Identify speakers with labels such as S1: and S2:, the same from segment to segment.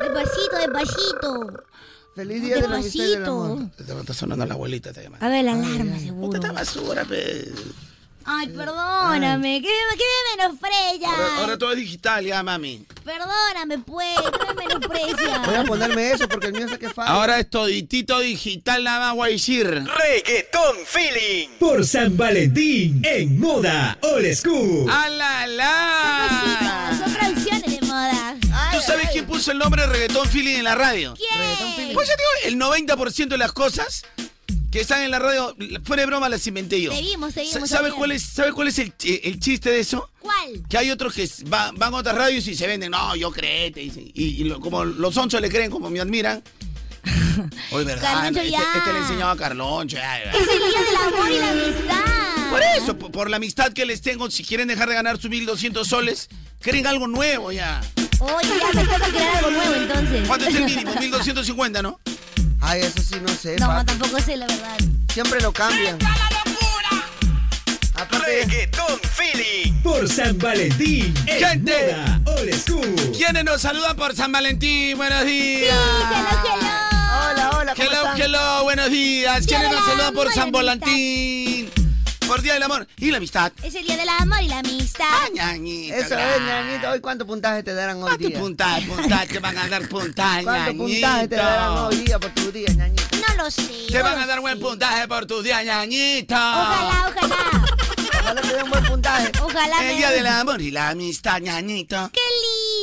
S1: Despacito, despacito.
S2: Feliz día de la amistad y del amor.
S1: Despacito.
S2: Te está sonando la abuelita, te llama.
S1: A ver, la alarma, seguro.
S2: Esta basura, pe.
S1: Ay, perdóname, que me, que me
S2: Ahora, ahora
S1: menosprecia.
S2: todo es digital ya, mami.
S1: Perdóname, pues, que me
S3: Voy a
S1: menosprecia.
S3: ponerme eso porque el mío es el que falta.
S2: Ahora es toditito digital, nada más voy a decir.
S4: Reggaeton feeling.
S5: Por San Valentín, en Moda Old School.
S1: Ah.
S2: ¡A la
S1: Despacito, Son
S2: la!
S1: canciones de moda.
S2: ¿Tú sabes quién puso el nombre de reggaetón feeling en la radio?
S1: ¿Quién?
S2: Pues yo digo, el 90% de las cosas que están en la radio, fuera de broma, las inventé yo.
S1: Te vimos, te
S2: Sa-
S1: vimos,
S2: ¿Sabes
S1: Adrián.
S2: cuál es, ¿sabe cuál es el, chi- el chiste de eso?
S1: ¿Cuál?
S2: Que hay otros que s- va- van a otras radios y se venden. No, yo creé, te dicen. Y, y lo- como los onzos le creen, como me admiran. Hoy, ¿verdad?
S1: Carloncho,
S2: este,
S1: ya.
S2: este le enseñaba a Carloncho. ya, ya.
S1: Es el día del amor y la amistad.
S2: Por eso, po- por la amistad que les tengo, si quieren dejar de ganar sus 1200 soles, creen algo nuevo ya.
S1: Oye, ya me toca crear algo nuevo entonces.
S2: ¿Cuánto es el mínimo? 1250, ¿no?
S3: Ay, eso sí, no sé.
S1: No,
S3: papi.
S1: tampoco sé la verdad.
S3: Siempre lo cambian. Aparte,
S4: Reggaeton feeling.
S5: Por San Valentín, en
S2: Gente.
S5: Moda Old School.
S2: ¿Quiénes nos saludan por San Valentín? Buenos días.
S3: hola, hola, ¿cómo
S2: Hello,
S3: están?
S2: hello, buenos días. ¿Quiénes
S1: del
S2: nos saludan
S1: amor
S2: por
S1: y
S2: San
S1: la
S2: Volantín? Por Día del Amor y la Amistad.
S1: Es el día del amor y la amistad.
S2: ñañita,
S3: Eso es, ñañito. Hoy, ¿cuánto puntaje te darán hoy
S2: ¿Cuánto
S3: día?
S2: puntaje, puntaje? Te van a dar puntaje,
S3: ¿Cuánto puntaje te darán hoy
S2: ñañito.
S3: día por tu día, ñañito?
S1: No lo sé.
S2: Te
S1: no
S2: van
S1: lo
S2: a dar buen
S1: sé.
S2: puntaje por tu día, ñañito.
S1: Ojalá, ojalá.
S3: Ojalá te den buen puntaje.
S1: Ojalá. me-
S2: El Día del Amor y la Amistad, ñañito.
S1: ¡Qué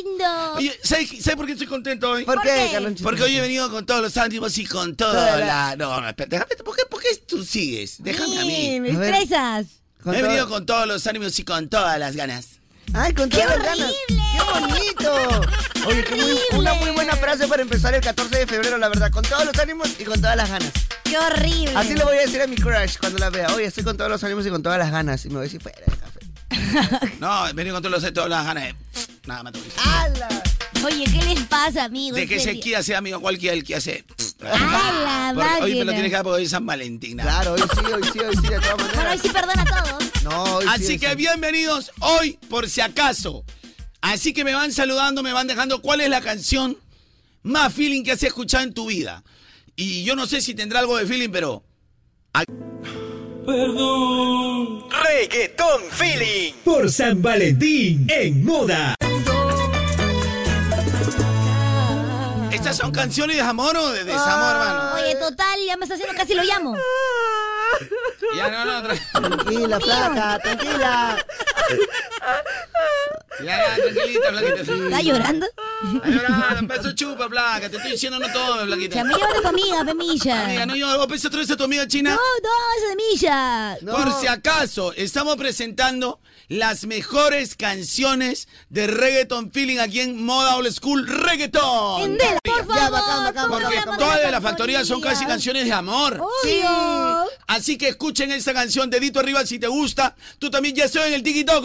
S1: lindo!
S2: Oye, ¿sabes, sabes por qué estoy contento hoy?
S3: ¿Por
S1: ¿Por
S3: qué,
S1: qué?
S3: Carlonchito?
S2: Porque hoy he venido con todos los ánimos y con toda la... No, no, espera, déjame, ¿por qué, por qué tú sigues? Déjame a
S1: Sí,
S2: mí.
S1: me
S3: A ver.
S1: estresas.
S3: Con
S2: he
S3: todo-
S2: venido con todos los ánimos y con todas las ganas.
S3: Ay, con
S1: ¡Qué
S3: todas las ganas.
S1: horrible!
S3: ¡Qué bonito! Oye, qué muy-
S1: Horrible.
S3: una muy buena frase para empezar el 14 de febrero, la verdad. Con todos los ánimos y con todas las ganas.
S1: ¡Qué horrible!
S3: Así le voy a decir a mi crush cuando la vea. Oye, estoy con todos los ánimos y con todas las ganas. Y me voy a decir fuera de café.
S2: No, he venido con todos los, todas las ganas de... Nada más. te voy a decir.
S3: ¡Hala!
S1: Oye, ¿qué les pasa, amigos?
S2: De que
S1: En
S2: se
S1: serio.
S2: quiera sea amigo cualquiera el que hace...
S1: ¡A la
S2: Porque hoy me lo
S1: máquina!
S2: tienes que dar porque hoy es San Valentín. ¿no?
S3: Claro, hoy sí, hoy sí, hoy sí, de todas
S1: Bueno, ahí
S3: maneras.
S1: sí perdona todo.
S3: No, hoy sí,
S2: Así
S3: hoy
S2: que
S3: sí.
S2: bienvenidos hoy, por si acaso. Así que me van saludando, me van dejando cuál es la canción más feeling que has escuchado en tu vida. Y yo no sé si tendrá algo de feeling, pero
S4: Reggaeton feeling.
S5: Por San Valentín, en Moda.
S2: estas son canciones de amor o de desamor, hermano.
S1: Oye, total, ya me está haciendo casi lo llamo.
S2: Ya no, no, tra-
S3: Tranquila, flaca, tranquila.
S2: ya, ya, tranquilita, flaquita.
S1: ¿Está llorando?
S2: Ay, ahora, Peso pues, chupa, flaca, te estoy diciendo no todo,
S1: Ya me
S2: flaquita.
S1: llevas de tu amiga, pe, Milla.
S2: Amiga, no yo, peso otra vez a tu amiga china.
S1: No, no, eso de Milla.
S3: No.
S2: Por si acaso, estamos presentando las mejores canciones de reggaeton feeling aquí en Moda Old School Reggaeton.
S1: Endela, por favor.
S3: Ya, bacán, bacán,
S1: pon
S2: Porque
S1: programa
S2: todas de
S1: la
S2: la factoría son casi canciones de amor.
S1: Obvio.
S2: Así que escuchen esta canción, dedito arriba si te gusta. Tú también ya estoy en el TikTok.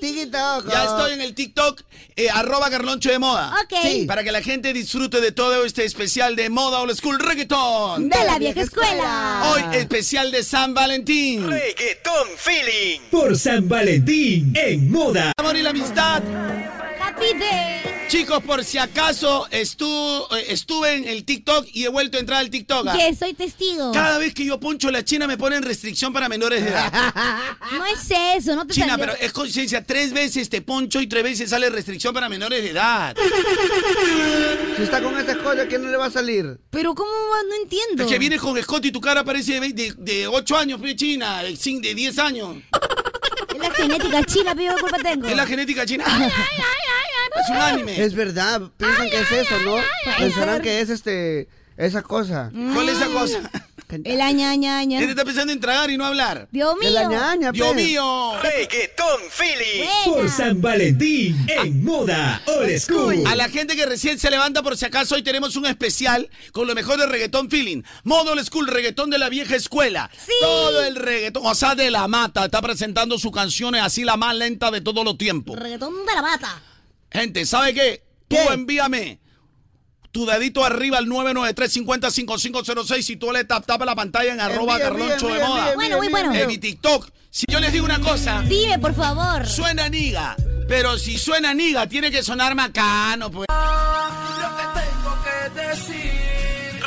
S3: Tiquito.
S2: Ya estoy en el TikTok, eh, arroba Carloncho de Moda.
S1: Ok. Sí.
S2: Para que la gente disfrute de todo este especial de Moda Old School Reggaeton.
S1: De la vieja escuela.
S2: Hoy especial de San Valentín.
S4: Reggaeton feeling.
S5: Por San Valentín, en Moda.
S2: Amor y la amistad.
S1: Happy day.
S2: Chicos, por si acaso estu- eh, estuve en el TikTok y he vuelto a entrar al TikTok. ah.
S1: Que soy testigo.
S2: Cada vez que yo poncho la China me ponen restricción para menores de edad.
S1: No es eso, no te
S2: China,
S1: salió.
S2: pero es conciencia, tres veces te poncho y tres veces sale restricción para menores de edad.
S3: Si está con esa joya, ¿quién no le va a salir?
S1: Pero ¿cómo va? No entiendo.
S2: Es que vienes con escote y tu cara parece de, veinte- de 8 años, pe China, de cin- de 10 años.
S1: Es la genética china, pero yo culpa tengo.
S2: Es la genética china. Es un anime.
S3: Es verdad, piensan que es eso, ¿no? Pensarán que es este. Esa cosa.
S2: ¿Cuál es esa cosa?
S3: Gente.
S1: El aña, aña, aña.
S2: Este está pensando en tragar y no hablar.
S1: Dios
S3: De la
S1: mío.
S3: ñaña,
S2: Dios
S3: pe.
S2: mío.
S4: Reggaeton feeling.
S5: Por
S1: Buena.
S5: San Valentín, en moda, old school.
S2: A la gente que recién se levanta, por si acaso, hoy tenemos un especial con lo mejor del reggaetón feeling. Modo Old School, reggaetón de la vieja escuela.
S1: Sí.
S2: Todo el reggaetón. O sea, de la mata. Está presentando sus canciones así la más lenta de todos los tiempos.
S1: Reggaetón de la mata.
S2: Gente, ¿sabe qué? Tú
S3: ¿Qué?
S2: envíame tu dedito arriba al 993-50-5506 y tú le tap tapa la pantalla en arroba
S3: Envía, envía,
S2: Carloncho de
S3: envía,
S2: Moda.
S3: envía,
S1: Bueno, muy
S3: envía,
S1: bueno.
S3: envía.
S2: En mi TikTok. Si yo les digo una cosa,
S1: Dime, por favor.
S2: suena niga. Pero si suena niga, tiene que sonar macano, pues.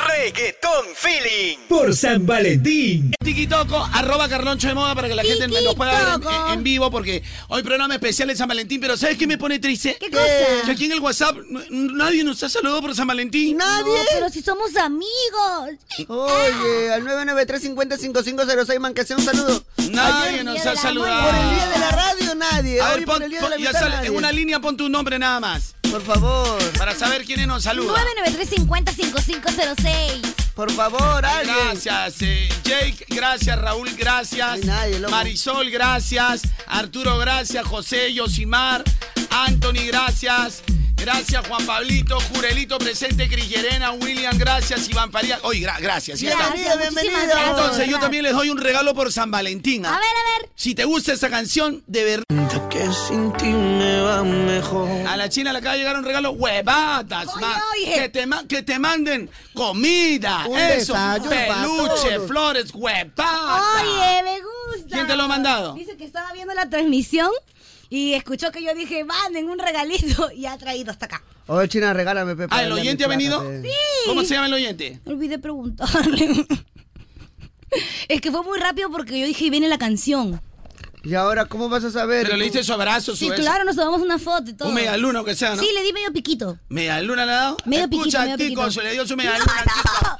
S4: Reggaeton feeling.
S5: Por San Valentín.
S2: Tikitoco, arroba Carloncho de Moda para que la gente me- nos pueda ver en- en,
S1: Tikitoco.
S2: en vivo porque hoy programa especial en San Valentín, pero ¿sabes qué me pone triste?
S1: ¿Qué
S2: Que
S1: cosa?
S2: aquí en el WhatsApp n- nadie nos ha saludado por San Valentín.
S3: Nadie.
S1: No, pero si somos amigos.
S3: Oye, al 993-50-5506, man, que sea un saludo.
S2: Nadie
S1: Ayer,
S2: nos
S1: Día
S2: ha
S1: de la
S2: saludado.
S1: Madre.
S3: Por el día de la radio, nadie.
S2: A
S3: Hoy
S2: ver,
S3: por
S2: pon-
S3: el día
S2: pon-
S3: de la
S2: ya
S3: amistad,
S2: sale,
S3: nadie.
S2: en una línea pon tu nombre nada más.
S3: Por favor,
S2: Para saber quiénes nos saludan.
S1: 993-50-5506.
S3: por favor, alguien.
S2: Gracias, eh, Jake, gracias, Raúl, gracias.
S3: Ay, nadie, loco.
S2: Marisol, gracias. Arturo, gracias. José, Yosimar, Anthony, gracias. Gracias, Juan Pablito, Jurelito presente, Crillерena, William, gracias, Iván Farías. Oye, gra- gracias. ya está.
S3: Gracias,
S1: muchísimas
S3: bienvenido.
S1: gracias.
S2: Entonces,
S1: de
S2: yo
S1: verdad.
S2: también les doy un regalo por San Valentín. ¿ah?
S1: A ver, a ver.
S2: Si te gusta esa canción, de verdad.
S6: que sin ti me va mejor.
S2: A la China le acaba de llegar un regalo, huevadas,
S1: Oye,
S2: ma.
S1: oye.
S2: Que, te ma- que te manden comida,
S3: Un
S2: eso,
S3: desayuno para
S2: peluche,
S3: todos.
S2: flores, huevadas.
S1: Oye, me gusta.
S2: ¿Quién te lo ha mandado?
S1: Dice que estaba viendo la transmisión y escuchó que yo dije, manden un regalito y ha traído hasta acá.
S3: Oye, China, regálame, Pepe.
S2: Ah, ¿el oyente ha venido?
S3: Sí.
S2: ¿Cómo se llama el oyente?
S1: Me olvidé preguntarle. Es que fue muy rápido porque yo dije, viene la canción.
S3: Y ahora, ¿cómo vas a saber?
S2: Pero le dice su abrazo, su
S1: Sí,
S2: beso.
S1: claro, nos tomamos una foto y todo.
S2: Un medialuna aunque sea, ¿no?
S1: Sí, le di medio piquito.
S2: ¿Medialuna le ha dado?
S1: Medio piquito,
S2: Escucha,
S1: medio
S2: Kiko,
S1: piquito.
S2: se le dio su medialuna.
S1: No, no.
S2: Kiko.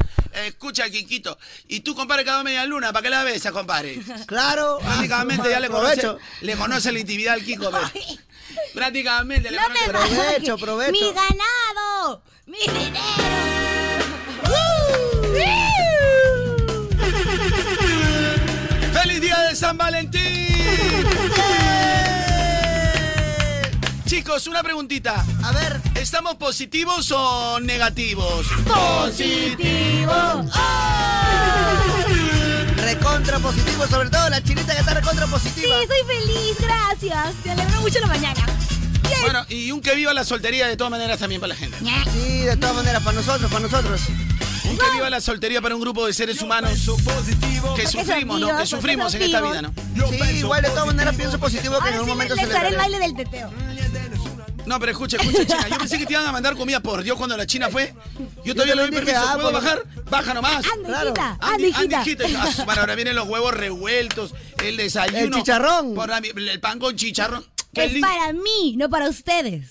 S2: Escucha, Kikito. Y tú, compadre, cada medialuna, ¿para qué la besas, compadre?
S3: Claro.
S2: Prácticamente ya le conoce,
S3: Provecho.
S2: le conoce la intimidad al Kiko. pues. Prácticamente le
S1: No me
S2: conoce. la-
S3: Provecho,
S1: marques.
S3: provecho.
S1: Mi ganado, mi dinero.
S2: ¡Feliz día de San Valentín! Chicos, una preguntita.
S3: A ver,
S2: ¿Estamos positivos o negativos?
S1: Positivo.
S3: recontra positivo, sobre todo la chinita que está recontra
S1: Sí,
S3: positiva.
S1: soy feliz, gracias. Te alegro mucho la mañana.
S2: Bueno, y un que viva la soltería de todas maneras también para la gente.
S3: Sí, de todas maneras, para nosotros, para nosotros.
S2: Un que viva la soltería para un grupo de seres humanos que
S1: Porque son
S2: sufrimos, ¿no?
S1: vivos,
S2: Que sufrimos en
S1: porque
S2: esta
S1: son
S2: vida, ¿no?
S3: Sí, igual de todas maneras pienso positivo que
S1: Ahora
S3: en algún
S1: sí
S3: momento
S1: les,
S3: se
S1: les haré el
S3: le
S1: baile del teteo.
S2: No, pero escucha, escucha, China. Yo pensé que te iban a mandar comida por Dios cuando la China fue. Yo todavía le doy
S3: también dije,
S2: permiso.
S3: ah,
S2: ¿Puedo
S3: por-
S2: bajar? Baja nomás.
S1: Anda,
S3: Claro.
S1: hijita, anda,
S2: Andy, Andy,
S1: hijita.
S2: hijita. Ah, su- Bueno, ahora vienen los huevos revueltos, el desayuno.
S3: El chicharrón.
S2: Por la- el pan con chicharrón. Qué
S1: Es
S2: lindo.
S1: para mí, no para ustedes.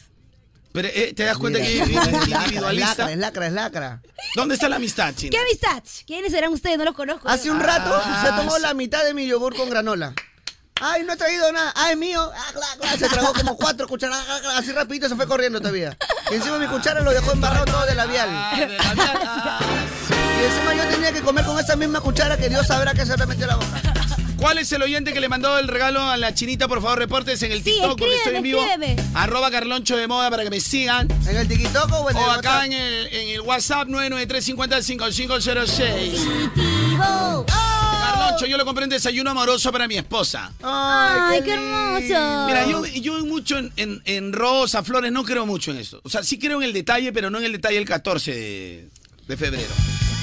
S2: Pero eh, te das cuenta que es
S3: Es lacra, es
S2: individualista.
S3: lacra, es lacra, es lacra.
S2: ¿Dónde está la amistad, China?
S1: ¿Qué amistad? ¿Quiénes serán ustedes? No los conozco.
S3: Hace un
S2: Ah,
S3: rato se tomó
S2: sí.
S3: la mitad de mi yogur con granola. Ay, no he traído nada. Ay, mío. Ah, cla, cla. Se tragó como cuatro cucharadas. cla, cla. Así rapidito se fue corriendo todavía. Y encima mi cuchara lo dejó embarrado todo de labial.
S2: Ah, de la mía- ah.
S3: Y encima yo tenía que comer con esa misma cuchara que Dios sabrá que se le metió en la boca.
S2: ¿Cuál es el oyente que le mandó el regalo a la chinita? Por favor, reportes en el
S1: Sí,
S2: TikTok porque estoy en vivo.
S1: escríbeme, escríbeme.
S2: Arroba Carloncho de Moda para que me sigan.
S3: ¿En el tiquitoco o en el
S2: O acá
S3: WhatsApp?
S2: en el, en el WhatsApp 993-50-5506.
S1: Positivo.
S2: Carloncho, yo le compré un desayuno amoroso para mi esposa.
S1: Ay, qué
S3: lindo.
S1: hermoso.
S2: Mira, yo, yo mucho en, en, en rosas, flores, no creo mucho en eso. O sea, sí creo en el detalle, pero no en el detalle el 14 de, de febrero.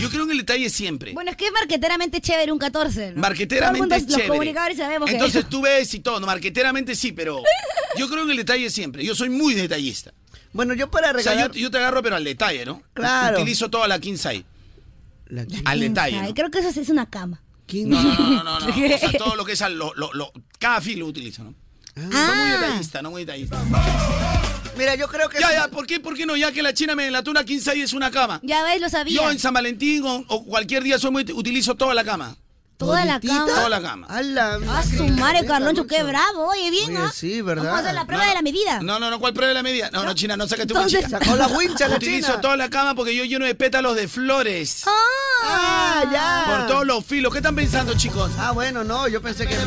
S2: Yo creo en el detalle siempre.
S1: Bueno, es que es marqueteramente chévere un 14. ¿no? Todo
S2: Marqueteramente
S1: el
S2: es
S1: mundo,
S2: chévere.
S1: Los comunicadores sabemos que-
S2: Entonces tú ves y todo. no, Marqueteramente sí, pero yo creo en el detalle siempre. Yo soy muy detallista.
S3: Bueno, yo para
S2: O sea, yo,
S3: regalar...
S2: yo te agarro, pero al detalle, ¿no?
S3: Claro.
S2: Utilizo toda la quinzai.
S3: La-
S2: Al
S1: ¿Quién
S2: detalle.
S1: sabe?
S2: ¿no?
S1: Creo que eso sí es una cama.
S3: ¿Quién?
S2: No, no, no, no, no, no. O sea, todo lo que es al- lo, lo- lo- cada filo utilizo, ¿no? Soy muy detallista, no muy detallista.
S3: Ah. Mira, yo creo que...
S2: Ya, ya, ¿por qué, por qué no? Ya que la China me delató una quinzai es una cama.
S1: Ya ves, lo sabía.
S2: Yo en San Valentín o, o cualquier día soy muy, utilizo toda la cama.
S1: Toda la
S3: ¿Toditita?
S1: cama.
S2: Toda la cama.
S3: A la...
S1: A su madre,
S3: Mira,
S1: Carloncho, qué
S3: Carloncho.
S1: bravo. Oye, bien,
S3: Oye,
S1: ¿ah?
S3: sí, ¿verdad?
S1: Vamos a hacer la prueba
S2: No,
S1: de la medida.
S2: No, no, no, ¿cuál prueba de la medida? No, no, China, no saques tu
S1: Entonces-
S2: mochila.
S3: Sacó la wincha la
S2: Utilizo
S3: china.
S2: toda la cama porque yo lleno de pétalos de flores.
S1: Ah,
S3: ¡Ah, ya!
S2: Por todos los filos. ¿Qué están pensando, chicos?
S3: Ah, bueno, no, yo pensé que.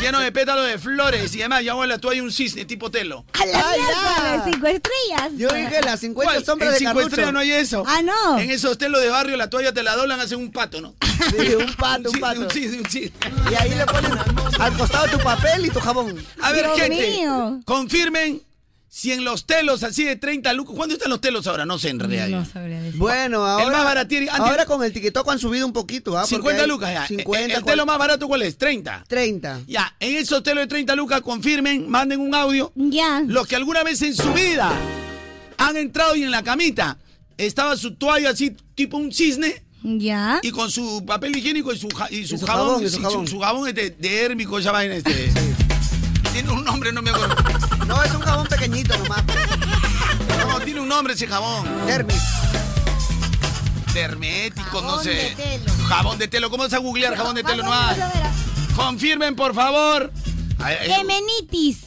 S2: Lleno de pétalos de flores y demás. Y abuela, tú hay un cisne tipo telo.
S6: A la
S3: Ay,
S6: miércoles,
S3: ya.
S6: cinco estrellas.
S3: Yo dije las 50
S2: ¿Cuál?
S3: sombras
S2: en
S3: de
S2: cinco estrellas
S3: Carrucho.
S2: no hay eso.
S6: Ah, no.
S2: En esos telos de barrio la toalla te la doblan, hacen un pato, ¿no?
S3: Sí, un pato, un
S2: cisne,
S3: pato.
S2: Un cisne, un cisne.
S3: Y ahí le ponen al costado tu papel y tu jabón.
S2: A ver,
S6: Dios
S2: gente,
S6: mío.
S2: confirmen si en los telos así de 30 lucas. ¿Cuándo están los telos ahora? No sé en realidad.
S3: Ah,
S6: No
S2: yo.
S6: sabría decir.
S3: Bueno, ahora.
S2: más baratier- antes-
S3: Ahora con el tiquetoco han subido un poquito, ¿ah? Porque
S2: 50
S3: hay
S2: lucas ya. Eh,
S3: 50.
S2: ¿El, el telo más barato cuál es? 30.
S3: 30.
S2: Ya, en esos telos de 30 lucas, confirmen, manden un audio.
S6: Ya.
S2: Los que alguna vez en su vida han entrado y en la camita estaba su toalla así, tipo un cisne,
S6: Ya.
S2: y con su papel higiénico y su, ja- y su
S3: Y su
S2: jabón,
S3: jabón,
S2: y
S3: y su
S2: su,
S3: jabón.
S2: su jabón este, de hérmico, esa vaina este. Tiene un nombre, no me acuerdo.
S3: No, es un jabón pequeñito nomás.
S2: No, tiene un nombre ese jabón.
S3: Dermis.
S2: De hermético, no
S6: Jabón
S2: sé.
S6: de telo.
S2: Jabón de telo. ¿Cómo vas a googlear jabón de telo? No
S6: Vamos,
S2: hay.
S6: vamos a ver.
S2: Confirmen, por favor. A ver, eh,
S6: Gemenitis.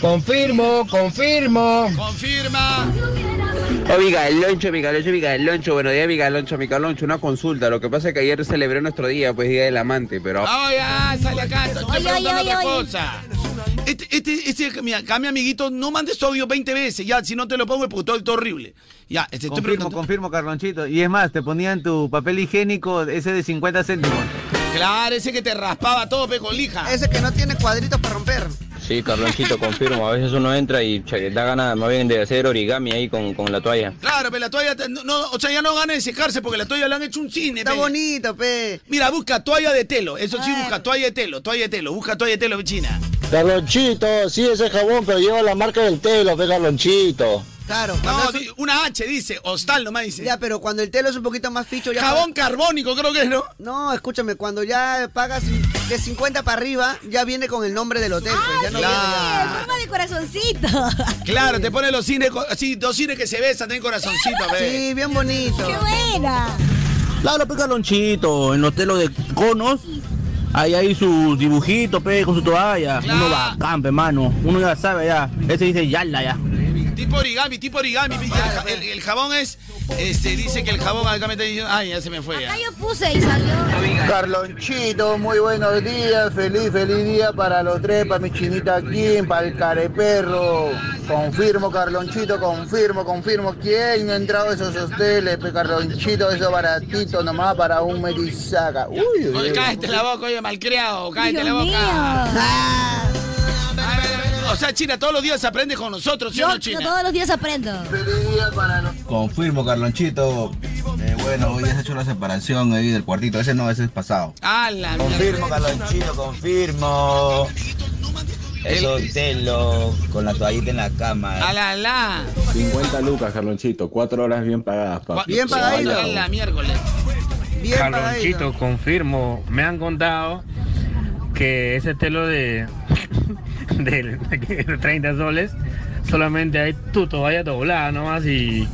S7: Confirmo, confirmo.
S2: Confirma.
S7: Oh, Migueloncho, Migueloncho, Migueloncho. Buenos días, Migueloncho, Migueloncho. Una consulta. Lo que pasa es que ayer celebré nuestro día, pues Día del Amante, pero...
S2: Ay, Ah, ya, sale acá. Estoy
S6: Oye,
S2: preguntando
S6: oye,
S2: otra
S6: oye, oye.
S2: cosa. Este, este, este, mira, acá mi amiguito, no mandes tu audio 20 veces. Ya, si no te lo pongo, es porque todo está horrible. Ya, este, estoy
S1: Confirmo,
S2: preguntando.
S1: confirmo, Carlonchito. Y es más, te ponían tu papel higiénico, ese de 50 céntimos.
S2: Claro, ese que te raspaba todo, pe, con lija.
S3: Ese que no tiene cuadritos para romper.
S8: Sí, Carlonchito, confirmo. A veces uno entra y che, da ganas más bien de hacer origami ahí con, con la toalla.
S2: Claro, pero la toalla, te- no, no, o sea, ya no gana de secarse porque la toalla le han hecho un cine.
S3: Está
S2: pe.
S3: bonito, pe.
S2: Mira, busca toalla de telo. Eso sí,
S6: A ver.
S2: busca toalla de telo, toalla de telo, busca toalla de telo, pe, China.
S9: Carlonchito, sí, ese jabón, pero lleva la marca del telo, ve Carlonchito.
S3: Claro, cuando
S2: No,
S3: es un-
S2: di- una H dice, hostal nomás dice.
S3: Ya, pero cuando el telo es un poquito más ficho, ya.
S2: Jabón carbónico, creo que es, ¿no?
S3: No, escúchame, cuando ya pagas de 50 para arriba, ya viene con el nombre del hotel. pues, ya no
S2: claro.
S3: viene-
S6: Ay, en forma de corazoncito.
S2: Claro, te pone los cines, co- así, dos cines que se besan, tienen corazoncito, pe.
S3: Sí, bien bonito.
S6: ¡Qué buena!
S9: Claro, pe Carlonchito, en los telos de conos, ahí hay sus dibujitos, pe, con su toalla.
S2: Claro.
S9: Uno bacán, pe, mano. Uno ya sabe, ya. Ese dice yala, ya.
S2: Tipo origami, tipo origami. pe. El, ja- el- el jabón es, este, dice que el jabón acá me está diciendo, ay, ya se me fue ya.
S6: Acá yo puse y salió.
S9: Carlonchito, muy buenos días. Feliz, feliz día para los tres, para mi chinita Kim, para el careperro. Confirmo, Carlonchito, confirmo, confirmo. ¿Quién no ha entrado a esos hosteles, pe, Carlonchito? Eso baratito nomás para un merizaga. Uy, uy,
S2: Oye,
S9: uy.
S2: cállate la boca, oye, malcriado, cállate
S6: Dios
S2: la boca.
S6: mío.
S2: A ver, a ver, O sea, China, todos los días aprendes con nosotros, ¿sí o
S6: Yo,
S2: no,
S6: yo
S2: China?
S6: todos los días aprendo.
S1: Confirmo, Carlonchito. Eh, bueno, hoy has hecho la separación ahí del cuartito. Ese no, ese es pasado.
S2: A la mierda.
S9: Confirmo, Carlonchito, confirmo. Eso telo con la toallita en la
S2: A
S9: cama.
S2: la la.
S10: 50 lucas, Carlonchito. Cuatro horas bien pagadas, papi.
S3: Bien pagadito.
S2: A la miércoles.
S3: Bien pagadito.
S8: confirmo. Me han contado que ese telo de, de, 30 soles solamente hay tu toalla doblada nomás y,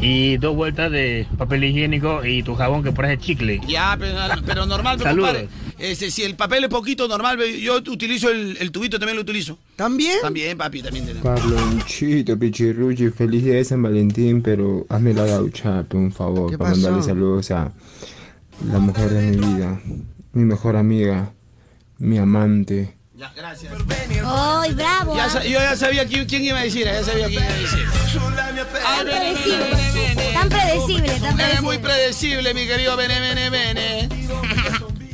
S8: y dos vueltas de papel higiénico y tu jabón que pones de chicle.
S2: Ya, pero, pero normal, pero
S8: Saludos.
S2: compadre. Este, si el papel es poquito, normal. ve, Yo utilizo el, el tubito, también lo utilizo.
S3: ¿También?
S2: También, papi, también. tenemos.
S10: Carlonchito, pichirruchi, feliz día de San Valentín, pero hazme la gaucha, por un favor,
S3: ¿Qué
S10: para
S3: pasó?
S10: mandarle saludos a la mujer de mi vida, mi mejor amiga, mi amante.
S2: Ya, gracias.
S6: ¡Ay, bravo!
S2: Ya
S6: ah.
S2: sa- yo ya sabía quién, quién iba a decir, ya sabía quién iba a decir. Ay,
S6: Tan
S2: bene, bene, bene,
S6: predecible.
S2: bene.
S6: Tan predecible, tan
S2: Eres muy
S6: predecible.
S2: predecible, mi querido Bene, Bene, Bene.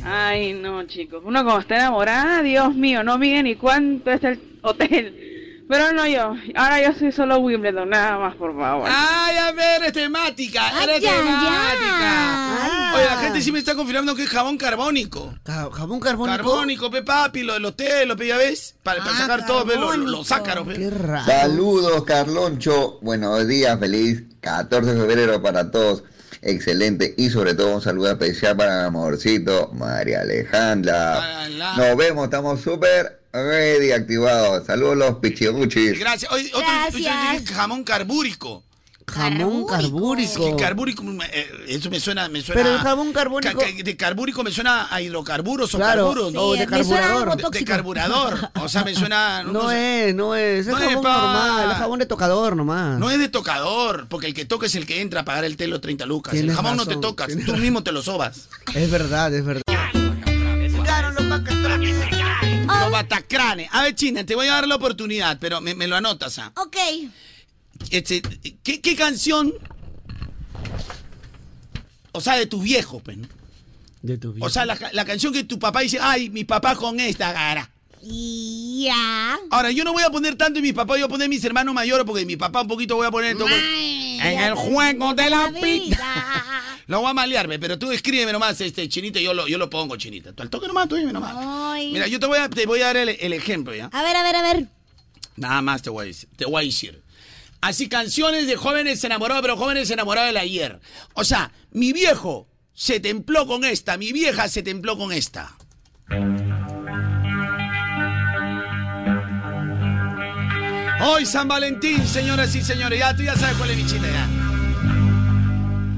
S11: Ay, no, chicos. Uno como está enamorada, Dios mío, no mide ni cuánto es el hotel. Pero no yo. Ahora yo soy solo Wimbledon, nada más, por favor.
S2: Ay, a ver, es temática,
S6: Ay,
S2: eres
S6: ya,
S2: temática.
S3: Ah.
S6: ya.
S2: Oye, la gente sí me está confirmando que es jabón carbónico.
S3: Ca- ¿Jabón carbónico?
S2: Carbónico, pe papi, lo de los telos, pe, ya ves. Para, para
S6: Ah,
S2: sacar todo, pe, los,
S6: carbónico.
S2: los ácaros, pe.
S3: Qué raro.
S9: Saludos, Carloncho. Buenos días, feliz 14 de febrero para todos. Excelente. Y sobre todo un saludo especial para mi amorcito María
S2: Para
S9: Alejandra.
S2: la-
S9: Nos vemos, estamos súper ready activados. Saludos los pichirruchis.
S2: Gracias. Oye, otro,
S6: Gracias.
S2: otro dice jamón carbúrico.
S3: Jamón carbúrico.
S2: Carbúrico, eh, eso me suena, me suena.
S3: Pero el jabón carbúrico-
S2: Ca- ca- de carbúrico me suena a hidrocarburos o
S3: Claro,
S2: carburos, ¿no?
S3: sí, me suena algo
S2: De- De,
S3: tóxico.
S2: carburador. O sea, me suena.
S3: No, es, no es. Es
S2: No es,
S3: jabón
S2: pa.
S3: normal, es jabón de tocador nomás.
S2: No es de tocador, porque el que toca es el que entra a pagar el telo 30 lucas. El
S3: Tienes
S2: jamón no te
S3: razón,
S2: tocas,
S3: tienes
S2: tú mismo te lo sobas.
S3: Es verdad, es verdad.
S2: No batacrane. A ver, China, te voy a dar la oportunidad, pero me, me lo anotas, ¿ah?
S1: Ok.
S2: Este, ¿qué, qué canción? O sea, de tus viejos, pues, ¿no?
S3: De tu vida.
S2: O sea, la, ca- la canción que tu papá dice, ay, mi papá con esta gara.
S1: Ya.
S2: Ahora, yo no voy a poner tanto de mi papá, yo voy a poner mis hermanos mayores, porque mi papá un poquito voy a poner todo. En el juego de la pita. Lo voy a malearme, pero tú escríbeme nomás, este, chinita, yo lo, yo lo pongo, chinita. Tú al toque nomás, tú dime nomás.
S1: Ay.
S2: Mira, yo te voy a, te voy a dar el, el ejemplo, ¿ya?
S1: A ver, a ver, a ver.
S2: Nada más te voy a decir. Te voy a decir. Así canciones de jóvenes enamorados, pero jóvenes enamorados del ayer. O sea, mi viejo se templó con esta, mi vieja se templó con esta. Hoy San Valentín, señoras y señores. Ya tú ya sabes cuál es mi chiste, ya.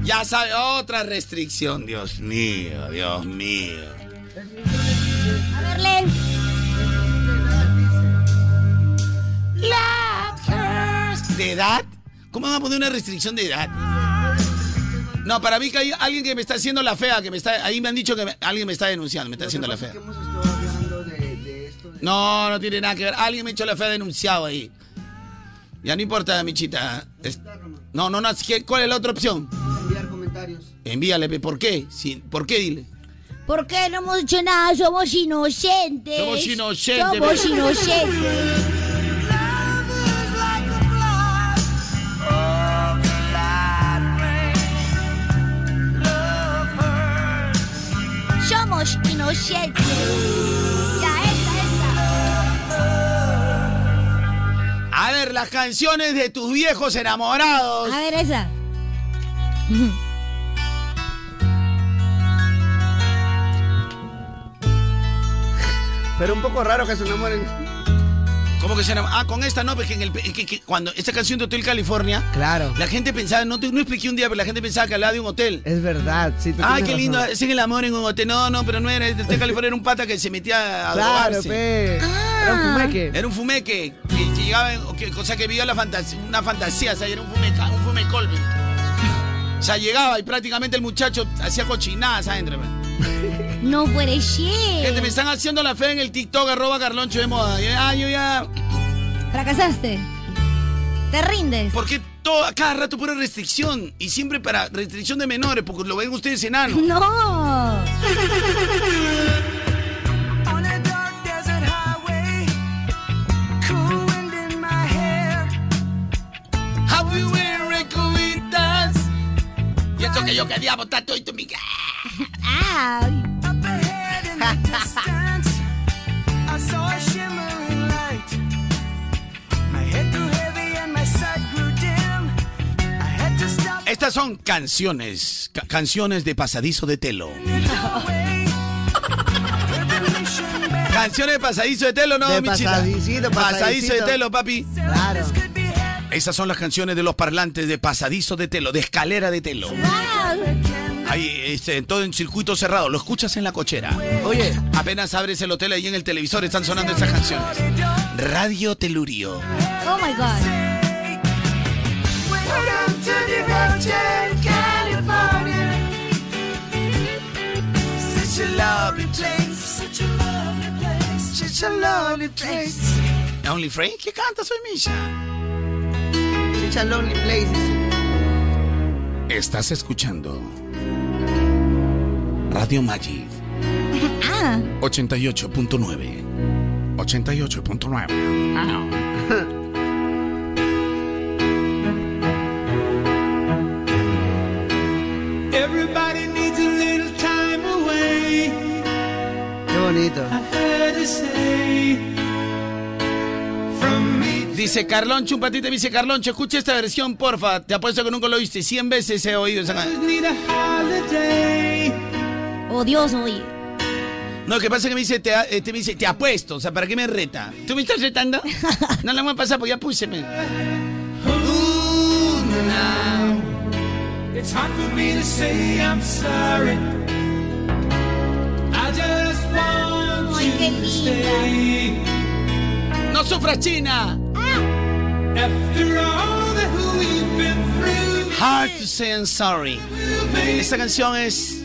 S2: Ya sabes, otra restricción, Dios mío, Dios mío.
S1: A ver, leen.
S2: ¿De edad? ¿Cómo van a poner una restricción de edad? No, para mí que hay alguien que me está haciendo la fea, que me está. Ahí me han dicho que me- alguien me está denunciando, me está haciendo la fea. No, no tiene nada que ver. Alguien me ha hecho la fea denunciado ahí. Ya no importa, michita. Es- No, no, no. es que- ¿Cuál es la otra opción?
S3: Enviar comentarios.
S2: Envíale, pe, ¿por qué? Sí, ¿Por qué dile?
S1: ¿Por qué no hemos hecho nada? Somos inocentes.
S2: Somos inocentes,
S1: Somos
S2: pe.
S1: inocentes. Somos inocentes. Ya,
S2: A ver, las canciones de tus viejos enamorados.
S1: A ver esa.
S3: Pero un poco raro que se enamoren.
S2: ¿Cómo que se llama? Ah, con esta no, porque en el, que, que cuando esta canción de Hotel California,
S3: Claro.
S2: la gente pensaba, no, te, no expliqué un día, pero la gente pensaba que hablaba de un hotel.
S3: Es verdad, sí. tú
S2: Ay,
S3: tienes
S2: qué lindo,
S3: razón.
S2: es en el amor en un hotel. No, no, pero no era. El Hotel California era un pata que se metía a
S3: Claro,
S2: drogarse. Ah.
S3: pe. Era un fumeque.
S2: Era un fumeque que llegaba, en- o que- o sea, que vivía la fantasía, una fantasía, o sea, era un fumeca, un fumecolme. O sea, llegaba y prácticamente el muchacho hacía cochinadas adentro.
S1: No puede ser.
S2: Gente, me están haciendo la fe en el TikTok, arroba Carloncho de Moda. Ah, yo ya...
S1: Fracasaste. Te rindes.
S2: Porque todo, a cada rato pura restricción. Y siempre para restricción de menores, porque lo ven ustedes enano.
S1: No.
S2: Y eso que yo quería botar todo y tu mica.
S1: Ay.
S2: Estas son canciones, ca- canciones de pasadizo de telo. Canciones de pasadizo de telo, ¿no,
S3: De
S2: mi chica?
S3: pasadicito,
S2: Pasadizo de
S3: pasadicito.
S2: telo, papi.
S3: Claro.
S2: Esas son las canciones de los parlantes de pasadizo de telo, de escalera de telo. Ahí, este, todo en circuito cerrado, lo escuchas en la cochera.
S3: Oye.
S2: Apenas abres el hotel ahí en el televisor están sonando esas canciones. Radio Telurio.
S1: Oh my god.
S2: Only Frey, ¿qué canta? Soy Misha.
S3: Chicha Lonely Places.
S2: Estás escuchando Radio Magic
S1: Ah.
S2: 88.9. 88.9.
S6: Everybody needs a little time away.
S3: Qué bonito.
S6: I heard you say from me.
S2: Dice Carloncho, un patito me dice Carloncho, escucha esta versión, porfa. Te apuesto que nunca lo oíste. 100 veces he oído esa canción.
S6: Need a holiday.
S1: Odioso, Oh, oye.
S2: No, que pasa que me dice, te, este, me dice, te apuesto, o sea, ¿para qué me reta? ¿Tú me estás retando? No la voy a pasar porque ya puse. me.
S6: Ooh, na, na, Time for me to say I'm sorry. I just want you to stay.
S2: No sufras China.
S6: After all that we've been through,
S2: Hard to say I'm sorry. Esta canción es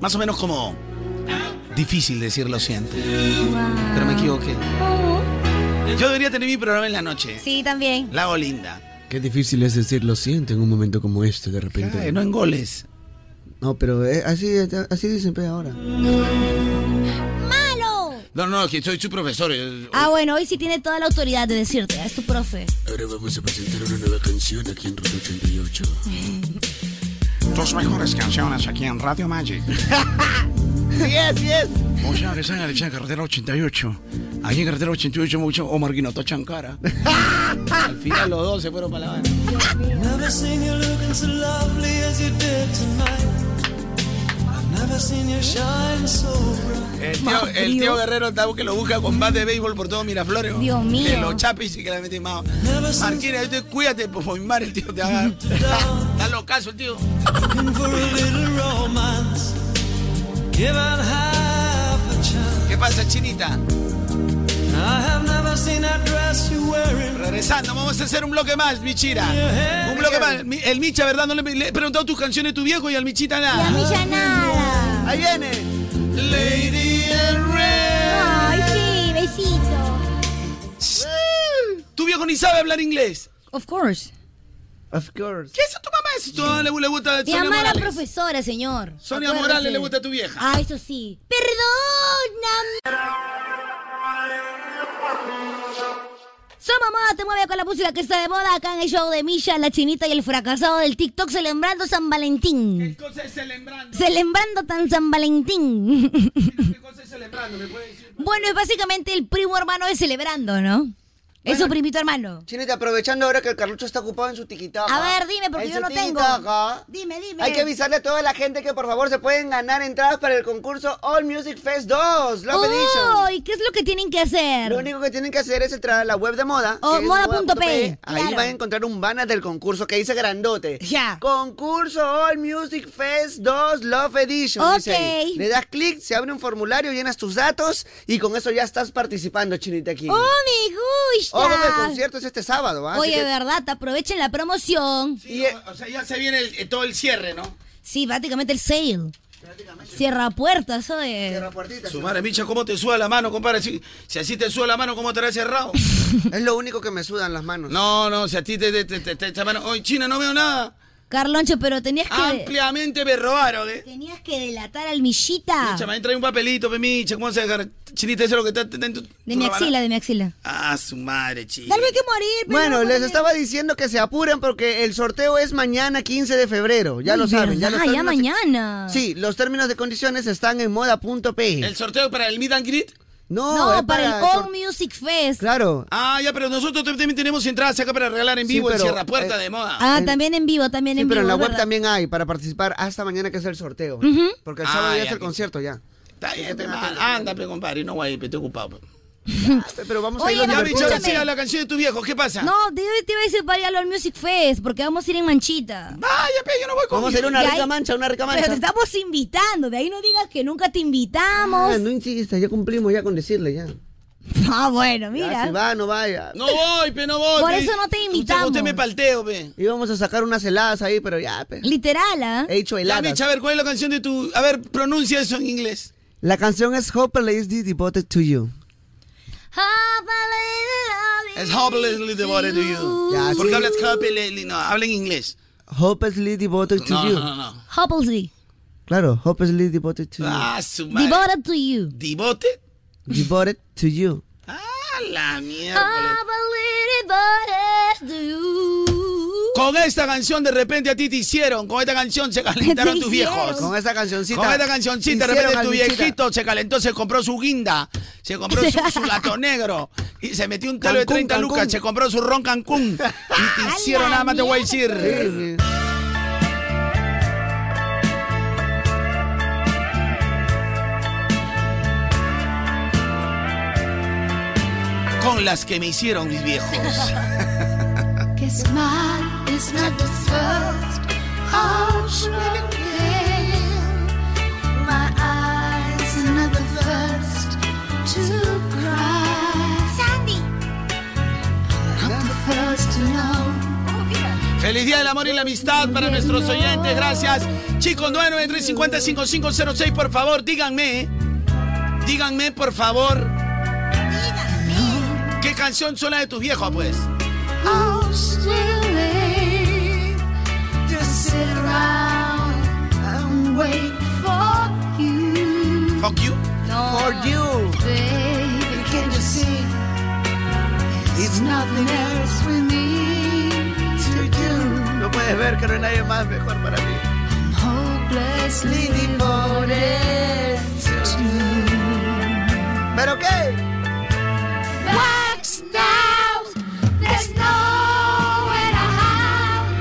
S2: más o menos como difícil decir lo siento. Pero me equivoqué. Yo debería tener mi programa en la noche.
S1: Sí, también.
S2: La hago linda.
S12: Qué difícil es decir lo siento en un momento como este, de repente.
S2: Ay, no en goles.
S3: No, pero eh, así, así dicen
S12: pues,
S3: pe, ahora.
S1: ¡Malo!
S2: No, no, que soy su profesor. eh,
S1: Ah, bueno, hoy sí tiene toda la autoridad de decirte. Es tu profe.
S13: Ahora vamos a presentar una nueva canción aquí en Ruta 88.
S2: Tus mejores canciones aquí en Radio Magic.
S3: Sí es, sí es.
S2: Mucha que salga de carretera 88. Allí en carretera 88 mucho Omar Guinoto Chancara.
S1: Ah.
S2: Al final los dos se fueron para la Habana.
S6: Never seen you looking so lovely as you did tonight. I've never seen you shine so bright.
S2: El tío, el tío Guerrero está que lo busca con bat de béisbol por todo Miraflores. ¿no?
S6: Dios mío.
S2: Que lo chape y se que la mete mao. Marquina, tú cuídate, por favor, mi madre, el tío te va a... Está locazo el tío.
S6: Looking for a little romance. Given half a chance.
S2: ¿Qué pasa, Chinita?
S6: I have never seen that dress you wearing.
S2: Regresando, vamos a hacer un bloque más, Michira. Un bloque más. Mi- El Micha, ¿verdad? No le, le he preguntado tus canciones a tu viejo y al Michita nada.
S6: Y al Micha
S1: nada.
S2: Ahí viene. Lady in
S1: Ay,
S2: Red.
S1: sí, besito.
S2: Tu viejo ni sabe hablar inglés.
S1: Of course.
S3: Of course.
S2: ¿Qué es eso, tu mamá? Eso tu mamá le, le gusta
S1: Mi
S2: Sonia
S1: mamá era
S2: Morales.
S1: profesora, señor.
S2: Sonia
S1: Acuérdese.
S2: Morales le gusta a tu vieja.
S1: Ah, eso sí. Perdóname. Somos Moda Te Mueve con la música que está de moda acá en el show de Misha, la chinita y el fracasado del TikTok celebrando San Valentín.
S2: Entonces, celebrando.
S1: Celebrando tan San Valentín.
S2: Celebrando, ¿me puedes decir?
S1: bueno, es básicamente el primo hermano de celebrando, ¿no? es su primito hermano.
S3: Chinita, aprovechando ahora que el Carlucho está ocupado en su tiquitaca.
S1: A ver, dime, porque
S3: En
S1: yo
S3: su
S1: no tengo.
S3: tiquitaca.
S1: Dime, dime.
S3: Hay que avisarle a toda la gente que por favor se pueden ganar entradas para el concurso All Music Fest 2. Love Edition.
S1: Uy, ¿qué es lo que tienen que hacer?
S3: Lo único que tienen que hacer es entrar a la web de moda.
S1: Oh,
S3: que es
S1: moda.pe,
S3: Ahí
S1: claro.
S3: van a encontrar un banner del concurso que dice grandote. Ya. Concurso All Music Fest 2 Love Edition. dice
S1: Ok.
S3: ahí. Le das clic, se abre un formulario, llenas tus datos y con eso ya estás participando, Chinita aquí.
S1: ¡Oh, me gusta!
S3: Ojo que el concierto es este sábado, ¿ah? Así
S1: Oye,
S3: que-
S1: verdad, aprovechen la promoción.
S2: Sí, o, o sea, ya se viene el- eh, todo el cierre, ¿no?
S1: prácticamente el sale. Cierra puertas, oye. Cierra
S3: puertitas.
S2: Su madre, Micha, ¿cómo te suda la mano, compadre? Si, si así te suda la mano, ¿cómo te la has cerrado?
S3: Es lo único que me sudan las manos.
S2: No, no, si a ti te... te, te, te, te- esta mano... Oye, China, no veo nada.
S1: Carloncho, pero tenías que.
S2: Ampliamente me robaron, ¿eh?
S1: Tenías que delatar al Millita.
S2: Micha, me trae un papelito, pe, Micha. ¿Cómo se dejar? Chinita, eso es lo que está... está en tu-
S1: De mi
S2: tu rabana.
S1: axila, de mi axila.
S2: Ah, su madre, chica.
S1: Dale, hay que morir, pero
S3: Bueno,
S1: no,
S3: les
S1: no,
S3: estaba diciendo que se apuren porque el sorteo es mañana 15 de febrero. Pues Ya
S1: Uy,
S3: lo saben. Ya,
S1: verdad, Ah,
S3: los
S1: ya
S3: términos-
S1: mañana.
S3: Sí, los términos de condiciones están en moda.pe.
S2: ¿El sorteo para el meet and greet?
S3: No,
S1: No,
S3: es
S1: para, el
S3: sor-
S1: All Music Fest.
S3: Claro.
S2: Ah, ya, pero nosotros también tenemos entradas acá para regalar en
S3: Sí,
S2: vivo
S3: pero,
S2: en Sierra Puerta
S3: eh,
S2: de Moda.
S1: Ah,
S3: en-
S1: también en vivo, también
S3: Sí,
S1: en
S3: pero
S1: vivo.
S3: en la web
S1: ¿verdad?
S3: también hay para participar hasta mañana que es el sorteo.
S1: Ujú.
S3: Porque el sábado
S2: Ah,
S3: ya
S2: ya,
S3: es el
S2: que-
S3: concierto ya.
S2: Está bien,
S3: Ah,
S2: pe, man. Anda, pe, compadre. No, guay, pe, estoy ocupado. pe.
S3: Pero vamos
S1: Oye,
S3: a ir
S2: Ya,
S3: donde el
S2: Micha,
S3: público.
S2: siga la canción de tu viejo. ¿Qué pasa?
S1: No, te, iba- te iba a decir para ir al All Music Fest, porque vamos a ir en manchita.
S2: Vaya, pe, yo no voy con
S3: Vamos a ir a una
S1: Y
S3: rica
S1: ahí-
S3: mancha, una rica mancha.
S1: Pero te estamos invitando, de ahí no digas que nunca te invitamos.
S3: Ah, no insistas, ya cumplimos ya con decirle ya.
S1: Ah, bueno,
S3: Ya,
S1: mira.
S3: si va, no vaya.
S2: No voy, pe, no voy.
S1: Por
S2: pe.
S1: eso no te
S2: Usted-
S1: invitamos.
S2: Usted, me palteo, pe.
S3: Íbamos a sacar unas heladas ahí, pero ya, pe.
S1: Literal, ¿ah?
S3: He hecho
S2: Ya,
S3: heladas.
S2: Micha, a ver, ¿cuál es la canción de tu...? A ver, pronuncia eso en inglés.
S3: La canción es Hopelessly Devoted to You.
S2: Es hopelessly devoted to you.
S3: Ya,
S2: ¿Por qué
S3: sí.
S2: hablas hopelessly? No, habla en inglés.
S3: Hopelessly Devoted to
S2: No,
S3: You.
S2: no, no, no.
S1: Hopelessly.
S3: Claro, Hopelessly Devoted to
S2: Ah, su madre.
S1: Devoted to you.
S2: ¿Devoted?
S3: You. Devoted to You.
S2: Ah, la mierda.
S1: Hopelessly devoted to you.
S2: Con esta canción de repente a ti te hicieron, con esta canción se calentaron
S3: Te
S2: tus
S3: hicieron.
S2: viejos.
S3: Con esta cancioncita.
S2: Con esta cancioncita de
S3: Hicieron
S2: repente
S3: al
S2: tu
S3: bichita.
S2: viejito se calentó, se compró su guinda, se compró su, su gato negro y se metió un telo de
S3: Cancún,
S2: 30
S3: Cancún.
S2: lucas, se compró su ron Cancún y te hicieron nada más te voy a decir.
S3: Sí, sí.
S2: Con las que me hicieron mis viejos.
S14: Guess mine is not the first
S6: arms again. My eyes are not the first to cry. Sandy! Not the first to know.
S2: Feliz Día del Amor y la Amistad para nuestros oyentes, gracias. Chicos, 993-50-5506, por favor, díganme, díganme, por favor. ¿Qué canción suena de tus viejos, pues?
S6: I'll still wait. Just sit around and wait for you.
S2: Fuck you?
S6: No. For you. Baby, can't you see? It's nothing else we need to do.
S3: No puedes ver que no hay nadie más mejor para mí.
S6: Hopelessly devoted to you.
S3: ¿Pero qué?
S6: Wax now, there's nowhere to hide.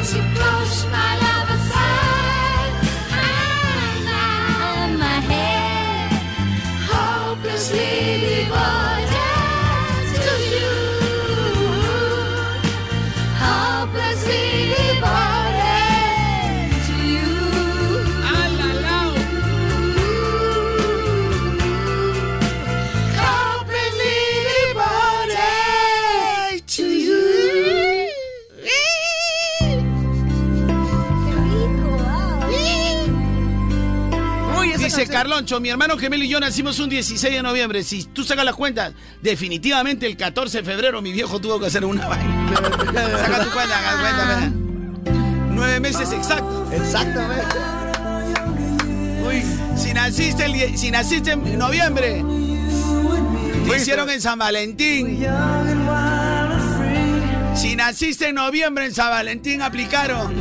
S6: As you push my love aside, I lie my head, hopelessly devoted to you. Hopelessly devoted to you.
S2: Dice Carloncho, mi hermano gemelo y yo nacimos un 16 de noviembre. Si tú sacas las cuentas, definitivamente el 14 de febrero mi viejo tuvo que hacer una vaina. Saca tu cuenta, saca tu cuenta, mira. Nueve meses exacto.
S3: Exactamente.
S2: Uy, si naciste, el die- si naciste en noviembre, te hicieron en San Valentín. Si naciste en noviembre en San Valentín, aplicaron.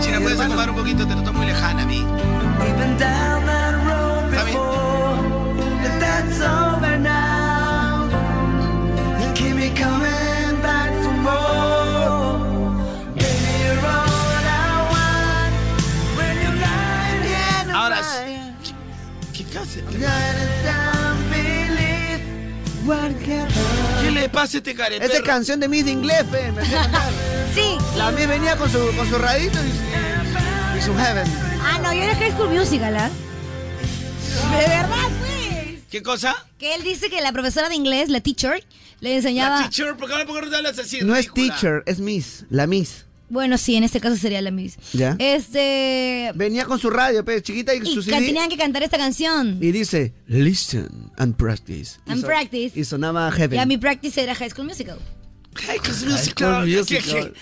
S2: Si no puedes acomodar un poquito, te noto muy lejana a mí. Está bien. Ahora, ¿qué hace? ¿Qué le pasa a este careta?
S3: Esa es canción de Miss de inglés, pe. me hacía enojar.
S1: Sí.
S3: La Miss venía con su, con su radito y su, y su heaven.
S1: Ah, no, yo era High School Musical, ¿ah? De verdad,
S2: Ah.
S1: pues.
S2: ¿Qué cosa?
S1: Que él dice que la profesora de inglés, la teacher, le enseñaba...
S2: La teacher, ¿por qué, por qué no te hablas así?
S3: No es
S2: ridícula?
S3: teacher, es Miss. La Miss.
S1: Bueno, sí, en este caso sería la Miss.
S3: ¿Ya?
S1: Este...
S3: Venía con su radio, pe, chiquita y, su
S1: Y
S3: CD.
S1: ca- tenían que cantar esta canción.
S3: Y dice, listen and practice. Y
S1: And
S3: so-
S1: practice.
S3: Y sonaba
S1: Ya
S3: Ah, heaven. Ah,
S1: mi practice era High School Musical.
S2: High School
S3: Musical.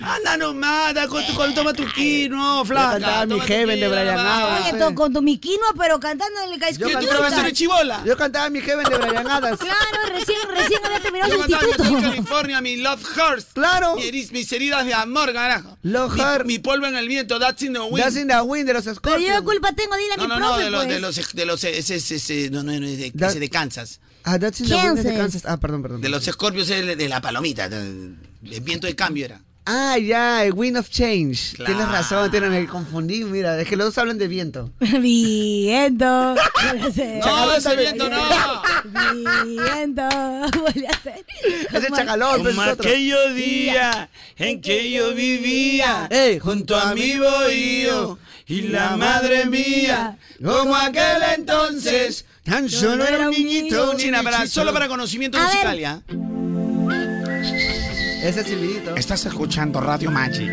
S2: Anda nomás, da con tu, con- toma tu quino,
S3: Yo cantaba
S2: flaca.
S3: mi Heaven de Brian Adams.
S1: Oye, to- con tu miquino, pero cantando en el High School
S3: cantaba-
S1: Musical.
S3: Profesor
S2: Chibola.
S3: Yo cantaba mi heaven de Brian Adams.
S1: Claro, recién, recién había terminado su
S2: Yo cantaba
S1: instituto.
S2: en California, mi love hearts.
S3: Claro.
S2: Mi heris- mis heridas de amor, carajo.
S3: Love
S2: mi,
S3: heart.
S2: mi polvo en el viento, that's in the wind.
S3: That's in the wind de los
S1: Pero yo
S3: Scorpions.
S1: qué culpa tengo, dile a
S2: no,
S1: mi
S2: no, no,
S1: profe,
S2: de los,
S1: pues.
S2: de los, de los, ese, ese, ese- no, no, no, es de,
S3: That-
S2: ese de Kansas.
S3: Ah, that's in the wind de
S1: Kansas.
S3: Kansas. Ah, perdón, perdón.
S2: De los escorpios es de, de la palomita, de- el viento de cambio era.
S3: Ah, ya, el Wind of Change.
S2: Claro.
S3: Tienes razón, tienes, me confundí. Mira, es que los dos hablan de viento.
S1: Viento.
S2: No, ese viento no.
S1: Viento. Vuelve a hacer.
S3: Ese chacalón, pero ese es otro.
S2: día en que yo vivía
S3: Ey.
S2: junto a mi bohío y la madre mía, como aquel entonces, tan solo era un niñito. China, para, solo para conocimiento
S1: A ver.
S2: musical, ¿ya?
S3: Ese silbidito.
S2: Estás escuchando Radio Magic.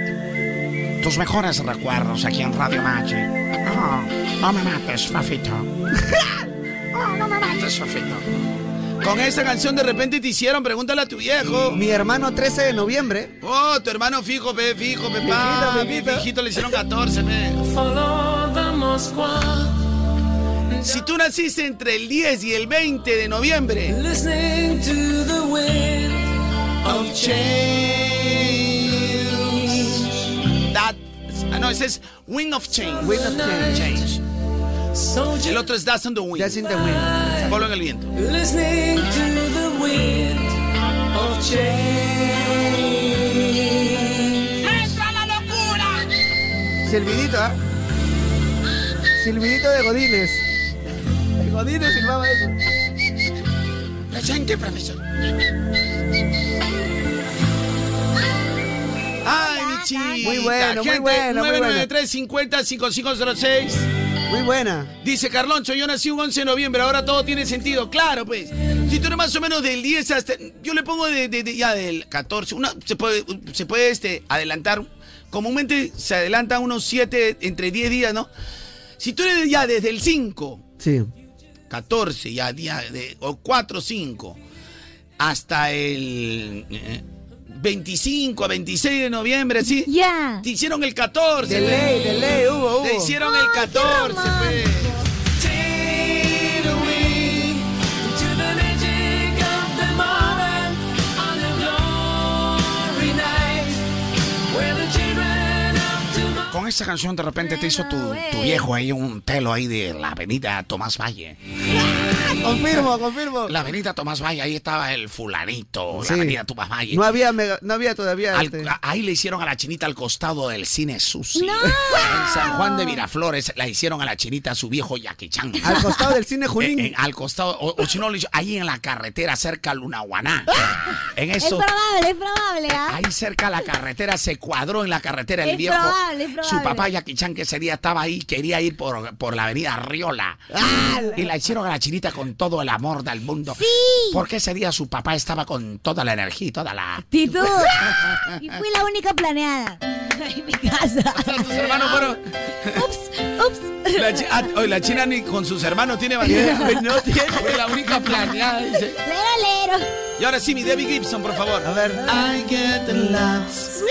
S2: Tus mejores recuerdos aquí en Radio Magic. Oh, no me mates, Fafito. Oh, no me mates, Fafito. Con esta canción de repente te hicieron, pregúntale a tu viejo.
S3: Mi hermano 13 de noviembre.
S2: Oh, tu hermano fijo, pe, fijo, pe, pa.
S3: Fijito,
S2: Mi
S3: fijito.
S2: hijito le hicieron 14, pe. Si tú naciste entre el 10 y el 20 de noviembre.
S6: Listening to the wind of change.
S2: That, ah, no, ese es Wing of Change.
S3: Wind of Change.
S2: Change. El otro es Dust on the Wind.
S3: That's in the wind.
S2: Polo en el viento.
S6: Listening to the wind of change. ¡Esa la locura!
S3: Silbidito, ¿ah? Silbidito de Godines. El Godines silbaba eso.
S2: Presente, profesor. Ay, mi Nachita.
S3: Muy bueno, muy
S2: Gente,
S3: bueno, muy bueno.
S2: 993-50-5506.
S3: Muy buena.
S2: Dice Carloncho, yo nací un 11 de noviembre, ahora todo tiene sentido. Claro, pues. Si tú eres más o menos del 10 hasta... Yo le pongo de, de- de- ya del 14. una- se puede, se puede este, adelantar. Comúnmente se adelanta unos 7, entre 10 días, ¿no? Si tú eres ya desde el 5
S3: Sí.
S2: 14, ya, día de, o 4, 5, hasta el eh, 25, 26 de noviembre, ¿sí? Ya. Te hicieron el 14.
S6: De
S2: güey.
S6: ley, de ley, hubo, hubo.
S2: Te hicieron el pues. 14, güey. Con esta canción de repente te hizo tu, tu viejo ahí un pelo ahí de la avenida Tomás Valle.
S3: Confirmo, confirmo.
S2: La avenida Tomás Valle, ahí estaba el fulanito,
S3: Sí.
S2: la avenida Tomás Valle.
S3: No había, mega- no había todavía.
S2: Al-
S3: este-
S2: a- ahí le hicieron a la chinita al costado del cine Susi. En San Juan de Miraflores la hicieron a la chinita a su viejo Jackie Chan.
S3: Al costado del cine Junín.
S2: Eh, eh, al costado, o, o si no, le hizo- ahí en la carretera cerca a Lunahuaná. En
S1: ¡Ah! Es
S2: eso,
S1: probable, es probable, ¿ah?
S2: ahí cerca a la carretera se cuadró en la carretera el
S1: Es
S2: viejo.
S1: probable, es probable.
S2: Su papá Jackie Chan que ese día estaba ahí, quería ir por, por la avenida Riola.
S1: Ah,
S2: Y la hicieron a la chinita con todo el amor del mundo. Sí. Porque ese día su papá estaba con toda la energía y toda la...
S1: Actitud. Y fui la única planeada. En mi casa.
S2: Tus hermanos fueron...
S1: Ups, ups.
S2: La, chi- ah, oye, la China ni con sus hermanos tiene bandera. No tiene. la única planeada, dice.
S1: Lero, lero.
S2: Y ahora sí, mi Debbie Gibson, por favor. A ver. I get the lots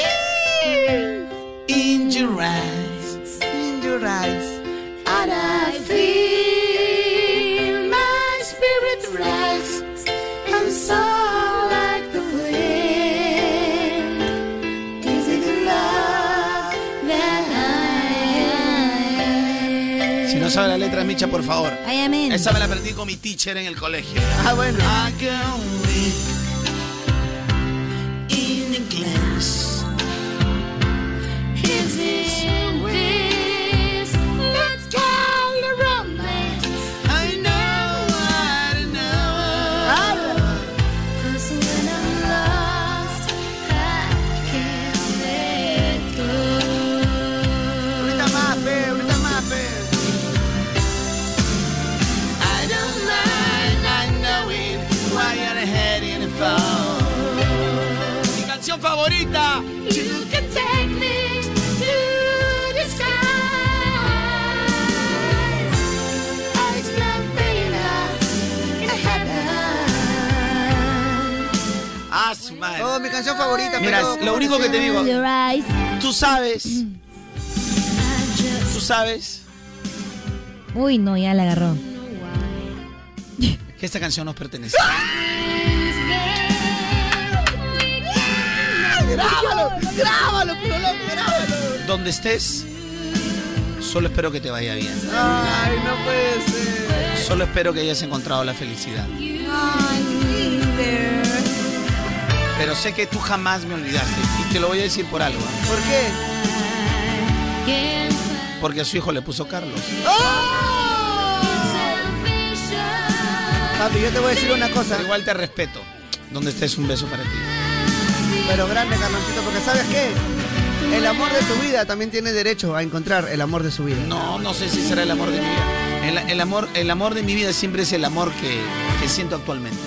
S2: in your eyes.
S3: In your eyes.
S6: And I feel my spirit rise and soar like the wind. Is it love that I am?
S2: Si no sabe la letra, Micha, por favor.
S1: I am in.
S2: Esa me la perdí con mi teacher en el colegio.
S3: Ah, bueno.
S2: I can live in the glass.
S6: Is in this let's call a romance? I know, I
S3: Ah.
S6: know. 'Cause when I'm lost, I can't let go.
S3: Ahorita más, pe, ahorita más, pe.
S6: I don't mind not knowing why you're heading for.
S2: Mi canción favorita.
S6: You can take me to the skies. I love being lost in heaven.
S2: Ah, su madre.
S3: Oh, mi canción favorita.
S2: Mira,
S3: pero-
S2: lo único que te digo,
S1: Your eyes.
S2: tú sabes, tú sabes
S1: Uy, no, ya la agarró.
S2: que esta canción nos pertenece.
S3: Grábalo, grábalo, Pirolo, grábalo.
S2: Donde estés, solo espero que te vaya bien.
S3: Ay, no puede ser.
S2: Solo espero que hayas encontrado la felicidad. Pero sé que tú jamás me olvidaste. Y te lo voy a decir por algo. ¿ah?
S3: ¿Por qué?
S2: Porque a su hijo le puso Carlos.
S3: ¡Oh! Papi, yo te voy a decir una cosa.
S2: Pero igual te respeto. Donde estés, un beso para ti.
S3: Pero grande, Carloncito, porque ¿sabes qué? El amor de tu vida también tiene derecho a encontrar el amor de su vida.
S2: No, no sé si será el amor de mi vida. El, el amor, el amor de mi vida siempre es el amor que, que siento actualmente.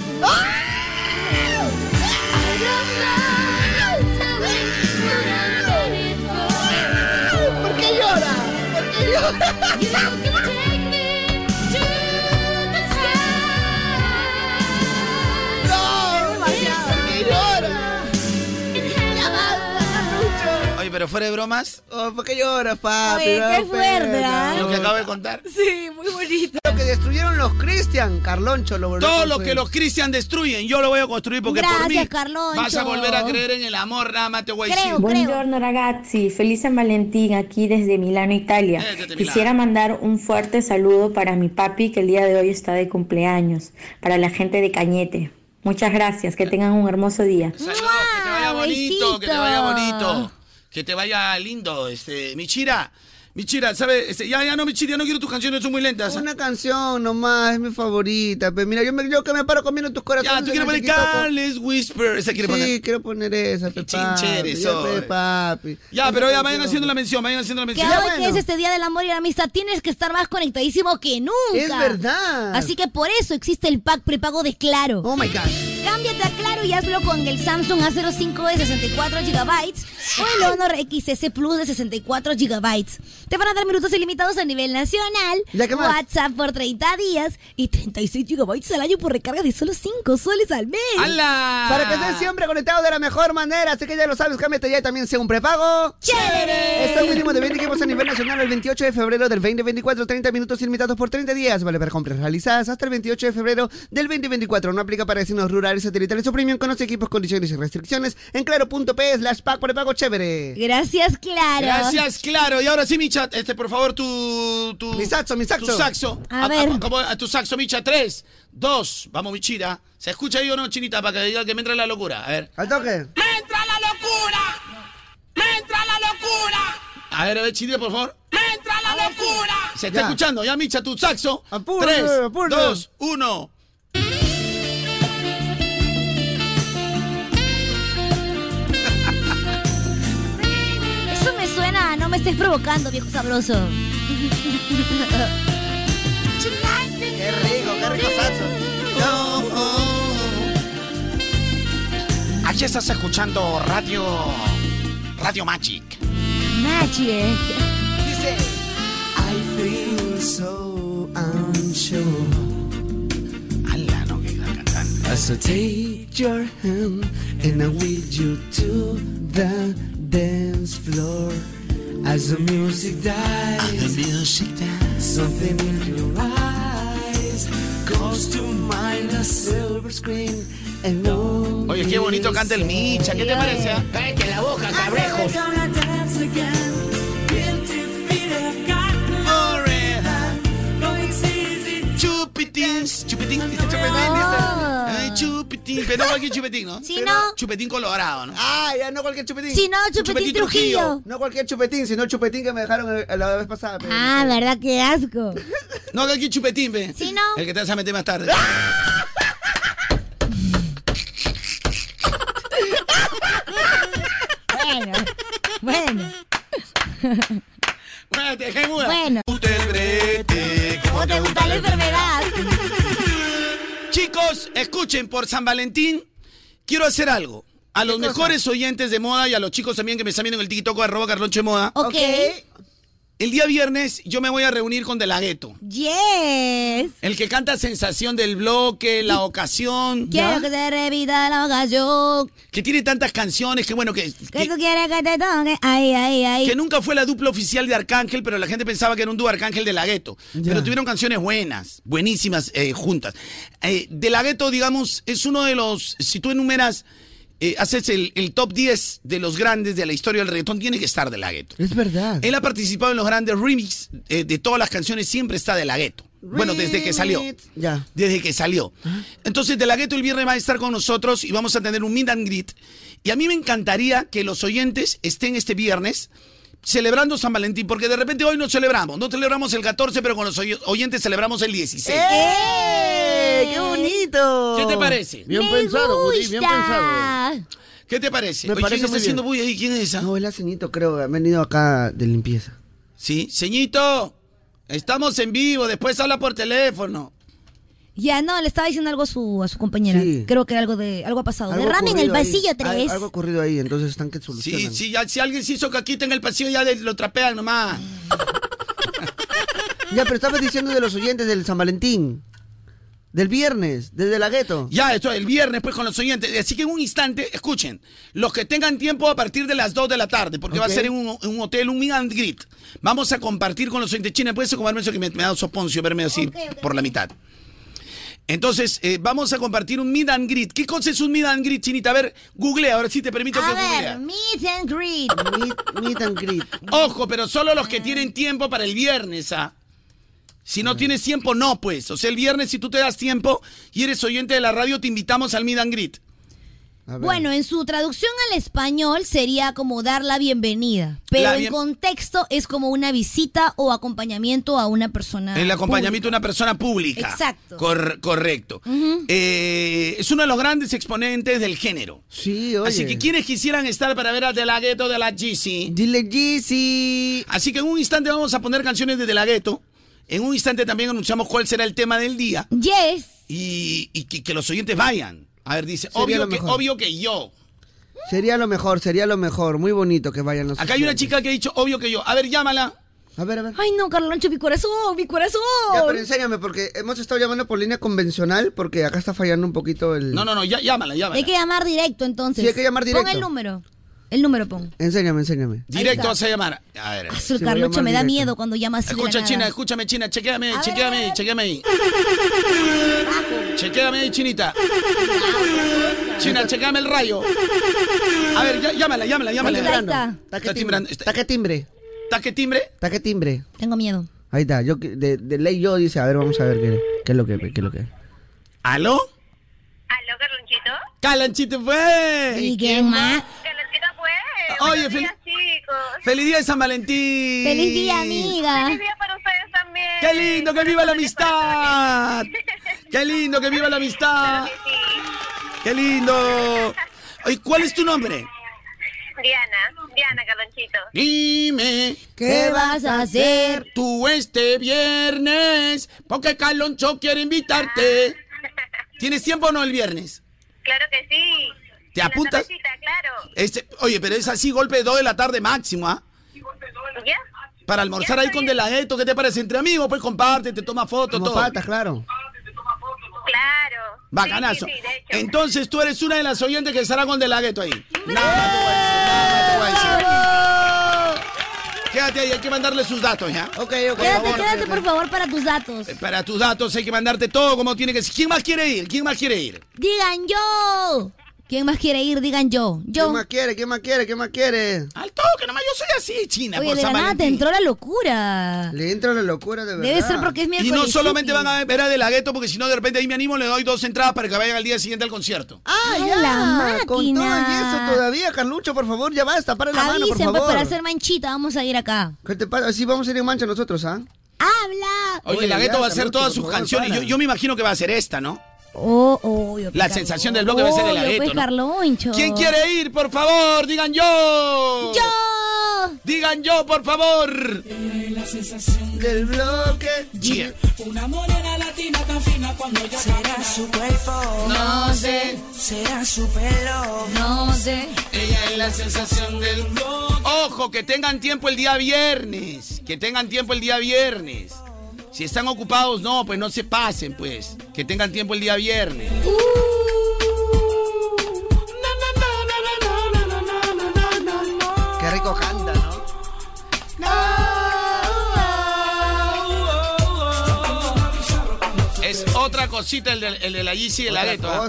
S6: ¿Por qué llora? ¿Por qué llora?
S2: Oye, pero fuera de bromas,
S3: Oh, ¿Por qué lloras, papi?
S1: Oye, qué
S3: No,
S1: fuerte, ¿ah?
S2: ¿eh? lo que acabo de contar.
S1: Sí, muy bonito.
S3: Lo que destruyeron los Christian, Carloncho, lo volvió a
S2: Todo lo
S3: construir.
S2: que los Cristian destruyen, yo lo voy a construir porque por mí
S1: Gracias, Carloncho.
S2: vas a volver a creer en el amor, nada más te voy a decir.
S14: Buongiorno ragazzi, feliz San Valentín aquí desde Milano, Italia.
S2: Échate, Milano.
S14: Quisiera mandar un fuerte saludo para mi papi que el día de hoy está de cumpleaños, para la gente de Cañete. Muchas gracias, que tengan un hermoso día.
S2: Saludos, que te vaya bonito, que te vaya bonito, que te vaya lindo, este, Michira. Michira, ¿sabes? Este, ya, ya no, Michira, ya no quiero tus canciones, son muy lentas. ¿eh?
S3: Una canción nomás, es mi favorita. Pero mira, yo, me- yo que me paro comiendo tus corazones.
S2: Ya, tú quieres
S3: en
S2: poner
S3: el chiquito,
S2: Carles Whisper. Esa quiere
S3: Sí,
S2: poner.
S3: quiero poner esa, pe,
S2: Chinchere,
S3: papi, ya,
S2: soy.
S3: pe, papi.
S2: Ya, pero ya vayan haciendo la mención, vayan haciendo la
S1: Que
S3: Pues
S2: mención.
S1: hoy que es este Día del Amor y la Amistad, tienes que estar más conectadísimo que nunca.
S2: Es verdad.
S1: Así que por eso existe el pack prepago de Claro. Oh
S3: my God.
S1: Cámbiate a Claro y hazlo con el Samsung A05 de 64 GB o el Honor XS Plus de 64 GB. Te van a dar minutos ilimitados a nivel nacional, WhatsApp por 30 días y 36 GB al año por recarga de solo 5 soles al mes.
S2: ¡Hala!
S3: Para que estés siempre conectado de la mejor manera, así que ya lo sabes, cámbiate ya y también sea un prepago.
S1: ¡Chévere!
S3: Está un mínimo de 20 equipos a nivel nacional el 28 de febrero del 2024, 30 minutos ilimitados por 30 días, vale para compras realizadas hasta el 28 de febrero del 2024. No aplica para vecinos rurales, satelitales o premium, conoce equipos, condiciones y restricciones en claro.p slash pack prepago chévere.
S1: Gracias, Claro.
S2: Gracias, claro. Y ahora sí, Micha, este, por favor, tu, tu. Mi saxo, mi
S3: saxo.
S2: Tu saxo. Ah,
S3: A ver.
S2: como- a tu saxo, Micha. Tres, dos. Vamos, Michira. ¿Se escucha ahí o no, chinita? Para que diga que me entra la locura. A ver.
S3: Al toque.
S2: ¡Me entra la locura! ¡Me entra la locura! A ver, a ver, chinita, por favor. ¡Me entra la locura! Se está
S3: Ya.
S2: escuchando, ya, Micha, tu saxo.
S3: Apúrate,
S2: tres,
S3: apúrate.
S2: dos, uno.
S1: Eso me suena, a no me estés provocando, viejo sabroso.
S3: Qué rico, qué rico saxo.
S2: Aquí estás escuchando Radio. Radio Magic.
S1: Magic.
S3: Dice.
S6: I feel so unsure.
S2: Ala, no, que cantante.
S6: As I take your hand and I lead you to the dance floor. As the music dies, the music dies. something in your eyes calls to mind a silver screen and all
S2: Oye, qué bonito canta el Micha. ¿Qué te parece? ah?
S6: Cállate la boca,
S2: cabrejos. Chupitín, chupitín, chupitín, Ay, chupitín, pero no cualquier chupetín, ¿no?
S3: Si
S2: Pero
S3: no-
S2: Chupetín colorado, ¿no?
S3: Ah, ya no cualquier chupetín.
S2: Si no, Chupetín Chupetín Trujillo. Trujillo.
S3: No cualquier chupetín, sino el chupetín que me dejaron el- la vez pasada. pe.
S1: Ah, verdad, qué asco.
S2: No cualquier chupetín, ve.
S1: Si no.
S2: El que te vas a meter más tarde.
S1: Bueno, bueno.
S2: Bueno, te dejé muda.
S1: Bueno.
S2: Usted brete, ¿cómo te gusta la enfermedad? Chicos, escuchen, por San Valentín quiero hacer algo. A los mejores oyentes de moda y a los chicos también que me están viendo en el TikTok arroba Carloncho de Moda.
S1: Ok.
S2: El día viernes yo me voy a reunir con De La Ghetto.
S1: Yes.
S2: El que canta Sensación del Bloque, La Ocasión.
S1: Quiero que te revita la ocasión.
S2: Que tiene tantas canciones, que bueno, que,
S1: Que
S2: que-
S1: tú quieres que te toque. Ay, ay, ay.
S2: que nunca fue la dupla oficial de Arcángel, pero la gente pensaba que era un dúo Arcángel de la Gueto. Pero tuvieron canciones buenas, buenísimas eh, juntas. Eh, de la Gueto, digamos, es uno de los, si tú enumeras, eh, haces el, el top 10 de los grandes de la historia del reggaetón, tiene que estar de la Gueto.
S3: Es verdad.
S2: Él ha participado en los grandes remix eh, de todas las canciones, siempre está de la Gueto. Bueno, desde que salió.
S3: Ya.
S2: Desde que salió. Entonces, De La Ghetto el viernes va a estar con nosotros y vamos a tener un meet and greet. Y a mí me encantaría que los oyentes estén este viernes celebrando San Valentín, porque de repente hoy no celebramos. No celebramos el 14, pero con los oy- oyentes celebramos el 16.
S3: ¡Eh! ¡Qué bonito!
S2: ¿Qué te parece?
S3: Bien pensado, Woody, bien pensado.
S2: ¿Qué te parece?
S3: Me
S2: Oye,
S3: parece
S2: ¿quién está
S3: muy bien.
S2: haciendo bulla ahí? ¿Quién es esa?
S3: No, es la Ceñito, creo. Han venido acá de limpieza.
S2: Sí, ceñito. Estamos en vivo, después habla por teléfono.
S1: Ya, no, le estaba diciendo algo a su, a su compañera. Creo que algo de algo ha pasado.
S3: Algo
S1: Derrame en el
S3: ocurrido ahí.
S1: pasillo
S3: Al-
S1: 3.
S3: Algo ocurrido ahí, entonces están que
S2: Sí,
S3: solucionan.
S2: sí, ya, si alguien se hizo caquita en el pasillo, ya de- lo trapean nomás.
S3: Ya, pero estabas diciendo de los oyentes del San Valentín. Del viernes, desde la gueto.
S2: Ya, esto el viernes, pues, con los oyentes. Así que en un instante, escuchen, los que tengan tiempo a partir de las 2 de la tarde, porque va a
S3: Ok.
S2: ser en un, en un hotel, un meet and greet. Vamos a compartir con los oyentes chinos. Puedes comerme eso que me, me ha dado soponcio verme así por la mitad. Entonces, eh, vamos a compartir un meet and greet. ¿Qué cosa es un meet and greet, Chinita? A ver, google, ahora sí te permito que
S1: A
S2: googlea.
S1: ver, meet and greet. Ah.
S2: Ojo, pero solo los que tienen tiempo para el viernes, ¿ah? Si no tienes tiempo, no, pues. O sea, el viernes, si tú te das tiempo y eres oyente de la radio, te invitamos al Meet and Greet.
S3: A ver.
S1: Bueno, en su traducción al español sería como dar la bienvenida, pero
S2: La
S1: en
S2: bien-
S1: contexto es como una visita o acompañamiento a una persona.
S2: El acompañamiento de una persona pública.
S1: Ah. Exacto.
S2: Cor- correcto.
S1: Ujú.
S2: Eh, es uno de los grandes exponentes del género.
S3: Sí, oye.
S2: Así que quienes quisieran estar para ver a De La Ghetto de la Jeezy. Dile Jeezy. Así que en un instante vamos a poner canciones de De La Ghetto. En un instante también anunciamos cuál será el tema del día.
S1: Yes.
S2: Y, y que, que los oyentes vayan. A ver, dice,
S3: Sería
S2: obvio
S3: lo
S2: que,
S3: mejor.
S2: obvio que yo.
S3: Sería lo mejor, sería lo mejor. Muy bonito que vayan los.
S2: Acá hay una chica que ha dicho, obvio que yo. A ver, llámala.
S3: A ver, a ver.
S1: Ay, no, Carloncho, mi corazón, mi corazón.
S3: Ya, pero enséñame, porque hemos estado llamando por línea convencional, porque acá está fallando un poquito el.
S2: No, no, no, ya, llámala, llámala.
S1: Hay que llamar directo entonces.
S3: Sí, hay que llamar
S1: Pon
S3: directo.
S1: el número. El número pon.
S3: Enséñame, enséñame.
S2: Directo vas a llamar. A ver.
S1: Azul, Carloncho, me da miedo cuando llama así. de la
S2: Escucha,
S1: nada.
S2: China, escúchame, China. Chequéame, chequéame, chequéame ahí. Chequéame ahí, Chinita. China, chequéame el rayo. A ver, ya- llámala, llámala, llámala.
S3: Está timbrando.
S2: Está timbrando. Está-
S3: Taque timbre.
S2: ¿Taque timbre?
S3: Taque timbre.
S1: Tengo miedo.
S3: Ahí está. Yo, que- de, de ley yo dice, a ver, vamos a ver qué, qué es lo que qué es lo que.
S2: ¿Aló? Calanchito fue.
S1: ¿Y quién más?
S2: Oye, fel- feliz día de San Valentín.
S1: Feliz día, amiga.
S2: Qué lindo, que viva la amistad. Qué lindo, que viva la amistad. Qué lindo. Oye, ¿cuál es tu nombre?
S15: Diana, Diana Calonchito.
S2: Dime,
S15: ¿Qué vas a hacer
S2: tú este viernes? Porque Caloncho quiere invitarte.
S15: Ah.
S2: ¿Tienes tiempo o no el viernes?
S15: Claro que sí.
S2: ¿Te apuntas? Este, oye, pero es así, golpe de 2 de la tarde máximo, ¿ah?
S15: ¿Ya?
S2: Para almorzar ahí con Delagueto, ¿qué te parece? Entre amigos, pues comparte, te toma fotos, todo. patas,
S3: claro.
S15: Claro.
S2: Bacanazo.
S15: Sí, sí, sí, de hecho.
S2: Entonces tú eres una de las oyentes que estará con Delagueto ahí. Quédate ahí, hay que mandarle sus datos, ¿ya?
S3: Ok, ok.
S1: Quédate, quédate, por favor, para tus datos.
S2: Eh, Para tus datos hay que mandarte todo como tiene que ser. ¿Quién más quiere ir? ¿Quién más quiere ir?
S1: Digan yo. ¿Quién más quiere ir? Digan yo. Yo.
S3: ¿Qué más quiere? ¿Qué más quiere? ¿Qué más quiere?
S2: Al que nomás yo soy así, China,
S1: Oye, de la nada te entró la locura.
S3: Le entra la locura de verdad.
S1: Ah. Debe ser porque es
S2: Y
S1: miércoles.
S2: no solamente
S1: chupi.
S2: van a ver a De La Ghetto, porque si no, de repente ahí me animo, le doy dos entradas para que vayan al día siguiente al concierento.
S3: ¡Ah,
S1: ¡Ay,
S3: ya!
S1: la máquina!
S3: Con todo y eso todavía, Carlucho, por favor, ya basta, para la mano, por
S1: Avisen, pues,
S3: favor.
S1: para hacer manchita, vamos a ir acá.
S3: ¿Qué te pasa? Sí, vamos a ir en mancha nosotros, ¿ah?
S1: ¡Habla!
S2: Oye, La Ghetto va a hacer todas sus canciones. Yo, yo me imagino que va a hacer esta, ¿no?
S1: Oh, oh, yo
S2: La sensación del bloque va a ser De La
S1: Obvio,
S2: Ghetto,
S1: pues,
S2: ¿no?
S1: Carloncho.
S2: ¿Quién quiere ir, por favor? Digan yo.
S1: Yo.
S2: Digan yo, por favor.
S6: La sensación
S3: del bloque.
S2: Yeah.
S6: Una morena latina tan fina cuando yo Será su cuerpo.
S2: No sé.
S6: Será su pelo. No sé.
S2: Ella es la sensación del blog. Ojo, que tengan tiempo el día viernes. Que tengan tiempo el día viernes. Si están ocupados, no, pues no se pasen, pues. Que tengan tiempo el día viernes.
S3: Qué rico canta, ¿no?
S2: Es otra cosita el de, el de la Yeezy y el Areto. ¿ah?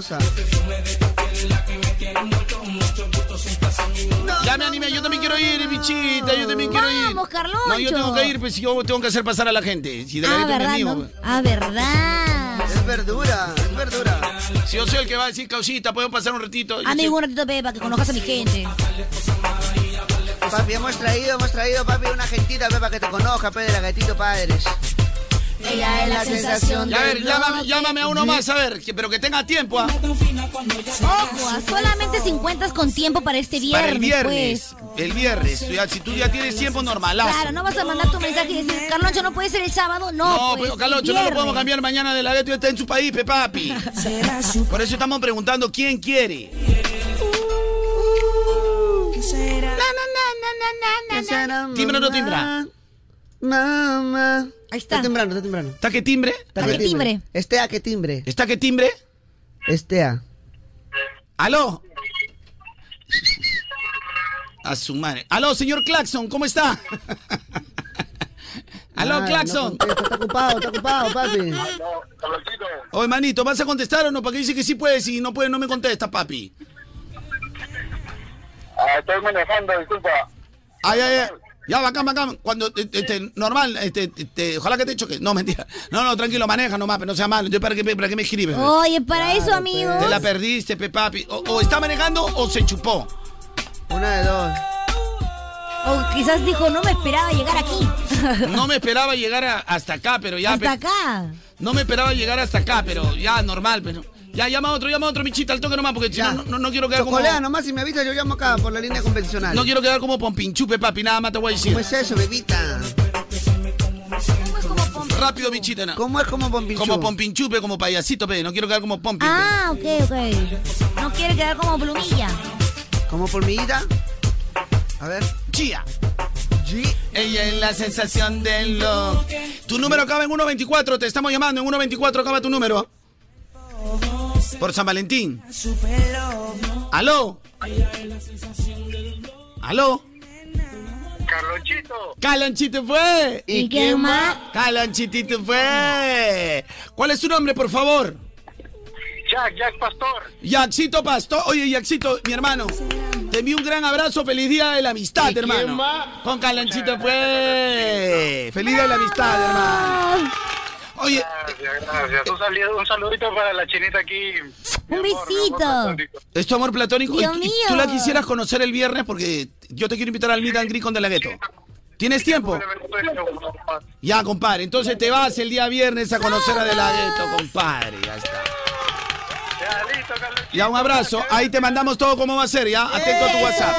S2: Ya me animé, yo también quiero ir, bichita, yo también quiero ir.
S1: Vamos, Carloncho.
S2: No, yo tengo que ir, pues yo tengo que hacer pasar a la gente. Si de la
S1: Ah,
S2: Areto es mi
S1: verdad,
S2: amigo. pues.
S1: ¿no? Ah, verdad.
S3: Es verdura, es verdura.
S2: Si yo soy el que va a decir causita, podemos pasar un ratito. Yo
S1: Amigo, un ratito, Pepe, para que conozcas a mi gente.
S3: Papi, hemos traído, hemos traído, papi, una gentita, pe, para que te conozca, pe, de la gatito padres.
S6: Ella es la sensación
S2: Ya, a ver,
S6: del
S2: llámame,
S6: bloque.
S2: llámame a uno más, a ver, que- pero que tenga tiempo, ¿ah?
S1: Ojo, ah, solamente si cuentas con tiempo para este viernes,
S2: Para el
S1: pues.
S2: viernes. El viernes. Tú ya- Si tú ya tienes tiempo, normalazo.
S1: Claro, no vas a mandar tu mensaje y decir, Carloncho, no puede ser el sábado, no.
S2: No,
S1: pues,
S2: pero
S1: el
S2: Carloncho, no lo
S1: viernes.
S2: podemos cambiar mañana de la gueto, ya está en su país, pe papi. Por eso estamos preguntando quién quiere. Timbra o no timbra.
S3: Mamá. Ahí está. Está temprano, está temprano.
S2: ¿Está que timbre?
S3: Está que timbre. Este Estea que timbre.
S2: ¿Está que timbre?
S3: Estea.
S2: ¿Aló? A su madre. Aló, señor Claxon, ¿cómo está? Aló,
S3: Ah, no
S2: Claxon.
S3: contesta, está ocupado, está ocupado, papi.
S2: Oye, manito, ¿vas a contestar o no? Porque dice que sí puedes y no puedes, no me contesta, papi.
S15: Ah, estoy manejando, disculpa.
S2: Ay, ay, ay. Ya, bacán, bacán. Cuando, eh, este, normal, este, este, ojalá que te choque. No, mentira. No, no, tranquilo, maneja nomás, pero no sea malo. Yo para qué, para qué me escribes. bebé?
S1: Oye, para eso, amigos.
S2: Te la perdiste, pe papi. O, o está manejando o se chupó.
S3: Una de dos.
S1: O quizás dijo, no me esperaba llegar aquí.
S2: No me esperaba llegar a- hasta acá, pero ya. pe-
S1: Hasta acá.
S2: No me esperaba llegar hasta acá, pero ya, normal, pero. Ya, llama a otro, llama a otro, michita, al toque nomás, porque si no, no, no, no quiero quedar como.
S3: Chocolea nomás, si me avisa yo llamo acá por la línea convencional.
S2: No quiero quedar como pompinchupe, papi, nada más te voy a decir.
S3: ¿Cómo es eso, bebita?
S2: Rápido, michita, no. ¿Cómo es como pompinchupe? Como pompinchupe, como payasito, pe. No quiero quedar como pompi.
S1: Ah, ok, ok. No quiere quedar como plumilla.
S2: ¿Como polmillita? A ver. Chía. Ella es la sensación del lo. Tu número acaba en 124, te estamos llamando. En 124 acaba tu número. Por San Valentín. ¿Aló? ¿Aló?
S4: Carlonchito.
S2: Calonchito fue.
S4: ¿Y quién más?
S2: Calonchitito fue. ¿Cuál es su nombre, por favor?
S4: Jack, Jack Pastor.
S2: Yaxito Pastor. Oye, Yaxito, mi hermano. Te envío un gran abrazo. Feliz día de la amistad,
S4: quién
S2: hermano.
S4: más?
S2: Con Calonchito fue. Feliz día de la amistad, hermano. Oye.
S4: Gracias, gracias. Un, saludo, un saludito para la chinita aquí.
S1: Un besito.
S2: Es tu amor platónico.
S1: Dios
S2: Y- y
S1: mío.
S2: Tú la quisieras conocer el viernes porque yo te quiero invitar al Meet and Greet con De La Ghetto. ¿Tienes tiempo? Ya, compadre. Entonces te vas el día viernes a conocer a De La Ghetto, compadre. Ya está. Ya, Eh. un abrazo. Ahí te mandamos todo como va a ser, ¿ya? Atento a tu WhatsApp.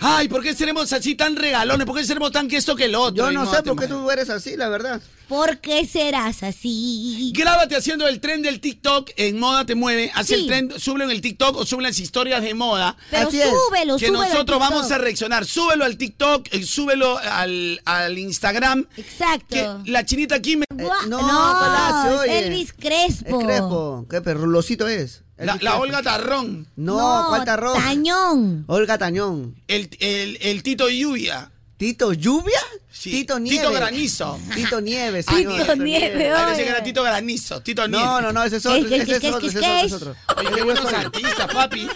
S2: Ay, ¿por qué seremos así tan regalones? ¿Por qué seremos tan que esto que el otro?
S3: Yo
S2: Y
S3: no sé
S2: te
S3: por qué
S2: imaginas.
S3: tú eres así, la verdad.
S1: ¿Por qué serás así?
S2: Grábate haciendo el tren del TikTok en Moda Te Mueve. Haz
S1: Sí.
S2: el tren, súbelo en el TikTok o súbelo en las historias de moda.
S1: Pero Así es. súbelo,
S2: Que
S1: súbelo al
S2: nosotros
S1: TikTok.
S2: vamos a reaccionar. Súbelo al TikTok, eh, súbelo al, al Instagram.
S1: Exacto.
S2: Que la chinita aquí me...
S3: Eh, no, Palacio, oye.
S1: Elvis Crespo.
S3: El Eh, Crespo, qué perrulosito es.
S2: La, la Olga Tarrón.
S3: No, ¿cuál Tarrón?
S1: Tañón.
S3: Olga Tañón.
S2: El, el- el Tito Lluvia.
S3: ¿Tito Lluvia? Tito Nieves.
S2: Tito Granizo.
S3: Tito Nieves.
S2: Ay,
S3: señor,
S2: Tito Nieves,
S3: Nieves.
S2: Ay, pensé que era Tito Granizo. Tito Nieves.
S3: No, no, no, ese es otro,
S2: ¿Qué, qué,
S3: ese es
S2: qué,
S3: otro,
S2: qué,
S3: ese es
S2: qué,
S3: otro,
S2: qué?
S3: ese es otro.
S2: Oye, qué
S3: Ese
S2: buenos
S3: es otro.
S2: artistas, papi.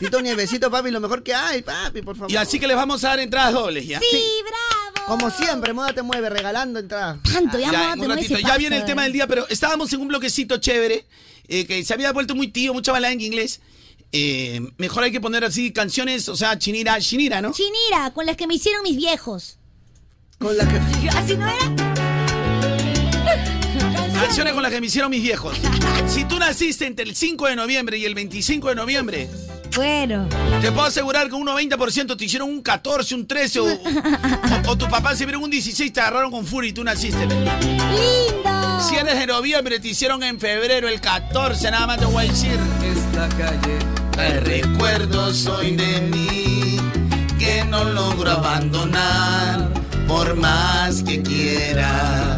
S3: Tito Nievesito, papi, lo mejor que hay, papi, por favor.
S2: Y así que les vamos a dar entradas dobles, ¿ya?
S3: Como siempre, moda te mueve, regalando entradas.
S1: Tanto,
S2: Ya, en un ratito. Ya viene el
S3: eh.
S2: tema del día, pero estábamos en un bloquecito chévere eh, que se había vuelto muy tío, mucha balada en inglés. Eh, mejor hay que poner así canciones, o sea, chinira, chinira, ¿no?
S1: Chinira, con las que me hicieron mis viejos.
S3: Con las que.
S1: ¿Así no era?
S2: Canciones con las que me hicieron mis viejos. Si tú naciste entre el 5 de noviembre y el 25 de noviembre,
S1: Bueno.
S2: te puedo asegurar que un 90% te hicieron un 14, un 13 o, o- o tu papá se vieron un 16, te agarraron con furia y tú naciste.
S1: ¡Lindo!
S2: Si eres de noviembre, te hicieron en febrero el 14, nada más te voy a decir. Esta calle de recuerdos soy de mí, que no logro abandonar, por más que quiera.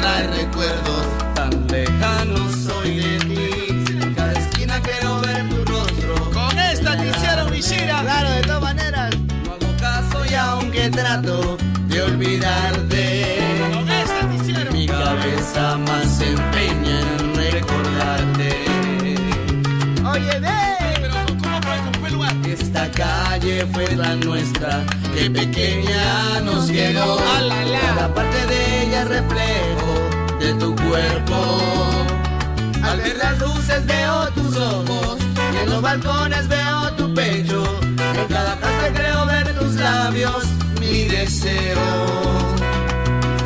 S2: Trae recuerdos tan lejanos soy de ti, cada esquina quiero ver tu rostro. Con esta te hicieron Mishira.
S3: Claro, de todas maneras.
S2: No hago caso y aunque trato de olvidarte, mi cabeza más se empeña en recordarte.
S3: Oye,
S2: ve.
S6: Esta calle fue la nuestra, que pequeña nos llegó. Cada parte de ella es reflejo de tu cuerpo. Al ver las luces veo tus ojos, y en los balcones veo tu pecho. En cada casa creo ver tus labios, mi deseo.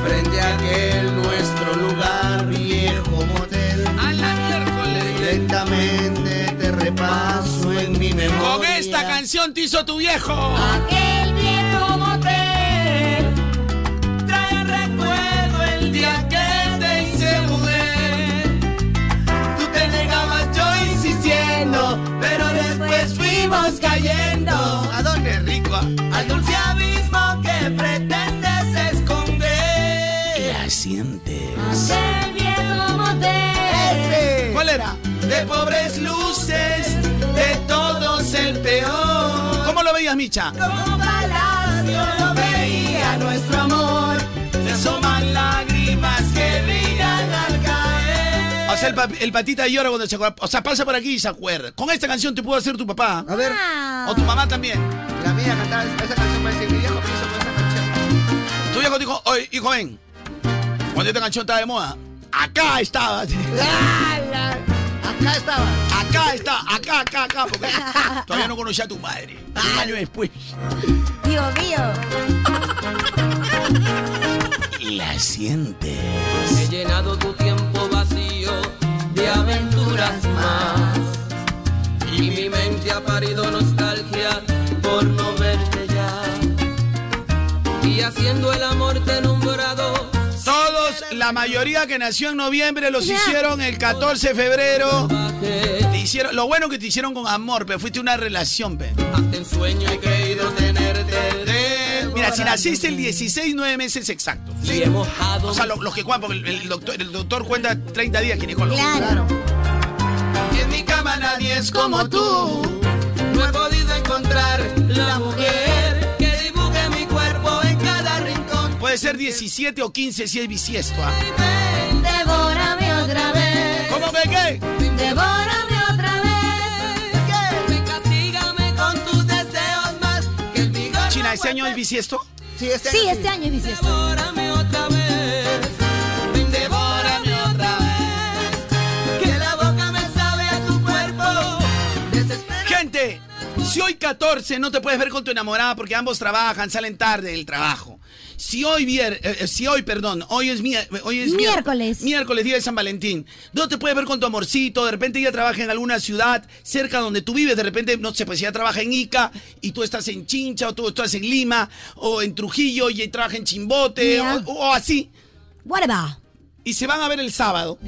S6: Frente a aquel nuestro lugar viejo motel.
S2: A la miércoles.
S6: Lentamente te repaso en mi memoria.
S2: Con esta canción te hizo tu viejo.
S6: Aquel viejo motel trae recuerdo el día que te hice mujer. Tú te negabas, yo insistiendo, pero después fuimos cayendo.
S2: ¿A dónde, rico?
S6: Al dulce abismo que pretendes esconder.
S2: La sientes.
S6: Aquel viejo motel.
S2: ¿Cuál era?
S6: De pobres luces, de todos el peor.
S2: ¿Cómo lo veías, Micha?
S6: Como palacio lo veía nuestro amor. Se asoman lágrimas que brillan al caer.
S2: O sea, el, pa- el patita llora cuando se acuerda. O sea, pasa por aquí y se acuerda. Con esta canción te pudo hacer tu papá.
S3: A ver.
S2: O tu mamá también.
S3: La mía cantaba esa canción parece mi viejo me hizo con esa canción.
S2: Tu viejo dijo, oye, hijo, ven. Cuando esta canción estaba de moda, acá estaba.
S6: Acá estaba.
S2: Acá está, acá, acá, acá. Porque todavía no conocía a tu madre. Un año después.
S1: Dios mío.
S2: La siente.
S16: He llenado tu tiempo vacío de aventuras más. Y mi mente ha parido nostalgia por no verte ya. Y haciendo el amor te he nombrado.
S2: Todos, la mayoría que nació en noviembre, los hicieron el 14 de febrero. Te hicieron, lo bueno que te hicieron con amor, pero fuiste una relación, pe.
S16: Hasta en sueño he creído tenerte.
S2: Mira, si naciste el 16, 9 meses exacto.
S16: Sí, he mojado.
S2: O sea, lo- los que cuentan, porque el, el doctor, el doctor cuenta 30 días ginecólogo.
S1: Claro.
S2: En mi cama nadie es como tú.
S16: No he podido encontrar la mujer que dibuje mi cuerpo en cada rincón.
S2: Puede ser 17 o 15 si es bisiesto. ¿ah?
S16: Devórame otra vez.
S2: ¿Cómo que qué?
S16: Devórame otra vez. Me castígame con tus deseos más que el vigor.
S2: China, ¿este año es bisiesto?
S3: Sí, este
S1: Sí, este año es bisiesto.
S16: Devórame otra vez. Ven, devórame otra vez. Que la boca me sabe a tu cuerpo.
S2: Gente, si hoy 14 no te puedes ver con tu enamorada porque ambos trabajan, salen tarde del trabajo. Si hoy vier, eh, eh, si hoy, perdón, hoy es, mier- eh, hoy es mier-
S1: Miércoles.
S2: miércoles, día de San Valentín. No te puedes ver con tu amorcito, de repente ella trabaja en alguna ciudad cerca donde tú vives, de repente, no sé, pues ella trabaja en Ica y tú estás en Chincha, o tú estás en Lima, o en Trujillo y ella trabaja en Chimbote,
S1: Ya.
S2: o, o así. Y se van a ver el sábado.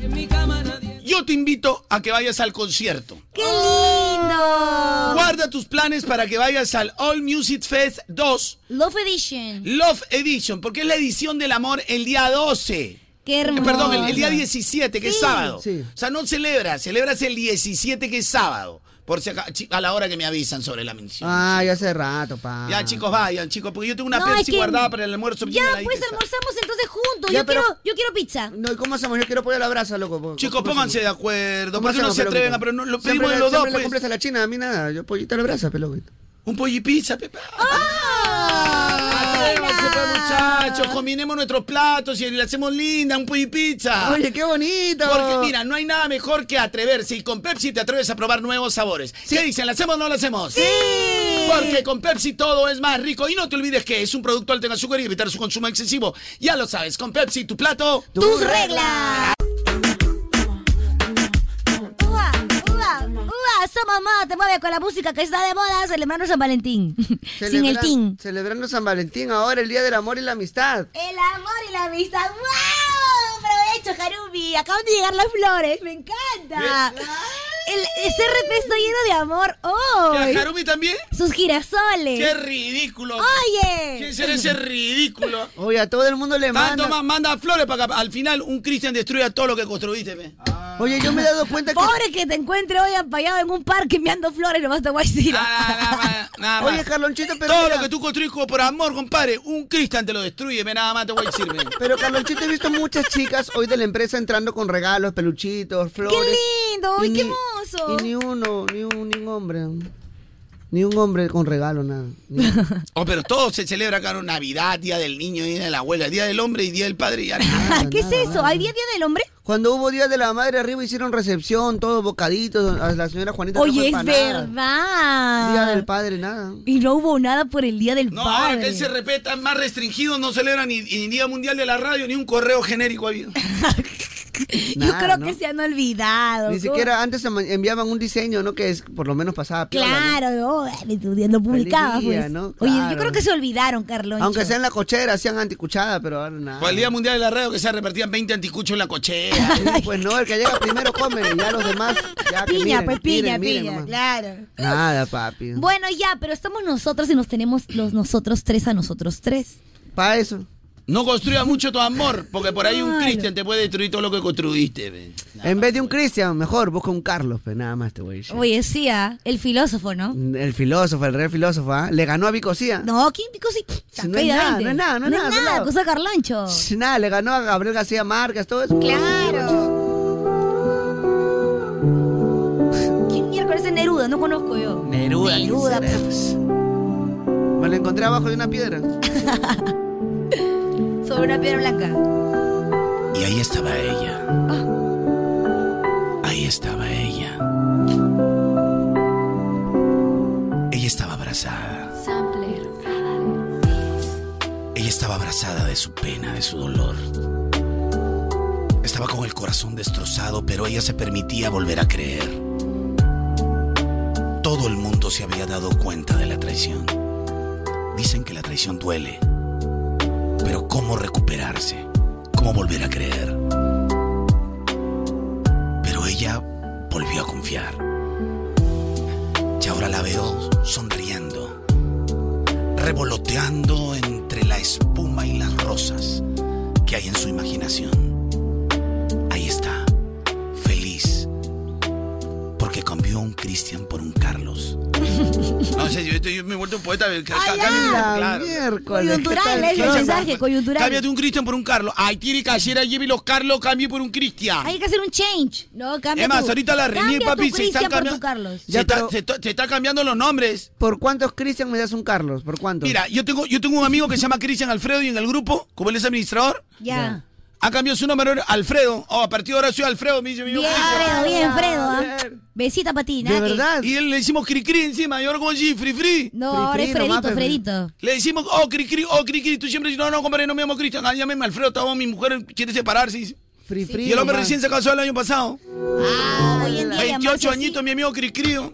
S2: Yo te invito a que vayas al concierto.
S1: ¡Qué lindo!
S2: Guarda tus planes para que vayas al All Music Fest 2
S1: Love Edition.
S2: Love Edition, porque es la edición del amor el día 12.
S1: Qué hermoso.
S2: Eh, Perdón, el, el día 17, que es
S1: Sí.
S2: sábado.
S1: Sí.
S2: O sea, no celebras, celebras el 17, que es sábado. Por si aca- chi- a la hora que me avisan sobre la mención.
S3: Ah, ya hace rato, pa.
S2: Ya, chicos, vayan, chicos, porque yo tengo una
S1: No, es
S2: Pepsi
S1: que-
S2: guardada para el almuerzo.
S1: Ya,
S2: Miren ahí
S1: pues
S2: que está.
S1: almorzamos entonces juntos.
S3: Ya,
S1: yo,
S3: pero-
S1: quiero, yo quiero pizza.
S3: No, ¿y cómo hacemos? Yo quiero pollo a la brasa, loco.
S2: Chicos, pónganse de acuerdo. ¿Por qué no
S3: hacemos,
S2: se
S3: Pelón?
S2: atreven a.? Pero no, lo
S3: Siempre
S2: pedimos
S3: le-
S2: de los dos,
S3: siempre le
S2: pues.
S3: compras a la china, a mí nada. Yo pollito a la brasa, pelón.
S2: Un pollo y pizza, Pepa. Atrévanse, pues, muchachos. Combinemos nuestros platos y le hacemos linda, un pollo y pizza.
S3: Oye, qué bonito.
S2: Porque mira, no hay nada mejor que atreverse y con Pepsi te atreves a probar nuevos sabores. ¿Qué dicen? ¿La hacemos o no la hacemos? ¡Sí! Porque con Pepsi todo es más rico. Y no te olvides que es un producto alto en azúcar y evitar su consumo excesivo. Ya lo sabes, con Pepsi tu plato.
S1: ¡Tus reglas! ¡Uva, uva, uva! Somos moda, te mueve con la música que está de moda. Celebramos San Valentín. Sin el tin.
S3: Celebrando San Valentín ahora, el Día del Amor y la Amistad.
S1: El amor y la amistad. ¡Wow! Aprovecho, Harumi. Acaban de llegar las flores. ¡Me encanta! El, el CRP está lleno de amor. ¡Oh!
S2: ¿Y a Harumi también?
S1: Sus girasoles.
S2: ¡Qué ridículo!
S1: Oye.
S2: ¿Quién será ese ridículo?
S3: Oye, a todo el mundo le
S2: Tanto
S3: manda.
S2: más manda flores para que al final un Cristian destruya todo lo que construiste. pe.
S3: Oye, yo me he dado cuenta que.
S1: Pobre que te encuentre hoy ampallado en un parque meando flores, nomás te voy a decir.
S2: Ah, Nada
S3: Oye,
S2: más.
S3: Carlonchito, pero.
S2: todo
S3: mira,
S2: lo que tú construís como por amor, compadre, un Cristian te lo destruye. Ve nada más te voy a decir. ve.
S3: Pero Carlonchito, he visto muchas chicas hoy de la empresa entrando con regalos, peluchitos, flores.
S1: ¡Qué lindo!
S3: Y
S1: ¡Ay, qué
S3: ni-
S1: hermoso!
S3: Y ni uno, ni un, ni un hombre. Ni un hombre con regalo, nada. Ni-
S2: Oh, pero todo se celebra, claro, Navidad, Día del Niño, Día de la Abuela, Día del Hombre y Día del Padre. y ya nada.
S1: ¿Qué es eso? ¿Hay día, día del hombre?
S3: Cuando hubo Día de la Madre arriba hicieron recepción, todos bocaditos, a la señora Juanita. trajo
S1: Oye, es
S3: empanadas.
S1: verdad.
S3: Día del Padre, nada.
S1: Y no hubo nada por el día del
S2: No, ahora que
S1: padre.
S2: él se respeta, más restringido, no celebra ni, ni Día Mundial de la Radio, ni un correo genérico ha habido.
S1: Yo
S3: Nada,
S1: creo
S3: ¿no?
S1: que se han olvidado.
S3: Ni
S1: ¿cómo?
S3: siquiera antes se ma- enviaban un diseño, ¿no? Que es por lo menos pasaba piola, ¿no?
S1: Claro, no, dale, tu día no publicaba.
S3: día,
S1: pues.
S3: ¿no?
S1: Oye, yo
S3: Claro.
S1: creo que se olvidaron, Carloncho.
S3: Aunque sea en la cochera, hacían anticuchada, pero ahora nada.
S2: Para Pues el Día Mundial de la Radio que se repartían 20 anticuchos en la cochera.
S3: Sí, pues no, el que llega primero come, y ya los demás. Ya que
S1: Piña,
S3: miren,
S1: pues piña,
S3: miren, miren
S1: piña,
S3: nomás.
S1: claro.
S3: Nada, papi.
S1: Bueno, ya, pero estamos nosotros y nos tenemos los nosotros tres a nosotros tres.
S3: Para eso.
S2: No construya mucho tu amor, porque por ahí un
S1: Claro.
S2: Cristian te puede destruir todo lo que construiste. ve.
S3: en vez de un Cristian, mejor busca un Carlos, pues nada más te voy a decir.
S1: Oye, sí, ah, el filósofo, ¿no?
S3: El filósofo, el rey filósofo, ¿ah? Le ganó a Vico Cía.
S1: No, ¿quién pico sí?
S3: no es nada,
S1: Caídamente.
S3: no es nada, no es nada, pelado.
S1: cosa Carloncho.
S3: Sh, Nada, le ganó a Gabriel García Márquez, todo eso.
S1: Claro. ¿Quién miércoles es Neruda? No conozco yo.
S3: Neruda. pues.
S1: Neruda,
S3: Me lo encontré abajo de una piedra.
S1: Sobre una piedra blanca.
S2: Y ahí estaba ella.
S1: Ah.
S2: Ahí estaba ella. Ella estaba abrazada. Ella estaba abrazada de su pena, de su dolor. Estaba con el corazón destrozado, pero ella se permitía volver a creer. Todo el mundo se había dado cuenta de la traición. Dicen que la traición duele, pero ¿cómo recuperarse? ¿Cómo volver a creer? Pero ella volvió a confiar. Y ahora la veo sonriendo, revoloteando entre la espuma y las rosas que hay en su imaginación. Ahí está, feliz, porque cambió un Cristian por un Carlos. No sé, yo, estoy- yo me he vuelto un poeta. ca- ca- cambio- claro.
S1: Coyuntural, es el mensaje, coyuntural.
S2: Cámbiate un Cristian por un Carlos. Ay, tiene que ayer lleve los Carlos, cambie por un Cristian.
S1: Hay que hacer un change. No, cambia
S2: Es más,
S1: tú.
S2: ahorita la reunión,
S1: Cambia
S2: papi,
S1: tu
S2: se están
S1: Cristian por tu
S2: cambiando.
S1: Carlos.
S2: se, está- se to- se está cambiando los nombres.
S3: ¿Por cuántos Cristian me das un Carlos? ¿Por cuántos?
S2: Mira, yo tengo, yo tengo un amigo que se llama Cristian Alfredo y en el grupo, como él es administrador,
S1: Ya.
S2: ha cambiado su nombre a Alfredo. Oh, a partir de ahora soy Alfredo, me dice mi amigo
S1: Bien,
S2: Cristian.
S1: Fredo, bien, Fredo. ¿ah? Besita para ti, nada que-
S2: Y él le decimos Cricri encima, yo con G, Fri Fri.
S1: No, ahora es Fredito, Fredito.
S2: Le decimos, oh, Cricri, oh, Cricri. Tú siempre dices, no, no, compadre, no me llamo Cristian. Ah, llámeme Alfredo, estaba mi mujer, quiere separarse. Y,
S3: Free,
S2: y el hombre
S3: nomás.
S2: recién se casó el año pasado.
S1: Ah,
S3: hoy en día
S2: 28 añitos, mi amigo Cricri. oh.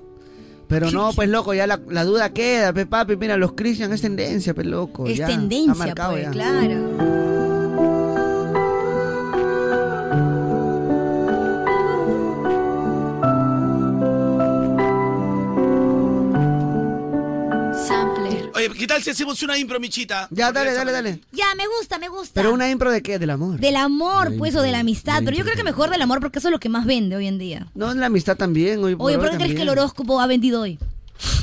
S3: Pero no, pues loco, ya la, la duda queda, pe papi. Mira, los Christian es tendencia, pe loco.
S1: Es
S3: Pues ya,
S1: tendencia,
S3: está marcado
S1: pues,
S3: ya.
S1: claro.
S2: Oye, ¿qué tal si hacemos una impro, michita?
S3: Ya, dale, dale, dale.
S1: Ya, me gusta, me gusta.
S3: Pero una impro de qué? Del amor.
S1: Del amor, pues, o de la amistad. Pero yo creo que mejor del amor porque eso es lo que más vende hoy en día.
S3: No, la amistad también. Hoy
S1: Oye, ¿por qué crees
S3: también.
S1: que el horóscopo ha vendido hoy?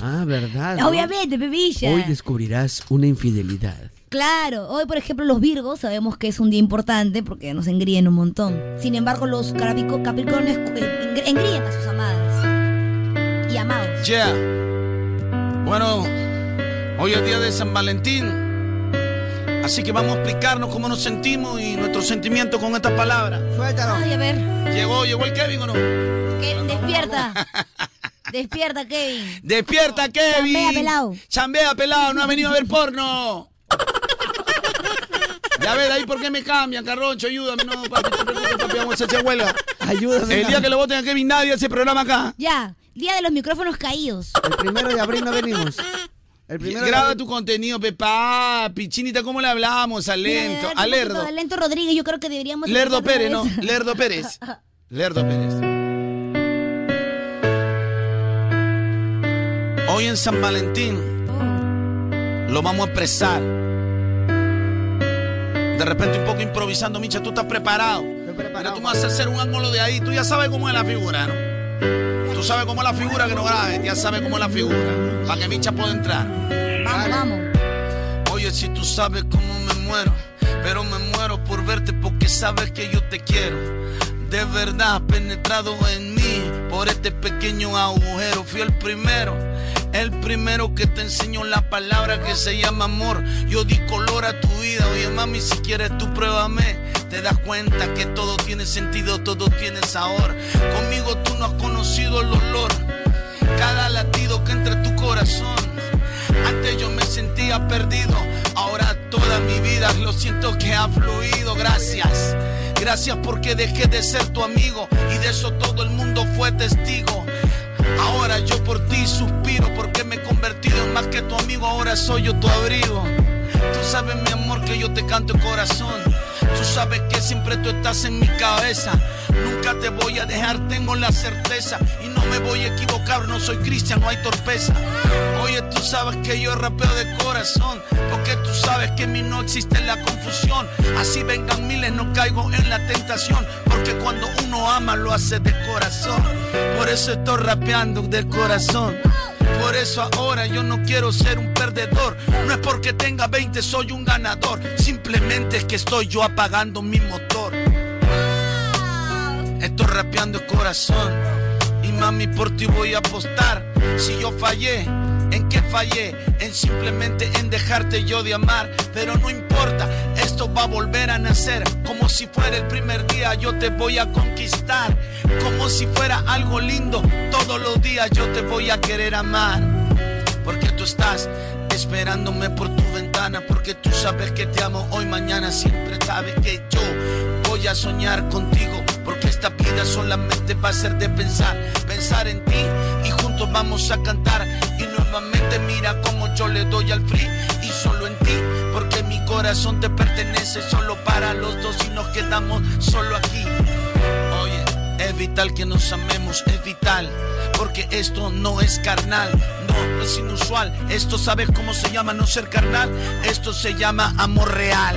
S3: Ah, verdad. ¿no?
S1: Obviamente, pepilla.
S12: Hoy descubrirás una infidelidad.
S1: Claro, hoy por ejemplo los Virgos sabemos que es un día importante porque nos engríen un montón. Sin embargo, los carabico- Capricornios eh, engr- engríen a sus amadas y amados.
S2: Yeah. Bueno, hoy es día de San Valentín. Así que vamos a explicarnos cómo nos sentimos y nuestros sentimientos con estas palabras.
S3: Suéltalo.
S1: Ay, a ver,
S2: Llegó, llegó el Kevin o no?
S1: Kevin, despierta. despierta, Kevin.
S2: Despierta, Kevin.
S1: Chambea, pelao.
S2: Chambea, pelado, no ha venido a ver porno. Ya ver, ahí por qué me cambian, carroncho, ayúdame, no, papi, te preocupes, papi, vamos a hacer huelga.
S3: Ayúdame.
S2: El día que lo voten a Kevin nadie hace programa acá.
S1: Ya, día de los micrófonos caídos.
S3: El primero de abril no venimos. El primero de
S2: Graba
S3: abril-
S2: tu contenido, Pepa, Pichinita, ¿cómo le hablamos? Alento,
S1: Mira, un poquito
S2: alerdo.
S1: de Alento Rodríguez, yo creo que deberíamos...
S2: Lerdo
S1: empezar de
S2: Pérez,
S1: una
S2: no,
S1: vez.
S2: Lerdo Pérez. Lerdo Pérez. Hoy en San Valentín lo vamos a expresar. De repente un poco improvisando, Micha, tú estás preparado. Pero tú me vas a hacer un ángulo de ahí, tú ya sabes cómo es la figura, ¿no? Tú sabes cómo es la figura que no grabes, ya sabes cómo es la figura, para que Micha pueda entrar.
S1: Vamos, vamos.
S2: Oye, si tú sabes cómo me muero, pero me muero por verte porque sabes que yo te quiero. De verdad, has penetrado en mí por este pequeño agujero. Fui el primero, el primero que te enseñó la palabra que se llama amor. Yo di color a tu vida. Oye, mami, si quieres tú pruébame. Te das cuenta que todo tiene sentido, todo tiene sabor. Conmigo tú no has conocido el dolor. Cada latido que entra en tu corazón. Antes yo me sentía perdido, ahora toda mi vida lo siento que ha fluido. Gracias, gracias porque dejé de ser tu amigo y de eso todo el mundo fue testigo. Ahora yo por ti suspiro porque me he convertido en más que tu amigo, ahora soy yo tu abrigo. Tú sabes mi amor que yo te canto el corazón, tú sabes que siempre tú estás en mi cabeza. Nunca te voy a dejar, tengo la certeza y no me voy a equivocar, no soy cristiano, no hay torpeza. Oye, tú sabes que yo rapeo de corazón, porque tú sabes que en mí no existe la confusión. Así vengan miles, no caigo en la tentación, porque cuando uno ama lo hace de corazón. Por eso estoy rapeando de corazón. Por eso ahora yo no quiero ser un perdedor. No es porque tenga 20, soy un ganador. Simplemente es que estoy yo apagando mi motor. Estoy rapeando el corazón. Y mami, por ti voy a apostar. Si yo fallé, en que fallé, en simplemente en dejarte yo de amar, pero no importa, esto va a volver a nacer, como si fuera el primer día yo te voy a conquistar, como si fuera algo lindo, todos los días yo te voy a querer amar, porque tú estás esperándome por tu ventana, porque tú sabes que te amo hoy, mañana, siempre sabes que yo voy a soñar contigo, porque esta vida solamente va a ser de pensar, pensar en ti y juntos vamos a cantar y nuevamente mira como yo le doy al free y solo en ti, porque mi corazón te pertenece solo para los dos y nos quedamos solo aquí. Oye, es vital que nos amemos, es vital, porque esto no es carnal, no es inusual. Esto sabes cómo se llama no ser carnal, esto se llama amor real.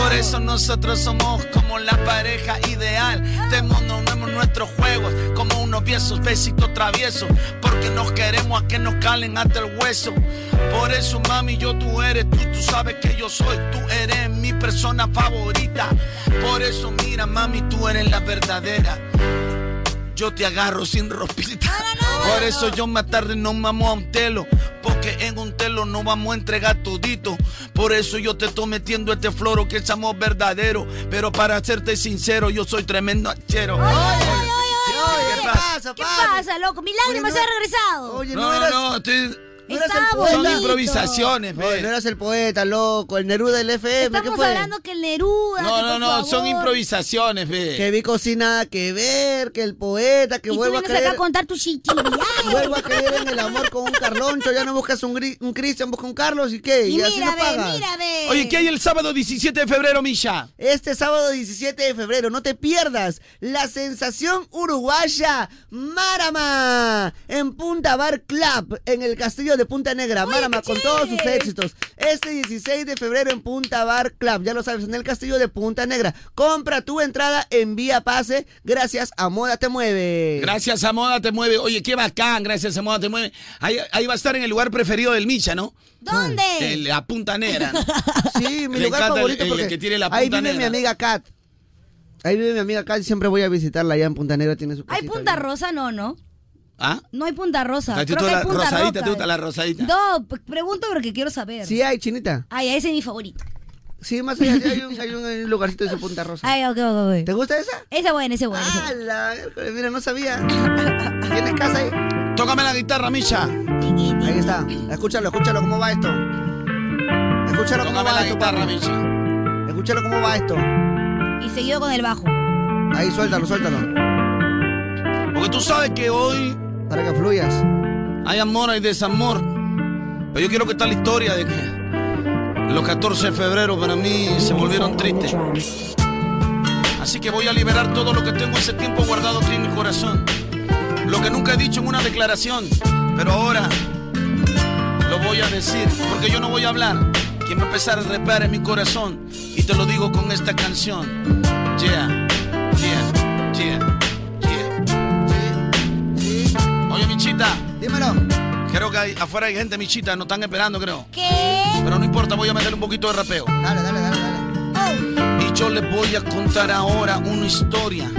S2: Por eso nosotros somos como la pareja ideal. Demononemos nuestros juegos como unos viejos besitos traviesos. Porque nos queremos a que nos calen hasta el hueso. Por eso, mami, yo tú eres tú, tú sabes que yo soy, tú eres mi persona favorita. Por eso, mira, mami, tú eres la verdadera. Yo te agarro sin ropita. Por eso yo más tarde no me amo a un telo. Porque en un telo no vamos a entregar todito. Por eso yo te estoy metiendo este floro que es amor verdadero. Pero para serte sincero, yo soy tremendo achero.
S1: ¿Qué pasa, ¿Qué pasa, loco? Mi lágrima se ha regresado.
S3: Oye,
S2: No, no, estoy-
S1: Estaba
S2: son
S1: Ah, bonito.
S2: improvisaciones,
S3: No, no
S2: ve.
S3: eras el poeta, loco, el Neruda del FM, ¿qué
S1: Estamos
S3: fue?
S1: hablando que el Neruda.
S2: No,
S1: que
S2: no,
S1: por
S2: no, son
S1: favor.
S2: improvisaciones, ve.
S3: Que vi cocina que ver, que el poeta, que
S1: Y tú
S3: vuelva a
S1: vienes acá
S3: creer.
S1: a contar tu chiquilidad.
S3: Vuelvo a creer en el amor con un Carloncho, ya no buscas un, gri- un Cristian, busca un Carlos y qué, y,
S1: Y
S3: así
S1: mira,
S3: no
S1: ve,
S3: pagas.
S1: mira, ve.
S2: Oye, ¿qué hay el sábado 17 de febrero, Misha?
S3: Este sábado 17 de febrero, no te pierdas la sensación uruguaya Marama en Punta Bar Club, en el castillo de Punta Negra. Marama con todos sus éxitos. Este 16 de febrero en Punta Bar Club, ya lo sabes, en el castillo de Punta Negra. Compra tu entrada en Vía Pase gracias a Moda Te Mueve.
S2: Gracias a Moda Te Mueve. Oye, qué bacán, gracias a Moda Te Mueve. Ahí, ahí va a estar en el lugar preferido del Micha, ¿no?
S1: ¿Dónde?
S2: El- la punta negra.
S3: Sí, mi
S2: Le
S3: lugar
S2: encanta el-
S3: favorito
S2: el
S3: porque
S2: que tiene la
S3: ahí
S2: punta
S3: vive mi
S2: negra.
S3: amiga Kat. Ahí vive mi amiga Kat, siempre voy a visitarla allá en Punta Negra, tiene su
S1: Hay
S3: casita.
S1: Punta Rosa, no, no.
S2: ¿Ah?
S1: No hay Punta Rosa.
S3: ¿A ti
S1: Creo
S3: tú
S1: que
S3: la
S1: hay Punta
S3: rosadita,
S1: Roca. eh.
S3: te gusta la
S2: rosadita?
S1: No, p- pregunto porque quiero saber.
S3: Sí hay, chinita.
S1: Ay, ese es mi favorito.
S3: Sí, más allá sí hay un, hay un- hay un lugarcito de su Punta Rosa.
S1: Ay, ok, ok, ok.
S3: ¿Te gusta esa?
S1: Esa buena, esa buena.
S3: Ah, la miércoles, mira, no sabía. ¿Tienes casa ahí?
S2: Tócame la guitarra, Misha.
S3: Ahí está. Escúchalo, escúchalo cómo va esto. Escúchalo cómo va esto, guitarra, Escúchalo cómo va esto.
S1: Y seguido con el bajo.
S3: Ahí, suéltalo, suéltalo.
S2: Porque tú sabes que hoy.
S3: Para que fluyas.
S2: Hay amor, hay desamor. Pero yo quiero que está la historia de que los 14 de febrero para mí se volvieron tristes. Así que voy a liberar todo lo que tengo ese tiempo guardado aquí en mi corazón. Lo que nunca he dicho en una declaración, pero ahora lo voy a decir, porque yo no voy a hablar. Quien va a empezar a reparar mi corazón, y te lo digo con esta canción. Yeah, yeah, yeah, yeah. Oye, Michita.
S3: Dímelo.
S2: Creo que hay- afuera hay gente, Michita, nos están esperando, creo.
S1: ¿Qué?
S2: Pero no importa, voy a meterle un poquito de rapeo.
S3: Dale, dale, dale,
S2: dale. Y yo les voy a contar ahora una historia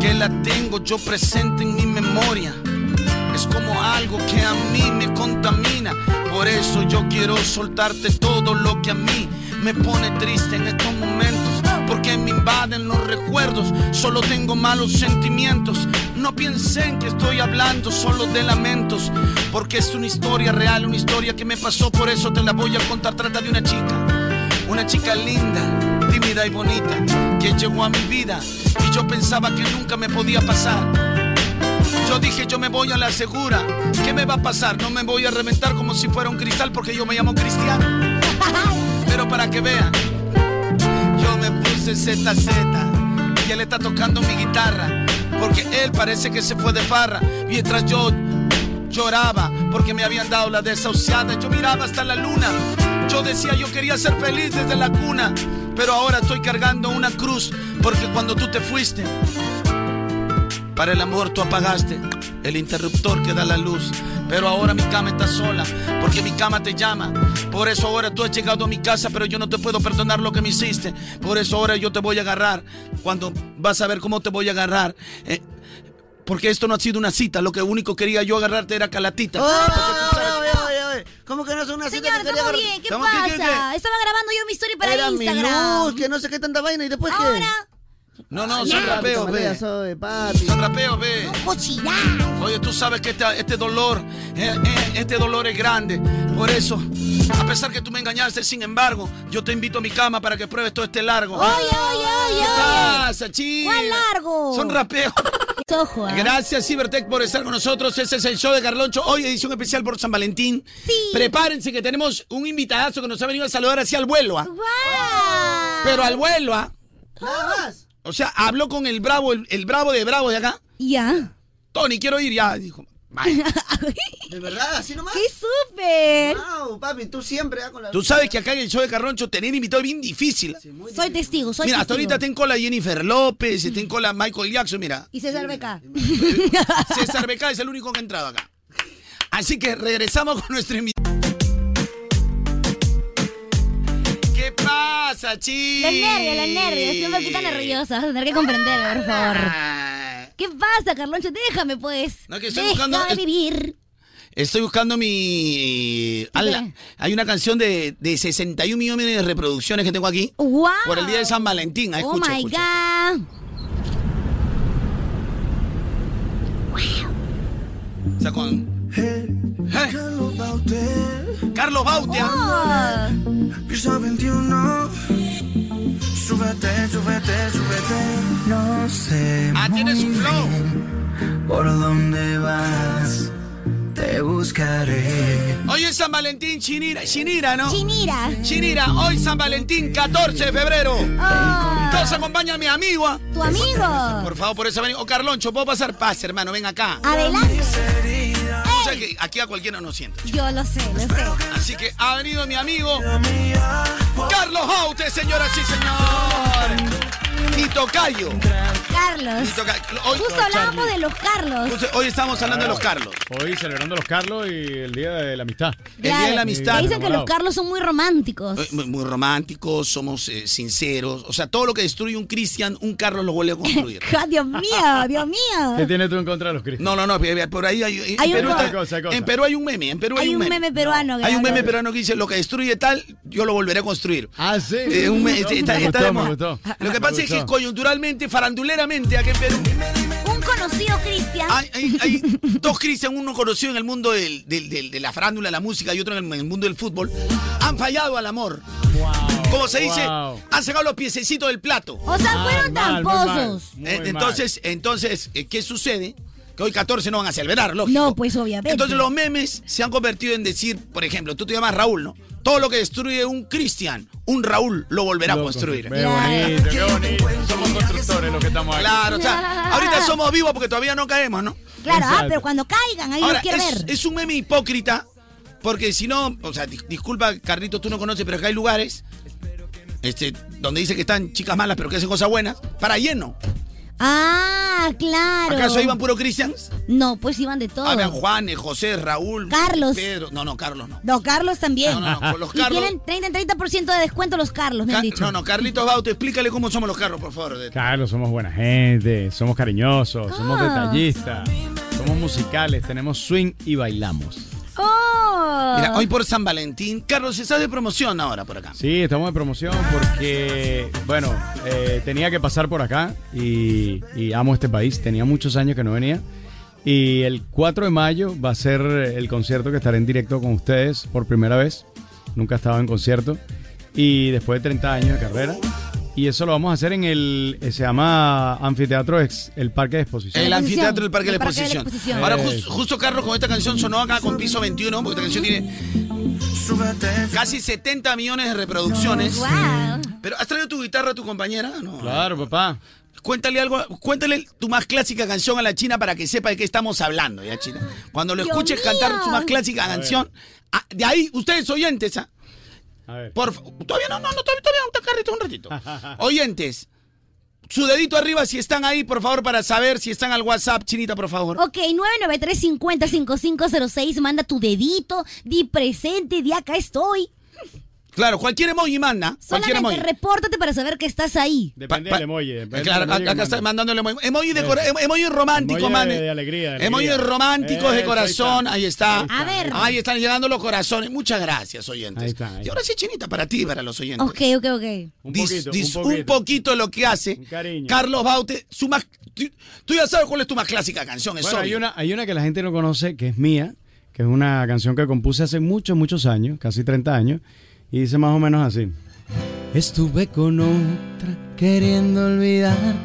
S2: que la tengo yo presente en mi memoria. Es como algo que a mí me contamina. Por eso yo quiero soltarte todo lo que a mí me pone triste en estos momentos. Porque me invaden los recuerdos, solo tengo malos sentimientos. No piensen que estoy hablando solo de lamentos. Porque es una historia real, una historia que me pasó, por eso te la voy a contar. Trata de una chica. Una chica linda, tímida y bonita, que llegó a mi vida y yo pensaba que nunca me podía pasar. Yo dije, yo me voy a la segura, ¿qué me va a pasar? No me voy a reventar como si fuera un cristal porque yo me llamo Cristiano. Pero para que vean, yo me puse ZZ y él está tocando mi guitarra porque él parece que se fue de farra mientras yo lloraba porque me habían dado la desahuciada. Yo miraba hasta la luna. Yo decía yo quería ser feliz desde la cuna, pero ahora estoy cargando una cruz porque cuando tú te fuiste para el amor tú apagaste el interruptor que da la luz. Pero ahora mi cama está sola, porque mi cama te llama. Por eso ahora tú has llegado a mi casa, pero yo no te puedo perdonar lo que me hiciste. Por eso ahora yo te voy a agarrar. Cuando vas a ver cómo te voy a agarrar. Eh, Porque esto no ha sido una cita. Lo que único quería yo agarrarte era
S3: Oh,
S2: calatita.
S3: ¿Cómo que no es una
S1: Señor,
S3: cita que quería
S1: estamos
S3: agarrar?
S1: bien, ¿qué
S3: ¿Estamos-
S1: pasa?
S3: qué- qué-
S1: Estaba grabando yo mi historia para
S3: Era mi
S1: Instagram.
S3: luz, que no sé qué tanta vaina y después qué.
S2: No, no, son
S3: Ya.
S2: rapeos,
S3: María,
S2: ve.
S3: soy, papi.
S2: Son rapeos, ve. Oye, tú sabes que esta- este dolor, eh, eh, este dolor es grande. Por eso, a pesar que tú me engañaste, sin embargo, yo te invito a mi cama para que pruebes todo este largo.
S1: Oye, oye, oye,
S2: ¿Qué
S1: oye.
S2: pasa, chica?
S1: ¿Cuál largo?
S2: Son rapeos.
S1: Ojo, ah.
S2: Gracias Cybertech por estar con nosotros. Ese es el show de Carloncho. Hoy edición especial por San Valentín. Prepárense que tenemos un invitadazo que nos ha venido a saludar hacia el vuelo. ¿ah? Pero al vuelo. ¿ah? O sea, habló con el bravo, el, el bravo de bravo de acá.
S1: Ya.
S2: Tony, quiero ir ya. Dijo,
S3: ¿De verdad? ¿Así nomás?
S1: ¡Qué súper!
S3: Wow, papi, tú siempre ah, con la...
S2: Tú sabes que acá en el show de Carloncho tener invitado es bien difícil.
S1: Soy testigo, soy
S2: Mira,
S1: testigo.
S2: hasta ahorita está en cola Jennifer López,
S1: Mm.
S2: está en cola Michael Jackson, mira.
S1: Y César Beca.
S2: César Beca es el único que ha entrado acá. Así que regresamos con nuestro invitado. ¿Qué pasa, chi?
S1: Los nervios, los nervios. Estoy un poquito nerviosa. Vas a tener que comprender, por favor. ¿Qué pasa, Carloncho? Déjame, pues.
S2: Ah. No, que estoy buscando-
S1: Déjame vivir.
S2: Estoy buscando mi... Ala, hay una canción de, de 61 millones de reproducciones que tengo aquí.
S1: ¡Wow!
S2: Por el día de San Valentín. Ah,
S1: oh
S2: escucha,
S1: my
S2: escucha.
S1: God.
S2: O sea, con- Eh. Carlos Baute.
S1: ah.
S6: Piso 21. Súbete, súbete, súbete. No sé. Ah, tienes un flow. Por dónde vas, te buscaré.
S2: Hoy es San Valentín, Chinira, Chinira, ¿no?
S1: Chinira.
S2: Chinira, hoy San Valentín, 14 de febrero. Entonces acompaña a mi amigo. ¿ah?
S1: Ah. Tu amigo.
S2: Por favor, por eso venido. Oh, Carloncho, ¿puedo pasar? Pase, hermano, ven acá.
S1: Adelante.
S2: O sea que aquí a cualquiera nos sienta.
S1: Yo lo sé, lo sé.
S2: Así que ha venido mi amigo Carlos Baute, señoras y señores. Y tocayo.
S1: Carlos.
S2: Hoy,
S1: Justo hablábamos de los Carlos.
S2: Entonces, hoy estamos hablando de los Carlos.
S17: Hoy celebrando los Carlos y el Día de la Amistad.
S1: Claro, que Dicen que los Carlos son muy románticos.
S2: Eh, Muy, muy románticos, somos eh, sinceros. O sea, todo lo que destruye un Cristian, un Carlos lo vuelve a construir.
S1: Ah, Dios mío, Dios mío.
S17: ¿Qué tienes tú en contra de los cristianos?
S2: No, no, no, pe- por ahí hay, eh, en,
S1: Hay un
S2: Perú
S1: meme.
S2: está- en Perú hay un meme, en Perú hay,
S1: Hay un meme peruano. que
S2: Hay un
S1: habla.
S2: meme peruano que dice, lo que destruye tal, yo lo volveré a construir.
S17: Ah, sí.
S2: Eh, un me-
S17: Me gustó,
S2: está-
S17: me
S2: está de
S17: gustó,
S2: moda.
S17: me gustó.
S2: Lo
S17: Me
S2: que pasa es que
S17: gustó.
S2: coyunturalmente, faranduleramente, aquí en Perú,
S1: Un conocido Cristian.
S2: hay, hay- hay dos Cristian, uno conocido en el mundo del- del- del- de la farándula, la música y otro en el, en el mundo del fútbol, han fallado al amor. Como se dice,
S17: wow.
S2: han sacado los piececitos del plato.
S1: O sea, fueron
S17: mal, muy
S1: tramposos.
S17: mal.
S2: Eh,
S17: Muy
S2: entonces, entonces, eh, ¿qué sucede? Que hoy 14 no van a celebrar, lógico.
S1: No, pues obviamente.
S2: Entonces los memes se han convertido en decir, por ejemplo, tú te llamas Raúl, ¿no? Todo lo que destruye un Cristian, un Raúl lo volverá a construir.
S17: Qué bonito, qué bonito. Somos constructores los que estamos aquí.
S2: Claro, o sea, ahorita somos vivos porque todavía no caemos, ¿no?
S1: Claro, ah,
S2: Exacto.
S1: pero cuando caigan, ahí
S2: Ahora,
S1: los quiero
S2: es,
S1: ver.
S2: es un meme hipócrita, porque si no, o sea, dis- disculpa, Carlitos, tú no conoces, pero acá hay lugares este, donde dice que están chicas malas, pero que hacen cosas buenas, para lleno.
S1: Ah, claro.
S2: ¿Acaso iban puro Cristians?
S1: No, pues iban de todo.
S2: Habían Juanes, José, Raúl,
S1: Carlos.
S2: Pedro. No, no, Carlos no.
S1: Los Carlos también.
S2: No, no, no, con los
S1: Y
S2: Carlos-
S1: tienen 30 30% de descuento los Carlos, me han
S2: Ca-
S1: dicho.
S2: no, no, Carlitos Bauto, explícale cómo somos los carros, por favor. De-
S17: Carlos, somos buena gente, somos cariñosos, somos
S1: Ah.
S17: detallistas, somos musicales, tenemos swing y bailamos.
S1: Oh.
S2: Mira,
S17: Ah.
S2: hoy por San Valentín. Carlos, estás de promoción ahora por acá.
S17: Sí, estamos de promoción porque, bueno, eh, tenía que pasar por acá y, y amo este país. Tenía muchos años que no venía. Y el 4 de mayo va a ser el concierto que estaré en directo con ustedes por primera vez. Nunca estaba en concierto. Y después de 30 años de carrera. Y eso lo vamos a hacer en el, eh, se llama Anfiteatro, Ex- el Parque de Exposición.
S2: El anfiteatro del Parque de la Exposición. Ahora,
S17: Eh,
S2: jus- justo Carlos con esta canción sonó acá con piso 21, porque esta canción tiene casi 70 millones de reproducciones. Pero, ¿has traído tu guitarra a tu compañera? No.
S17: Claro, papá.
S2: Cuéntale algo, cuéntale tu más clásica canción a la China para que sepa de qué estamos hablando, ya China. Cuando lo
S17: Dios
S2: escuches
S17: mío.
S2: cantar su más clásica
S17: A ver.
S2: canción, ah, de ahí, ustedes oyentes, ¿ah?
S17: A ver.
S2: Por fa- todavía no, no, no, todavía, todavía no, Carlitos, un ratito. Oyentes, su dedito arriba si están ahí, por favor, para saber si están al WhatsApp, Chinita, por favor.
S1: Ok, 993 manda tu dedito, di presente, di acá estoy.
S2: Claro, cualquier emoji manda. Cualquier
S1: Solamente
S2: emoji.
S1: repórtate para saber que estás ahí.
S17: Depende del emoji. depende
S2: Claro,
S17: del emoji que
S2: acá está
S17: mandan.
S2: mandándole emoji. Emoji, de
S17: Sí.
S2: cora- em- emoji romántico,
S17: Emoji
S2: man.
S17: de- de alegría, de
S2: Emoji
S17: alegría.
S2: románticos
S17: Eso, Eh, ahí
S2: de
S17: está.
S2: corazón. Ahí está.
S1: A ver.
S2: Ahí están llegando los corazones. Muchas gracias, oyentes. Y ahora sí, Chinita, para ti, para los oyentes.
S1: Ok, ok, ok.
S2: Dis-
S17: poquito,
S2: dis-
S17: un
S2: un,
S17: poquito.
S2: poquito. lo que hace Carlos Baute. Su más, tú, tú ya sabes cuál es tu más clásica canción. Es
S17: Bueno, hay
S2: obvio.
S17: una, hay una que la gente no conoce, que es mía, que es una canción que compuse hace muchos, muchos años, casi 30 años, y dice más o menos así. Estuve con otra
S6: Queriendo olvidarte.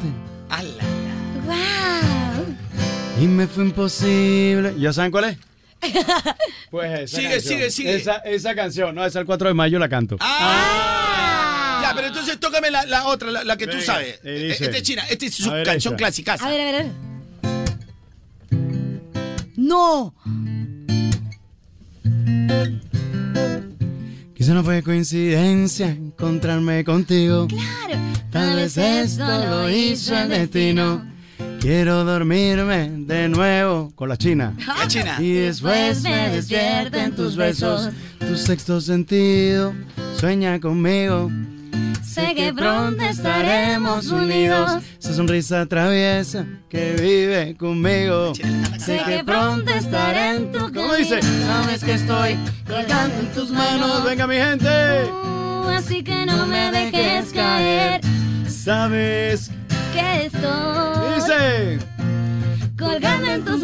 S17: y me fue imposible. ¿Ya saben cuál es? Pues esa
S2: Sigue,
S17: canción.
S2: sigue, sigue. Ah.
S17: Esa, esa canción, no, esa el 4 de mayo la canto.
S2: Ya, pero entonces tócame la, la otra, la, la que tú sabes.
S17: eh, dice.
S2: Esta es China, esta es su
S17: A ver,
S2: canción
S17: esa.
S2: clásica.
S1: A ver, a ver, a ver. No.
S12: Quizá no fue coincidencia encontrarme contigo.
S6: Tal vez esto lo hizo el destino.
S12: Quiero dormirme de nuevo con la China.
S2: La China.
S12: Y después me despierten tus besos. Tu sexto sentido sueña conmigo.
S6: Sé
S12: que pronto estaremos unidos. Esa sonrisa traviesa que vive conmigo. Sé que pronto estaré en tu
S6: ¿Cómo dice?
S12: Sabes que estoy colgando en tus manos. Venga, mi gente.
S1: Así que no me dejes caer.
S17: Sabes
S1: que estoy
S17: Dice.
S1: colgando en tus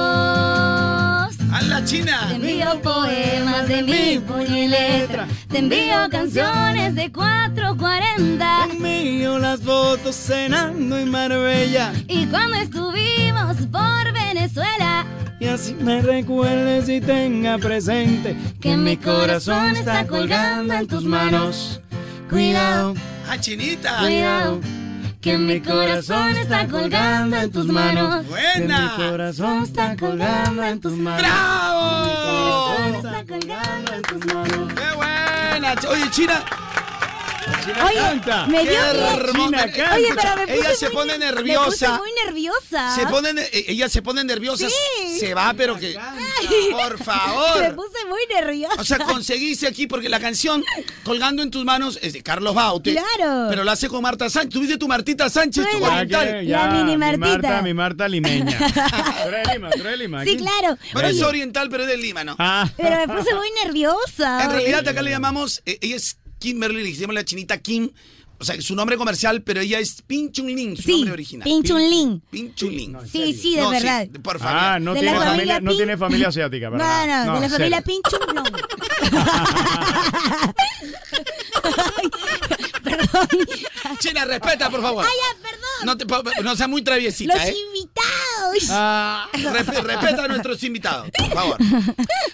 S1: manos.
S2: ¡A la China!
S1: Te envío poemas de mi puño y letra. Te envío canciones de 440. Te
S12: envío las fotos cenando en Marbella.
S1: Y cuando estuvimos por Venezuela,
S12: Y así me recuerdes y tenga presente que mi corazón está colgando en tus manos. Cuidado,
S2: Ah, Chinita.
S12: cuidado, que mi corazón está colgando en tus manos.
S2: Buena.
S12: Que mi corazón está colgando en tus manos.
S2: ¡Bravo!
S12: Que mi corazón está colgando en tus manos.
S2: ¡Qué buena! Oye, China.
S1: Oye, canta. me dio
S2: Qué
S1: miedo.
S2: hermosa.
S1: China
S2: Eh,
S1: canta. Oye, pero me
S2: Ella
S1: puse
S2: se
S1: muy
S2: pone
S1: ne-
S2: nerviosa.
S1: me puse muy nerviosa.
S2: Se pone, ne- eh, ella se pone nerviosa.
S1: Sí.
S2: Se va, pero que.
S1: Ay.
S2: Por
S1: Me
S2: favor.
S1: puse muy nerviosa.
S2: O sea, conseguiste aquí porque la canción Colgando en tus manos es de Carlos Baute.
S1: Claro.
S2: Pero la hace con Marta Sánchez. Tuviste tu Martita Sánchez, tu
S1: Tú eres la-
S2: oriental.
S1: la Ya, mini mi Martita. Marta,
S17: mi Marta limeña. Tú eres de Lima, tú eres de Lima.
S1: Sí,
S17: aquí.
S1: claro.
S2: Bueno, es
S1: Oye,
S2: oriental, pero es de Lima, ¿no?
S17: Ah.
S1: pero me puse muy nerviosa.
S2: En
S1: oye.
S2: realidad acá le llamamos, eh, ella es Kimberly, le hicimos la chinita Kim, o sea, su nombre comercial, pero ella es Pinchunlin, su nombre original.
S1: Pinchunlin.
S2: Pinchunlin.
S1: Sí, sí, de
S2: No,
S1: verdad.
S2: por favor.
S17: Ah, no,
S1: De la
S17: tiene
S1: familia
S17: familia, no
S1: Pin-
S17: tiene familia asiática,
S1: No,
S17: ¿verdad?
S1: no, de la
S17: cero.
S1: familia Pinchun, no.
S2: China, respeta, por favor.
S1: Ay, ya, perdón.
S2: No, te, pa- no sea muy
S1: Los
S2: traviesita, ¿eh?
S1: invitados.
S2: Ah, respe- respeta a nuestros invitados, por favor.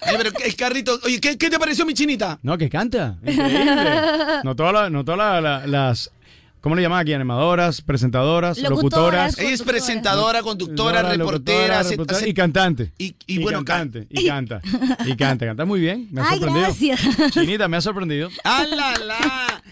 S2: Ay, pero el carrito, oye, ¿qué, qué te pareció mi chinita?
S17: No, que canta. Increíble. No todas las- no todas la- la- las. ¿Cómo le llaman aquí? Animadoras, presentadoras, locutoras.
S2: Ella es presentadora, conductora, reportera, hace-
S17: locutora
S2: hace-
S17: y cantante.
S2: Y, y bueno,
S17: cantante. Y canta. Y canta. Canta muy bien. Me ha
S1: Ay,
S17: sorprendido.
S1: gracias.
S17: Chinita, me ha sorprendido.
S2: ¡Ah, la, la!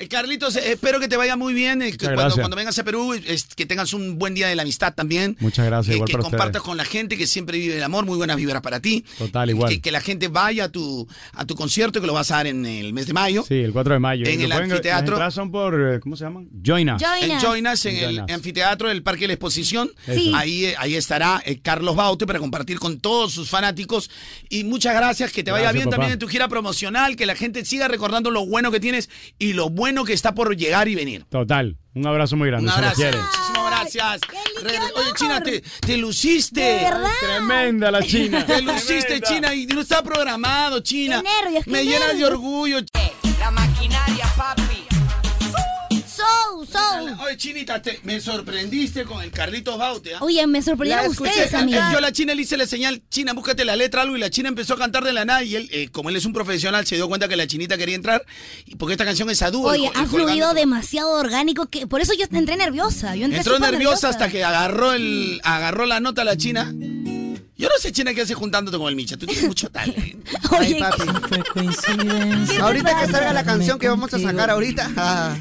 S2: Eh, Carlitos, eh, espero que te vaya muy bien. eh, que cuando,
S17: gracias.
S2: cuando vengas a Perú, es- que tengas un buen día de la amistad también.
S17: Muchas gracias,
S2: Que,
S17: igual
S2: que
S17: para
S2: compartas
S17: ustedes.
S2: con la gente que siempre vive el amor. Muy buenas vibras para ti.
S17: Total, igual.
S2: Que, que la gente vaya a tu, a tu concierto, que lo vas a dar en el mes de mayo.
S17: Sí, el 4 de mayo.
S2: En
S17: Lo
S2: el
S17: pueden- Las
S2: anfiteatro.
S17: entradas son por, eh, ¿cómo se llaman? Join Us.
S2: En Join Us, Eh, en el
S17: Join Us.
S2: anfiteatro del Parque de la Exposición.
S17: Sí.
S2: Ahí, eh, ahí estará eh, Carlos Baute para compartir con todos sus fanáticos. Y muchas gracias, que te vaya
S17: Gracias,
S2: bien
S17: papá.
S2: también en tu gira promocional, que la gente siga recordando lo bueno que tienes y lo bueno que está por llegar y venir.
S17: Total. Un abrazo muy grande.
S2: Un
S17: se lo
S2: abrazo.
S17: quiere.
S2: Muchísimas gracias. Re- Oye, China, te, te luciste.
S17: Tremenda la China.
S2: Te luciste, China, y no está programado, China.
S6: Qué nervios, qué
S2: Me llenas de
S6: nervios.
S2: orgullo.
S6: La maquinaria, papi.
S1: So, so.
S2: Oye, Chinita, te- me sorprendiste con el Carlitos Baute. ¿ah?
S1: Oye, me sorprendieron
S2: La escuché
S1: ustedes,
S2: cantar.
S1: amiga.
S2: Yo a la China le hice la señal, China, búscate la letra, algo, y la China empezó a cantar de la nada, y él, eh, como él es un profesional, se dio cuenta que la Chinita quería entrar, y porque esta canción es a dúo.
S1: Oye,
S2: el co- el
S1: ha fluido
S2: colgando.
S1: demasiado orgánico que por eso yo entré nerviosa. Yo entré
S2: Entró
S1: súper
S2: nerviosa hasta que agarró el agarró la nota la China. Yo no sé, China, qué hace juntándote con el Micha. Tú tienes mucho talento.
S1: Oye,
S3: Ay, papi.
S2: ¿qué te
S3: Ahorita que
S2: pasa?
S3: salga la canción que vamos a sacar ahorita, ah,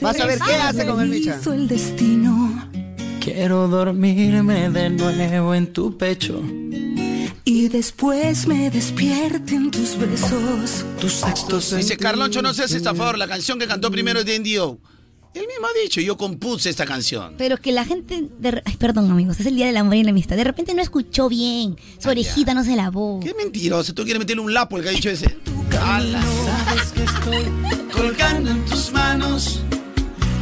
S3: vas a ver qué hace con el Micha.
S6: Hizo el destino.
S12: Quiero dormirme de nuevo en tu pecho.
S6: Y después me despierten tus besos. Tus actos
S2: Dice, Carloncho, no seas estafador, la canción que cantó primero es de NDO. Él mismo ha dicho, yo compuse esta canción.
S1: Pero que la gente. de re- Ay, perdón, amigos, es el día del amor y la amistad. De repente no escuchó bien. Su orejita no se lavó.
S2: Ah, Qué Mentiroso, tú quieres meterle un lapo el que ha dicho ese.
S6: Ala, sabes que estoy colgando en tus manos.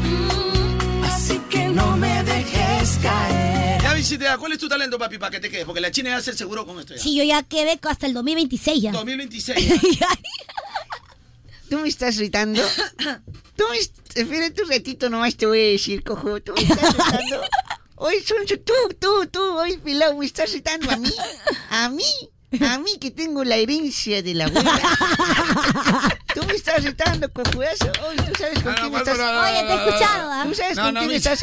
S6: Mm, Así que no me dejes caer.
S2: Ya, visita, ¿cuál es tu talento, papi, para que te quedes? Porque la China va a ser seguro con esto ya.
S1: Sí, yo ya quedé hasta el 2026 ya.
S2: 2026.
S3: ¿Tú me estás irritando? ¿Tú me est- Espera tu ratito nomás te voy a decir, cojo. ¿Tú me estás irritando? Hoy, Soncho, tú, tú, tú, hoy, Pilau, me estás irritando a mí. A mí. A mí que tengo la herencia de la abuela. Tú me estás irritando, cojudazo. Hoy, tú sabes
S2: Ah,
S3: con quién me estás...
S1: Oye, te he escuchado, ¿ah?
S3: Tú sabes
S1: No,
S3: con
S1: no,
S3: quién
S1: mi-
S3: estás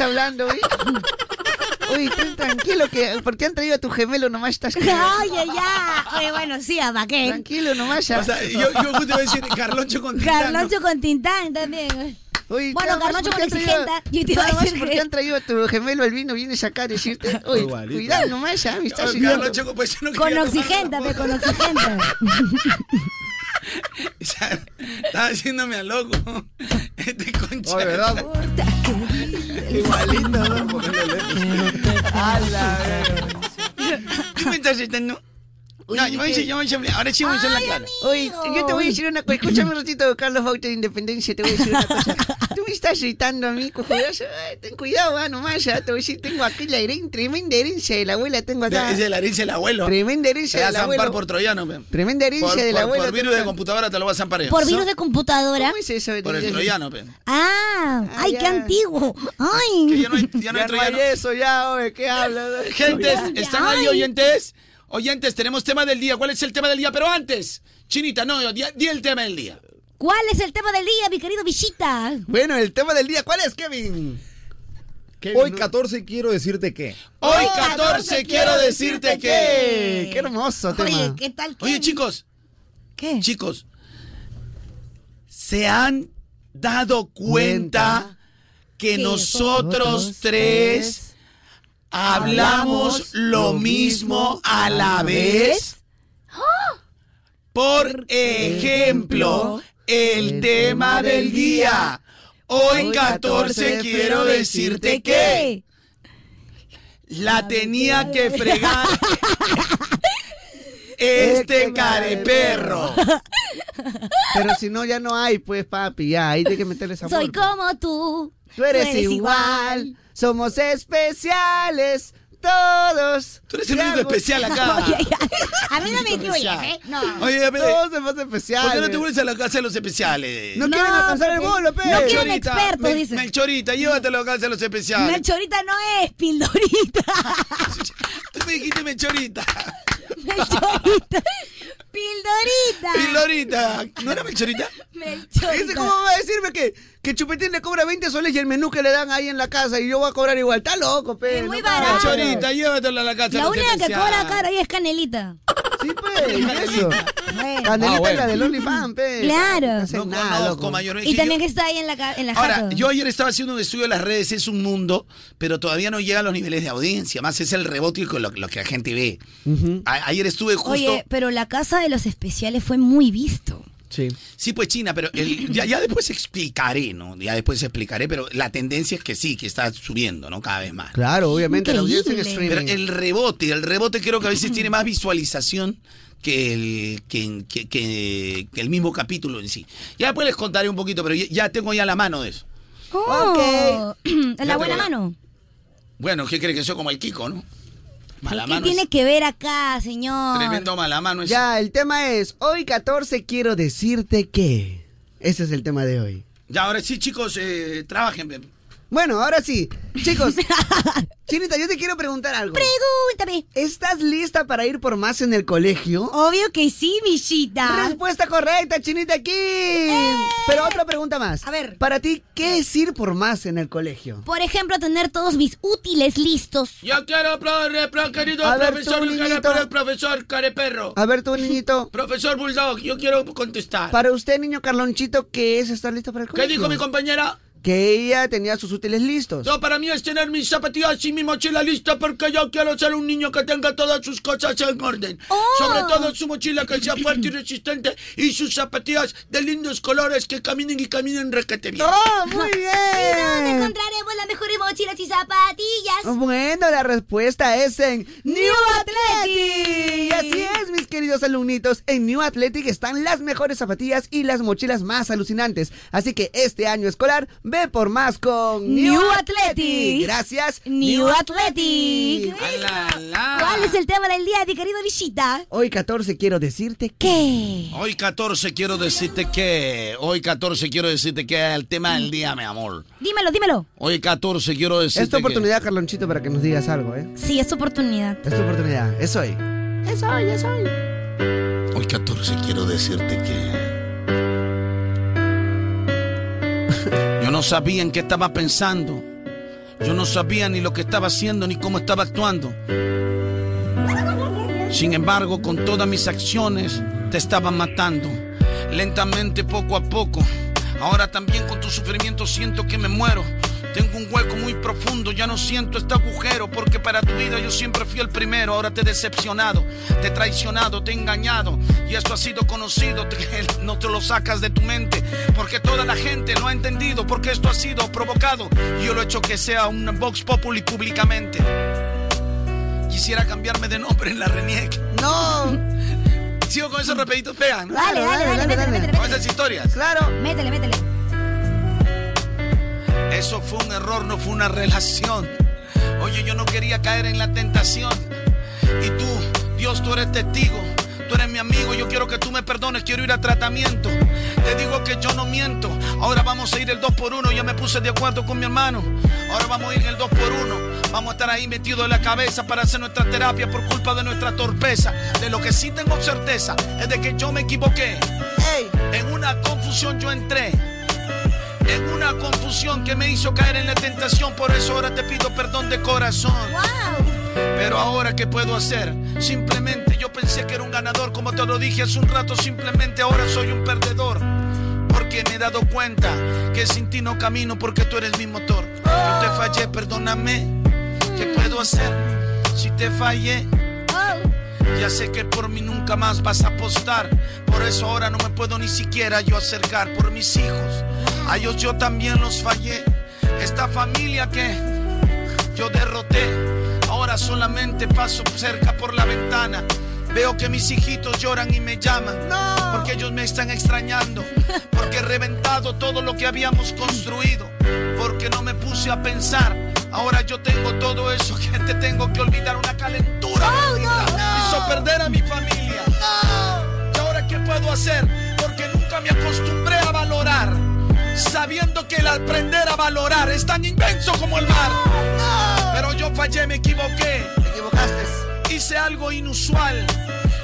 S3: hablando, ¿eh? Oye, tú tranquilo, que porque han traído a tu gemelo nomás estás...
S1: Oye, ya. Oye, bueno, sí, ¿para qué?
S3: Tranquilo nomás. ¿ah?
S2: O sea, yo, yo justo iba a decir Carloncho con Tintán, ¿no?
S1: Carloncho con Tintán también. bueno,
S3: Nada más
S1: Carloncho con
S3: porque han
S1: Exigenta.
S3: traído-
S1: Yo te iba a
S3: nada más
S1: decir
S3: porque
S1: que-
S3: han traído a tu gemelo al vino, vienes acá a decirte, oye,
S2: Igualito.
S3: cuidado nomás, ya me estás
S2: Oye,
S3: siguiendo".
S2: Carlos Checo, pues, yo no
S1: Con
S2: quería tomar
S1: Oxigenta, ve, con Oxigenta.
S2: Estaba haciéndome a loco. Este concha.
S6: Oye, ¿verdad?
S2: Igualito, ¿no? Porque le- A la verga. ¿Tú me estás retando? No, yo voy a decir- yo voy a decir- ahora sí voy a decir la clara.
S3: Oye, yo te voy a decir una cosa, escúchame un ratito, Carlos Bauter de Independencia, te voy a decir una cosa. Tú me estás gritando a mí, cojudazo, Ay, ten cuidado, ah, nomás, ya te voy a decir, tengo aquí la heren- tremenda herencia de la abuela, tengo acá.
S2: De- Es de la herencia del abuelo.
S3: Tremenda
S2: Te
S3: herencia
S2: va a
S3: del
S2: zampar
S3: abuelo.
S2: por troyano, pe.
S3: Tremenda herencia
S2: Por-
S3: del
S2: por-
S3: abuelo
S2: Por virus de computadora te lo va a zampar. ya.
S1: Por virus de computadora.
S3: ¿Cómo es eso?
S2: Por el troyano, pe.
S1: Ah, ay, qué antiguo. Ay.
S2: ya no hay, ya no hay troyano.
S3: eso, ya, oye, ¿qué hablas?
S2: Gentes,
S3: Ay,
S2: ¿están ahí
S3: ay.
S2: oyentes? Oyentes, tenemos tema del día. ¿Cuál es el tema del día? Pero antes, Chinita, no, di, di el tema del día.
S1: ¿Cuál es el tema del día, mi querido Villita?
S9: Bueno, el tema del día, ¿cuál es, Kevin? Hoy 14 quiero decirte que.
S2: Hoy 14 quiero decirte que.
S3: Qué hermoso
S2: tema.
S3: Oye,
S2: ¿qué tal? Oye, chicos. ¿Qué? Chicos, ¿se han dado cuenta que
S6: que
S2: nosotros
S6: nosotros
S2: tres hablamos
S6: hablamos lo
S2: lo mismo
S6: mismo
S2: a la
S6: a la
S2: vez? Por ejemplo, el tema del día. Hoy 14 quiero decirte que la tenía que fregar este careperro.
S3: Pero si no, ya no hay, pues, papi, ya, ahí hay que meterle esa
S1: Soy como tú.
S3: Tú eres igual, somos especiales todos.
S2: Tú eres el único especial acá. Oye,
S1: A mí no me incluyes, ¿eh? No.
S2: Oye, a ver,
S3: Todos somos especiales.
S2: ¿Por qué no te vuelves a la casa de los especiales?
S3: No quieren alcanzar el bolo, pe. No quieren
S2: Melchorita,
S3: expertos,
S2: Mel-
S3: dicen.
S2: Melchorita, llévate a la casa de los especiales.
S1: Melchorita no es, Pildorita.
S2: Tú me dijiste Melchorita.
S1: Melchorita. Pildorita.
S2: Pildorita. ¿No era Melchorita?
S3: Ese, ¿Cómo va a decirme que, que Chupetín le cobra 20 soles y el menú que le dan ahí en la casa y yo voy a cobrar igual? Está loco, pe.
S1: muy
S3: no
S1: barato.
S3: mames.
S2: Melchorita, llévatela a la casa de
S1: La
S2: los
S1: única que
S2: especiales.
S1: cobra cara ahí es Canelita.
S3: Eso. pues. Canelita
S2: Ah, bueno.
S3: es la del OnlyFans, pe.
S1: Claro.
S3: No hacen
S2: No
S3: nada,
S2: conozco
S3: loco.
S2: mayor.
S1: Y
S2: Dije,
S1: también que está ahí en la, ca- en la
S2: Ahora,
S1: jato.
S2: yo ayer estaba haciendo un estudio de las redes, es un mundo, pero todavía no llega a los niveles de audiencia, más es el rebote con lo, lo que la gente ve. A- ayer estuve justo...
S1: Oye, pero la casa de los especiales fue muy visto.
S3: Sí.
S2: pues China, pero el- ya, ya después explicaré, ¿no? Ya después explicaré, pero la tendencia es que sí, que está subiendo, ¿no? Cada vez más.
S3: Claro, obviamente, la audiencia en
S2: Pero
S3: streaming.
S2: el rebote, el rebote creo que a veces tiene más visualización que el, que, que- que- que el mismo capítulo en sí. Ya después les contaré un poquito, pero ya, ya tengo ya la mano de eso.
S1: Oh,
S2: Ya
S1: La buena
S2: te voy a-
S1: mano.
S2: Bueno, ¿qué crees que soy como el Kiko, no? Mala
S1: ¿Qué
S2: mano. es
S1: tiene que ver acá, señor?
S2: Tremendo mala mano. es-
S3: Ya, el tema es, hoy 14 quiero decirte que. Ese es el tema de hoy.
S2: Ya, ahora sí, chicos, eh, trabajen. pe.
S3: Bueno, ahora sí, chicos. Chinita, yo te quiero preguntar algo.
S1: Pregúntame.
S3: ¿Estás lista para ir por más en el colegio?
S1: Obvio que sí, bichita.
S3: Respuesta correcta, Chinita aquí.
S1: ¡Eh!
S3: Pero otra pregunta más. A ver. Para ti, ¿qué es ir por más en el colegio?
S1: Por ejemplo, tener todos mis útiles listos.
S2: Yo quiero, pro- pro- eh, querido
S3: A ver,
S2: profesor,
S3: tú,
S2: yo quiero, pro- profesor Careperro.
S3: A ver, tú, niñito.
S2: Profesor Bulldog, yo quiero contestar.
S3: Para usted, niño Carlonchito, ¿qué es estar listo para el
S2: ¿Qué
S3: colegio?
S2: dijo mi compañera?
S3: que ella tenía sus útiles listos.
S2: No, para mí es tener mis zapatillas y mi mochila lista porque yo quiero ser un niño que tenga todas sus cosas en orden. Sobre todo su mochila que sea fuerte y resistente y sus zapatillas de lindos colores que caminen y caminen requete bien.
S1: Oh, ¿Y dónde encontraremos las mejores mochilas y zapatillas?
S3: Bueno, la respuesta es en New Athletic. Y así es, mis queridos alumnitos. En New Athletic están las mejores zapatillas y las mochilas más alucinantes. Así que este año escolar, ve por más con
S1: New
S3: New
S1: Athletic.
S3: Athletic. Gracias,
S1: New Athletic. ¿Cuál es el tema del día, mi querido visita?
S3: Hoy 14 quiero decirte
S1: que...
S2: Hoy 14 quiero decirte que... Hoy 14 quiero decirte que el tema del día, mi amor.
S1: Dímelo, dímelo.
S2: Hoy 14 quiero decirte
S3: Es tu
S2: que-
S3: oportunidad, Carlonchito, para que nos digas algo, ¿eh?
S1: Sí, es tu oportunidad.
S3: Es tu oportunidad, es hoy.
S1: Es hoy, es hoy.
S2: Hoy 14 quiero decirte que... Yo no sabía en qué estaba pensando. Yo no sabía ni lo que estaba haciendo ni cómo estaba actuando. Sin embargo, con todas mis acciones te estaba matando. Lentamente, poco a poco. Ahora también con tu sufrimiento siento que me muero. Tengo un hueco muy profundo, ya no siento este agujero, porque para tu vida yo siempre fui el primero. Ahora te he decepcionado, te he traicionado, te he engañado, y esto ha sido conocido. te- no te lo sacas de tu mente, porque toda la gente lo ha entendido, porque esto ha sido provocado. Y yo lo he hecho que sea un Vox Populi públicamente. Quisiera cambiarme de nombre en la Reniec.
S3: ¡No!
S2: Sigo con esos repetitos feas, ¿no?
S1: Dale, dale, dale, métele, métele,
S2: Con esas historias.
S3: Claro.
S1: Métele, métele.
S2: Eso fue un error, no fue una relación. Oye, yo no quería caer en la tentación. Y tú, Dios, tú eres testigo. Tú eres mi amigo, yo quiero que tú me perdones, quiero ir a tratamiento. Te digo que yo no miento. Ahora vamos a ir el 2 por 1 ya me puse de acuerdo con mi hermano. Ahora vamos a ir en el 2 por 1 Vamos a estar ahí metidos en la cabeza para hacer nuestra terapia por culpa de nuestra torpeza. De lo que sí tengo certeza es de que yo me equivoqué. En una confusión yo entré. En una confusión que me hizo caer en la tentación, por eso ahora te pido perdón de corazón. Pero ahora, ¿qué puedo hacer? Simplemente yo pensé que era un ganador, como te lo dije hace un rato, simplemente ahora soy un perdedor. Porque me he dado cuenta que sin ti no camino porque tú eres mi motor. Yo te fallé, perdóname. ¿Qué puedo hacer si te fallé? Ya sé que por mí nunca más vas a apostar. Por eso ahora no me puedo ni siquiera yo acercar por mis hijos. A ellos yo también los fallé. Esta familia que yo derroté. Ahora solamente paso cerca por la ventana. Veo que mis hijitos lloran y me llaman. Porque ellos me están extrañando. Porque he reventado todo lo que habíamos construido. Porque no me puse a pensar. Ahora yo tengo todo eso que te tengo que olvidar. Una calentura. me Hizo perder a mi familia. ¿Y ahora qué puedo hacer? Porque nunca me acostumbré a valorar. Sabiendo que el aprender a valorar es tan inmenso como el mar. Pero yo fallé, me equivoqué. Te equivocaste. Hice algo inusual.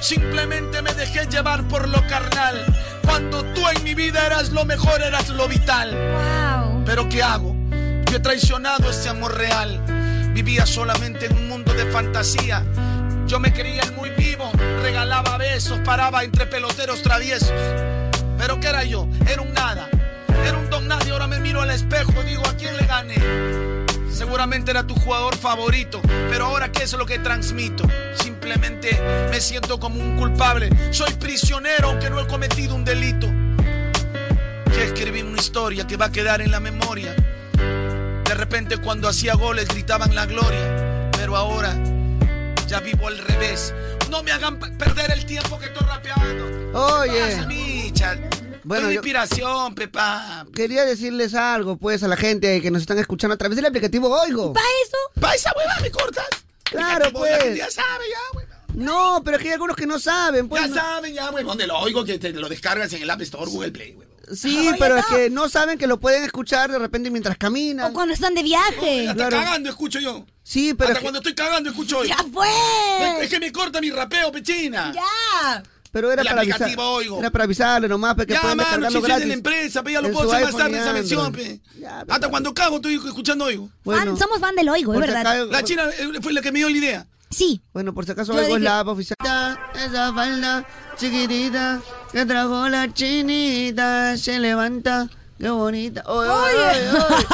S2: Simplemente me dejé llevar por lo carnal. Cuando tú en mi vida eras lo mejor, eras lo vital. Pero ¿qué hago? Yo he traicionado este amor real. Vivía solamente en un mundo de fantasía. Yo me creía el muy vivo, regalaba besos, paraba entre peloteros traviesos. Pero ¿qué era yo? Era un nada, era un don nadie. Ahora me miro al espejo y digo, ¿a quién le gané? Seguramente era tu jugador favorito, pero ahora qué es lo que transmito? Simplemente me siento como un culpable. Soy prisionero aunque no he cometido un delito. Que escribí una historia que va a quedar en la memoria. De repente cuando hacía goles gritaban la gloria, pero ahora ya vivo al revés. No me hagan pe- perder el tiempo que estoy rapeando.
S3: Oye.
S2: ¿Qué pasa, micha? Estoy
S3: Bueno, yo-
S2: de inspiración, Pepa.
S3: Quería decirles algo, pues, a la gente que nos están escuchando a través del aplicativo Oigo.
S1: ¿Para eso?
S2: ¿Para esa hueva me cortas?
S3: Claro,
S2: Aplicativo, la
S3: pues.
S2: gente ya sabe, ya,
S3: No, pero es que hay algunos que no saben, pues.
S2: ya
S3: no-
S2: saben, ya, huevón, te lo oigo que te lo descargas en el App Store, Google Play, huevón.
S3: Sí, pero es que no saben que lo pueden escuchar de repente mientras caminan. O
S1: cuando están de viaje.
S2: Hasta cagando escucho yo.
S3: Sí, pero
S2: Hasta
S3: es que-
S2: cuando estoy cagando escucho hoy.
S1: ¡Ya fue!
S2: Es que me corta mi rapeo, pechina.
S1: ¡Ya!
S3: Pero era
S2: El
S3: para avisar,
S2: aplicativo Oigo.
S3: era para avisarle nomás, porque
S2: Ya,
S3: pueden
S2: mano,
S3: descargarlo
S2: si es de
S3: gratis.
S2: la empresa, pe, ya lo
S3: en
S2: puedo
S3: su
S2: hacer más
S3: iPhone y
S2: tarde esa mención,
S3: Android.
S2: pe. Hasta cuando cago estoy escuchando oigo.
S3: Bueno.
S1: Fan- somos fan del oigo, es
S3: Porque
S1: verdad.
S3: acá-
S2: La china eh, fue la que me dio la idea.
S1: Sí.
S3: Bueno, por si acaso
S1: Yo
S3: Oigo es
S1: dije-
S3: la app oficial.
S18: Esa falda chiquitita que trajo la chinita se levanta
S3: Qué bonita. Oye, oye, oye.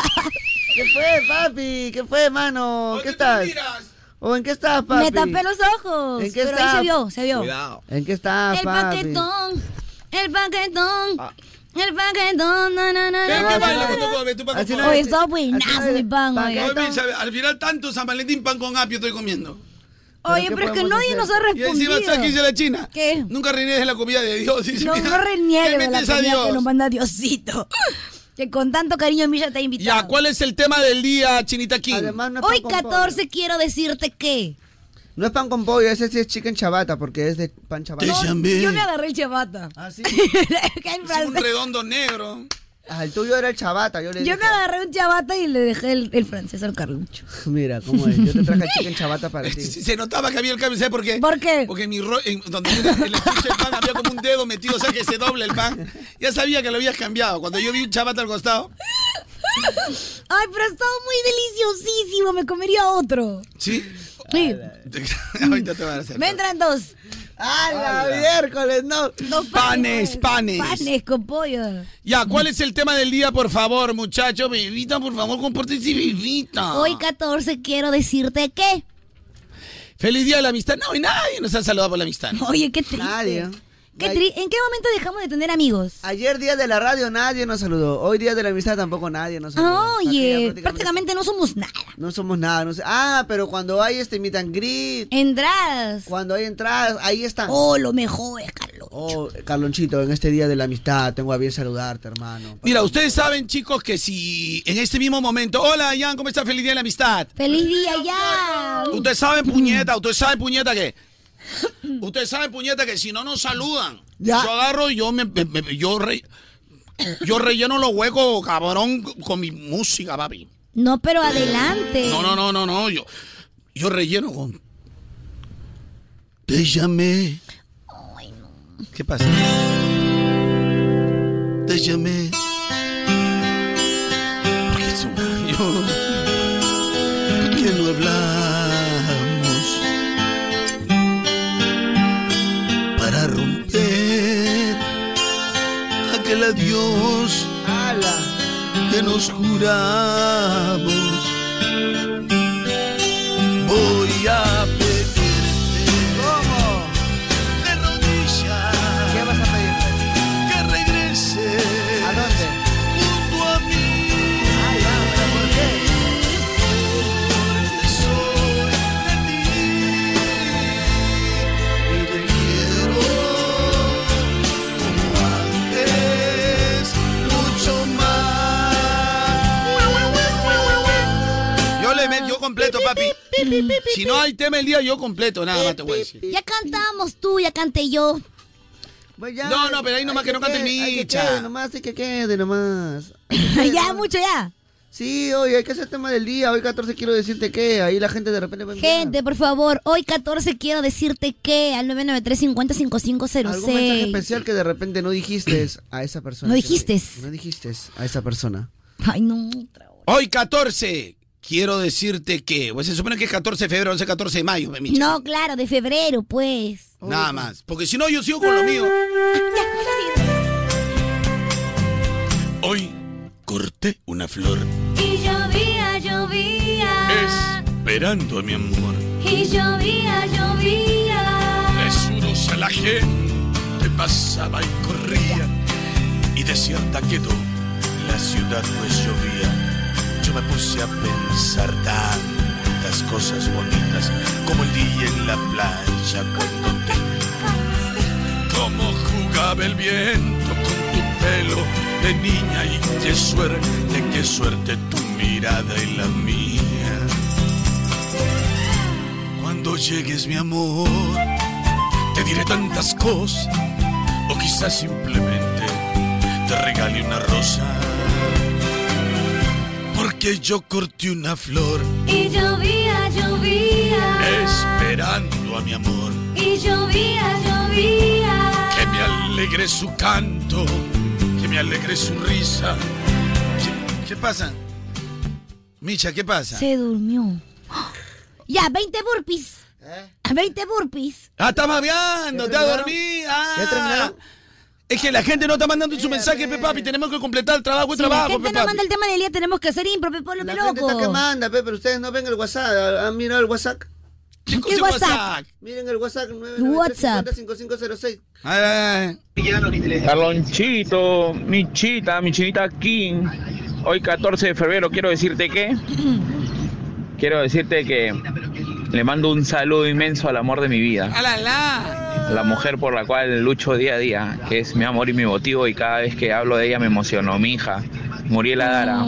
S3: ¿Qué fue, papi? ¿Qué fue, mano? ¿Qué estás? ¿O en qué estás, papi?
S1: Me tapé los ojos.
S3: ¿En qué
S1: pero
S3: estás?
S1: ahí se vio, se vio.
S3: ¿En qué estás,
S1: el
S3: papi?
S1: paquetón, el paquetón, el paquetón, na, na, na,
S2: Ven,
S1: na,
S2: ven,
S1: na,
S2: baila
S1: na,
S2: con tu
S1: na.
S2: come, tú pa'
S1: Así
S2: con
S1: no
S2: come.
S1: Oye, está buenazo mi pan, oye.
S2: Oye, Luis, a- al final tanto San Valentín pan con apio estoy comiendo.
S1: Oye, pero es que nadie nos ha
S2: Y
S1: respondido.
S2: encima, ¿sabes qué dice la China?
S1: ¿Qué?
S2: Nunca reniegues de la comida de Dios. dice,
S1: No,
S2: mira,
S1: no reniegues
S2: ¿qué
S1: de la
S2: metes a
S1: comida que
S2: Dios?
S1: nos manda Diosito. Que con tanto cariño a mí ya te ha invitado.
S2: Ya, ¿cuál es el tema del día, Chinita King?
S1: Hoy 14 quiero decirte que...
S3: No es pan con pollo, ese sí es chicken chabata, porque es de pan chabata.
S1: Yo me agarré el chabata. Ah, sí.
S2: un redondo negro.
S3: Ah, el tuyo era el chabata, yo le
S1: Yo
S3: dije.
S1: me agarré un chabata y le dejé el, el francés al Carlucho.
S3: Mira, ¿cómo es? Yo te traje chicken chabata para ti.
S2: Sí, Se notaba que había el cambio, ¿sabes por qué?
S1: ¿Por qué?
S2: Porque en mi ro- en donde yo le- le puse el pan había como un dedo metido, o sea que se dobla el pan. Ya sabía que lo habías cambiado. Cuando yo vi un chabata al costado,
S1: Ay, pero estaba muy deliciosísimo. Me comería otro.
S2: ¿sí?
S1: Sí.
S2: Ahorita te Ah, van a hacer.
S1: Me entran dos.
S3: ¡Hala, miércoles! No.
S1: Dos
S2: Panes, panes.
S1: Panes con pollo.
S2: Ya, ¿cuál es el tema del día, por favor, muchachos? Bebita, por favor, compórtense, bebita.
S1: Hoy 14 quiero decirte que.
S2: Feliz día de la amistad. No, y nadie nos ha saludado por la amistad.
S1: Oye, qué triste.
S3: Nadie.
S1: Qué tri- ¿En qué momento dejamos de tener amigos?
S3: Ayer día de la radio nadie nos saludó. Hoy día de la amistad tampoco nadie nos saludó.
S1: Oye, prácticamente no somos nada.
S3: No somos nada. No sé. Ah, pero cuando hay este meet and greet.
S1: Entradas.
S3: Cuando hay entradas, ahí están.
S1: Oh, lo mejor es Carlos.
S3: Oh, Carlonchito, en este día de la amistad tengo a bien saludarte, hermano.
S2: Mira, ustedes saben, chicos, que si en este mismo momento. Hola, Jan, ¿cómo está? Feliz día de la amistad.
S1: ¡Feliz día ya!
S2: Ustedes saben, puñeta, ustedes saben, puñeta, que. Ustedes saben, puñeta, que si no nos saludan, yo agarro y yo me. me- me- yo, re- yo relleno los huecos, cabrón, con mi música, papi.
S1: No, pero adelante.
S2: No, no, no, no, no. Yo, yo relleno con. Te llamé. ¿Qué pasa? Te llamé. Porque sueño que no hablamos para romper aquel adiós que nos juramos. Voy a pedirte de rodillas ¿Qué vas a pedir? que regreses ¿A dónde? junto a mí. Ay, ¿pero por qué? Porque soy de ti y te quiero como antes, mucho más. Yo le meto, yo completo, papi. Si no hay tema el día, yo completo, nada más te voy a decir.
S1: Ya cantamos tú, ya canté yo.
S2: No, no, pero ahí nomás que no cante
S3: Hay que
S2: Micha.
S3: quede nomás, hay que quede nomás.
S1: ya, mucho ya.
S3: Sí, hoy hay que hacer tema del día. Hoy 14 quiero decirte que ahí la gente de repente va a enviar.
S1: Gente, por favor, hoy 14 quiero decirte que al 993-50-5506.
S3: Algún mensaje especial que de repente no dijiste a esa persona.
S1: No
S3: que-
S1: dijiste.
S3: No dijiste a esa persona.
S1: Ay, no.
S2: Hoy 14, quiero decirte que, pues se supone que es 14 de febrero, 11, 14 de mayo, mi Micha.
S1: No, claro, de febrero, pues.
S2: Nada más, porque si no yo sigo con lo mío. Hoy corté una flor
S6: Y llovía, llovía.
S2: esperando a mi amor.
S6: Y llovía, llovía.
S19: Presurosa la gente pasaba y corría y desierta quedó la ciudad pues llovía. Yo me puse a pensar tantas cosas bonitas como el día en la playa cuando te como jugaba el viento con tu pelo de niña y qué suerte, qué suerte tu mirada y la mía. Cuando llegues mi amor te diré tantas cosas o quizás simplemente te regale una rosa porque yo corté una flor
S6: Y llovía, llovía.
S19: esperando a mi amor
S6: Y llovía, llovía.
S19: que me alegre su canto que me alegre su risa
S2: ¿Qué, qué pasa? Micha, ¿qué pasa?
S1: Se durmió. Ya, 20 burpees.
S2: ¿Eh?
S1: 20 burpees.
S2: Ah, estás babeando, te has dormido. Ah. Es que la gente no está mandando su mensaje, pe papi. Tenemos que completar el trabajo, es
S1: Si la
S2: Pues trabajo,
S1: gente
S2: pe,
S1: no
S2: papi.
S1: manda el tema del día, tenemos que hacer impro, pe, ponlo, pe,
S3: La
S1: loco.
S3: gente está que manda, pe, pero ustedes no ven el WhatsApp. ¿Han mirado el WhatsApp?
S1: ¿Qué es WhatsApp?
S3: Miren el WhatsApp
S1: WhatsApp.
S3: 5506
S9: Carlonchito, mi chita, mi chinita King. Hoy 14 de febrero quiero decirte que quiero decirte que le mando un saludo inmenso al amor de mi vida, a la mujer por la cual lucho día a día, que es mi amor y mi motivo y cada vez que hablo de ella me emociono, mi hija, Muriela Dara.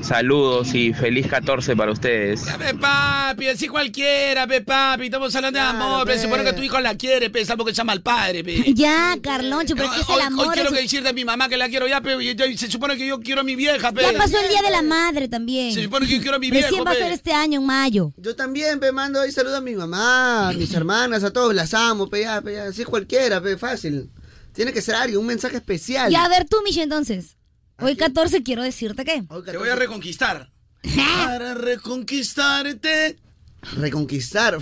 S9: Saludos y feliz 14 para ustedes.
S2: Pe papi, así cualquiera, pe papi. Estamos hablando de amor, pe. Se supone que tu hijo la quiere, pe. Salvo que se llama al padre, pe.
S1: Ya, Carloncho, pero es que es el
S2: Hoy, hoy
S1: amor.
S2: quiero
S1: es-
S2: que decirte a mi mamá que la quiero ya, pe. y- y- Se supone que yo quiero a mi vieja, pe.
S1: Ya pasó el día de la madre también.
S2: Se supone que yo quiero a mi viejo,
S1: Recién va a
S2: pe.
S1: ser este año, en mayo.
S3: Yo también, pe, mando ahí saludo a mi mamá, a mis hermanas, a todos, las amo, pe, ya, pe, ya, así cualquiera, pe, fácil. Tiene que ser alguien, un mensaje especial.
S1: Ya, a ver tú, Michi, entonces. Hoy 14 quiero decirte que.
S2: Te voy a reconquistar. Para reconquistarte.
S3: Reconquistar.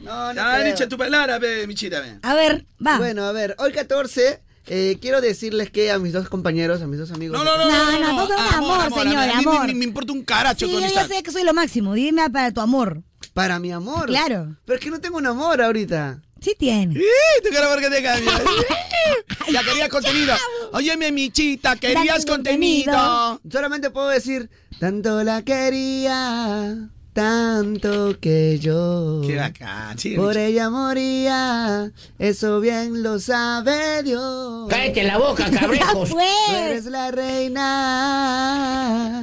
S2: No,
S3: no
S2: no.
S3: creo.
S2: echa tu palabra, pe, mi chita, pe.
S1: A ver, va.
S3: Bueno, a ver, hoy 14, eh, quiero decirles que a mis dos compañeros, a mis dos amigos.
S2: No, no, no, no, no,
S1: todo es amor, señor,
S3: a mí
S1: amor.
S3: me- me- me
S2: importa un
S1: Sí, yo ya sé que soy lo máximo. Dime ah, para tu amor.
S3: Para mi amor.
S1: Claro.
S3: Pero es que no tengo un amor ahorita.
S1: Sí tiene.
S2: Te quiero ver que te cambia. Ya querías Ah, contenido. Oye, mi michita, querías contenido.
S3: Solamente puedo decir, tanto la quería, tanto que yo.
S2: Qué bacán, sí,
S3: Por
S2: Michi.
S3: ella moría, eso bien lo sabe Dios.
S2: Cállate la boca, cabrejos. Ya, pues.
S3: Tú eres la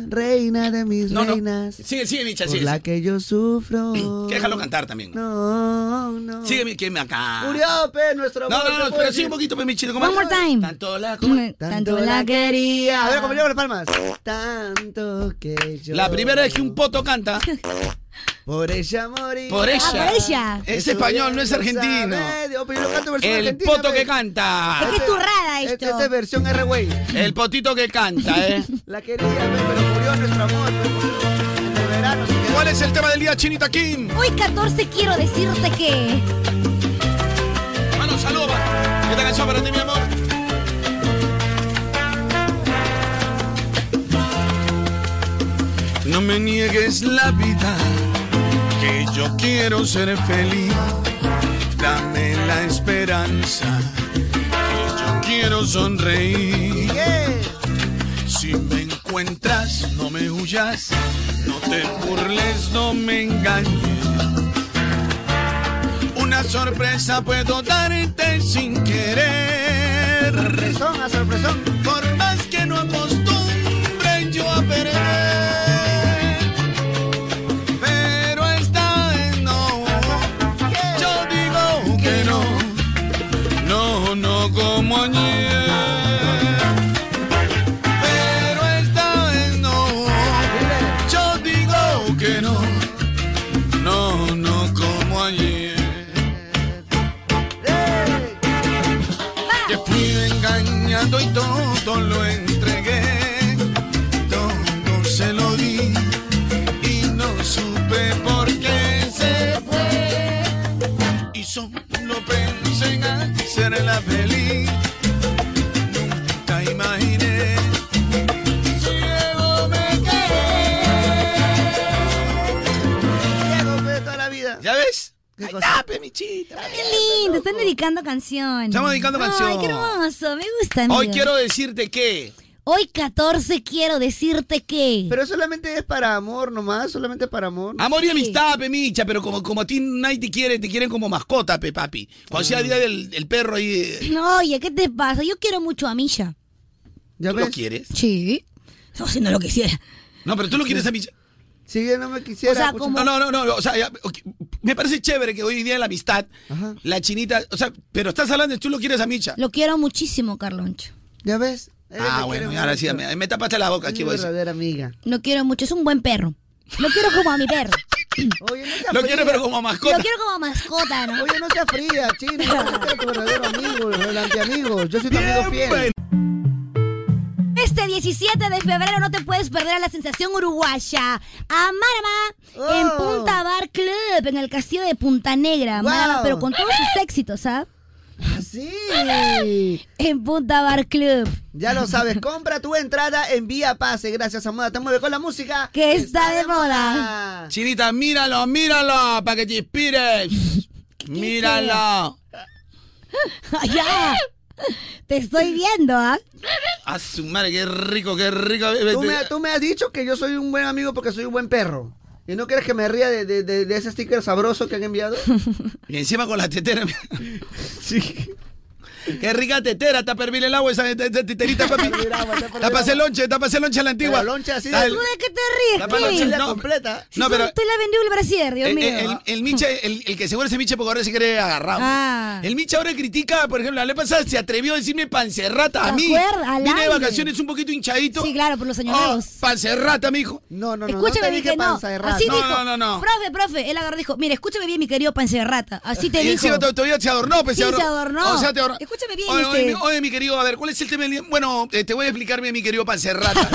S3: reina, reina de mis
S2: No, no.
S3: reinas.
S2: Sigue, sigue, Micha,
S3: Por
S2: sigue.
S3: la que yo sufro.
S2: Que Déjalo cantar también.
S3: No, no.
S2: Sigue, mi- que me acá.
S3: Murió, pe, nuestro
S2: Ah. No, no,
S3: amor, te
S2: no,
S3: puedo
S2: pero
S3: decir.
S2: sigue un poquito, pe, mi chita. ¿cómo
S3: One
S2: es?
S3: more time.
S2: Tanto la, ¿cómo es?
S3: Tanto la quería. A ver, como llevo las palmas.
S2: Tanto
S3: que yo.
S2: La primera vez que un poto canta.
S3: Por ella Este moría.
S2: Por ella. Ah, por ella. Es español, no es
S3: Eso
S2: argentino.
S3: sabe eh, Dios, pero yo lo canto versión
S2: El
S3: argentina,
S2: poto
S3: pe.
S2: que Ah. canta.
S3: Es que es turrada esto. Esta esta es versión R-Way.
S2: El potito que canta, ¿eh?
S3: La quería, pe, pero murió nuestro amor. pe, murió. En el verano. se quedó.
S2: ¿Cuál es el tema del día, Chinita Kim?
S1: Hoy 14 quiero decirte que.
S2: Mano, saludos. pa. Esta canción para ti, mi amor.
S6: No me niegues la vida, que yo quiero ser feliz. Dame la esperanza, que yo quiero sonreír. Si me encuentras, no me huyas, no te burles, no me engañes. Una sorpresa puedo darte sin querer.
S3: Sorpresón, a sorpresón.
S6: Por más que no acostumbre yo a perder. Pero esta vez no. Yo digo que no. No, no como ayer. Pero esta vez no. Yo digo que no. No, no como ayer. Te fui engañando y todo lo entregué. Todo se lo di y no supe por qué se fue. Y solo pensé en hacerla feliz. Nunca imaginé. Ciego me quedé.
S3: Ciego pe, toda la vida.
S2: ¿Ya ves?
S3: Qué
S2: Tape, mi chita.
S1: Qué lindo, están dedicando canciones.
S2: Estamos dedicando
S1: Ay,
S2: canciones.
S1: qué hermoso, me gusta.
S2: Hoy
S1: amigo.
S2: quiero decirte que.
S1: Hoy 14 quiero decirte que.
S3: Pero solamente es para amor nomás, solamente para amor.
S2: Amor y amistad, pe, micha, pero como, como a ti nadie te quiere, te quieren como mascota, pe, papi. Cuando
S1: Ah.
S2: sea día del, del perro ahí. eh,
S1: No, oye, ¿qué te pasa? Yo quiero mucho a Misha.
S3: ¿Ya
S2: ¿Tú lo quieres?
S1: Sí. No, si no lo quisiera.
S2: No, pero tú lo quieres a Micha.
S3: Si yo no me quisiera. pucha-
S2: No, no, no, no, o sea, ya, ok, me parece chévere que hoy día en la amistad, la chinita, o sea, pero estás hablando, tú lo quieres a Micha.
S1: Lo quiero muchísimo, Carloncho.
S3: ¿Ya ves?
S2: ah, bueno, y ahora sí, me, me tapaste la boca aquí, voy a decir.
S3: verdadera amiga.
S1: Lo quiero mucho, es un buen perro. Lo quiero como a mi perro.
S2: Lo quiero, pero como mascota.
S1: Lo quiero como mascota, ¿no?
S3: Oye, no seas fría, chino. Yo tu verdadero amigo, el antiamigo. Yo soy tu amigo fiel.
S1: Este 17 de febrero no te puedes perder a la sensación uruguaya. A Marama
S3: Oh.
S1: en Punta Bar Club, en el castillo de Punta Negra. Marama, pero con todos sus éxitos, ¿ah?
S3: así.
S1: En Punta Bar Club.
S3: Ya lo sabes, compra tu entrada en Vía Pase. Gracias a Moda Te Mueve con la música.
S1: Que está de moda.
S2: Chinita, míralo, míralo, para que te inspires. Míralo.
S1: ya. Te estoy viendo, ¿ah?
S2: A su madre, qué rico, qué rico.
S3: Tú me, tú me has dicho que yo soy un buen amigo porque soy un buen perro. ¿Y no quieres que me ría de, de- de- de ese sticker sabroso que han enviado?
S2: Y encima con la tetera. sí. Qué rica tetera, tapa hervir el agua esa te- te- teterita, papi. Tapa el lonche, tapa el lonche a la antigua.
S3: Pero lonche así
S1: ¿Tú
S2: Ah, el-
S1: de qué te
S2: La
S1: ríes,
S2: mano
S1: Kevin?
S2: chila completa.
S1: Si
S2: No,
S1: tú-
S2: pero-
S1: tú le vendió el brasier, Dios
S2: El,
S1: mío.
S2: Eh, el- el Micha, el, el que seguro ese Micha porque ahora se cree agarrado.
S1: Ah.
S2: El Micha ahora critica, por ejemplo, la vez pasada se atrevió a decirme pancerrata a
S1: ¿Te
S2: mí.
S1: acuerdas? Al
S2: Vine de
S1: aire.
S2: vacaciones un poquito hinchadito. Sí,
S1: claro, por los
S2: señalados. pancerrata, mi hijo.
S3: No, no,
S1: Escúchame, mi que no. Así
S2: no,
S1: dijo.
S2: no, no, no.
S1: Profe, profe, él agarró y dijo, mire, escúchame bien, mi querido panza de rata. Así te
S2: y
S1: dijo.
S2: encima to- todavía se adornó, pues,
S1: Sí,
S2: se adornó.
S1: se adornó.
S2: O sea, te adornó.
S1: Escúchame bien,
S2: Oye, oye,
S1: este.
S2: mi- oye, mi querido, a ver, ¿cuál es el tema del día? Bueno, eh, te voy a explicar bien, mi querido pancerrata.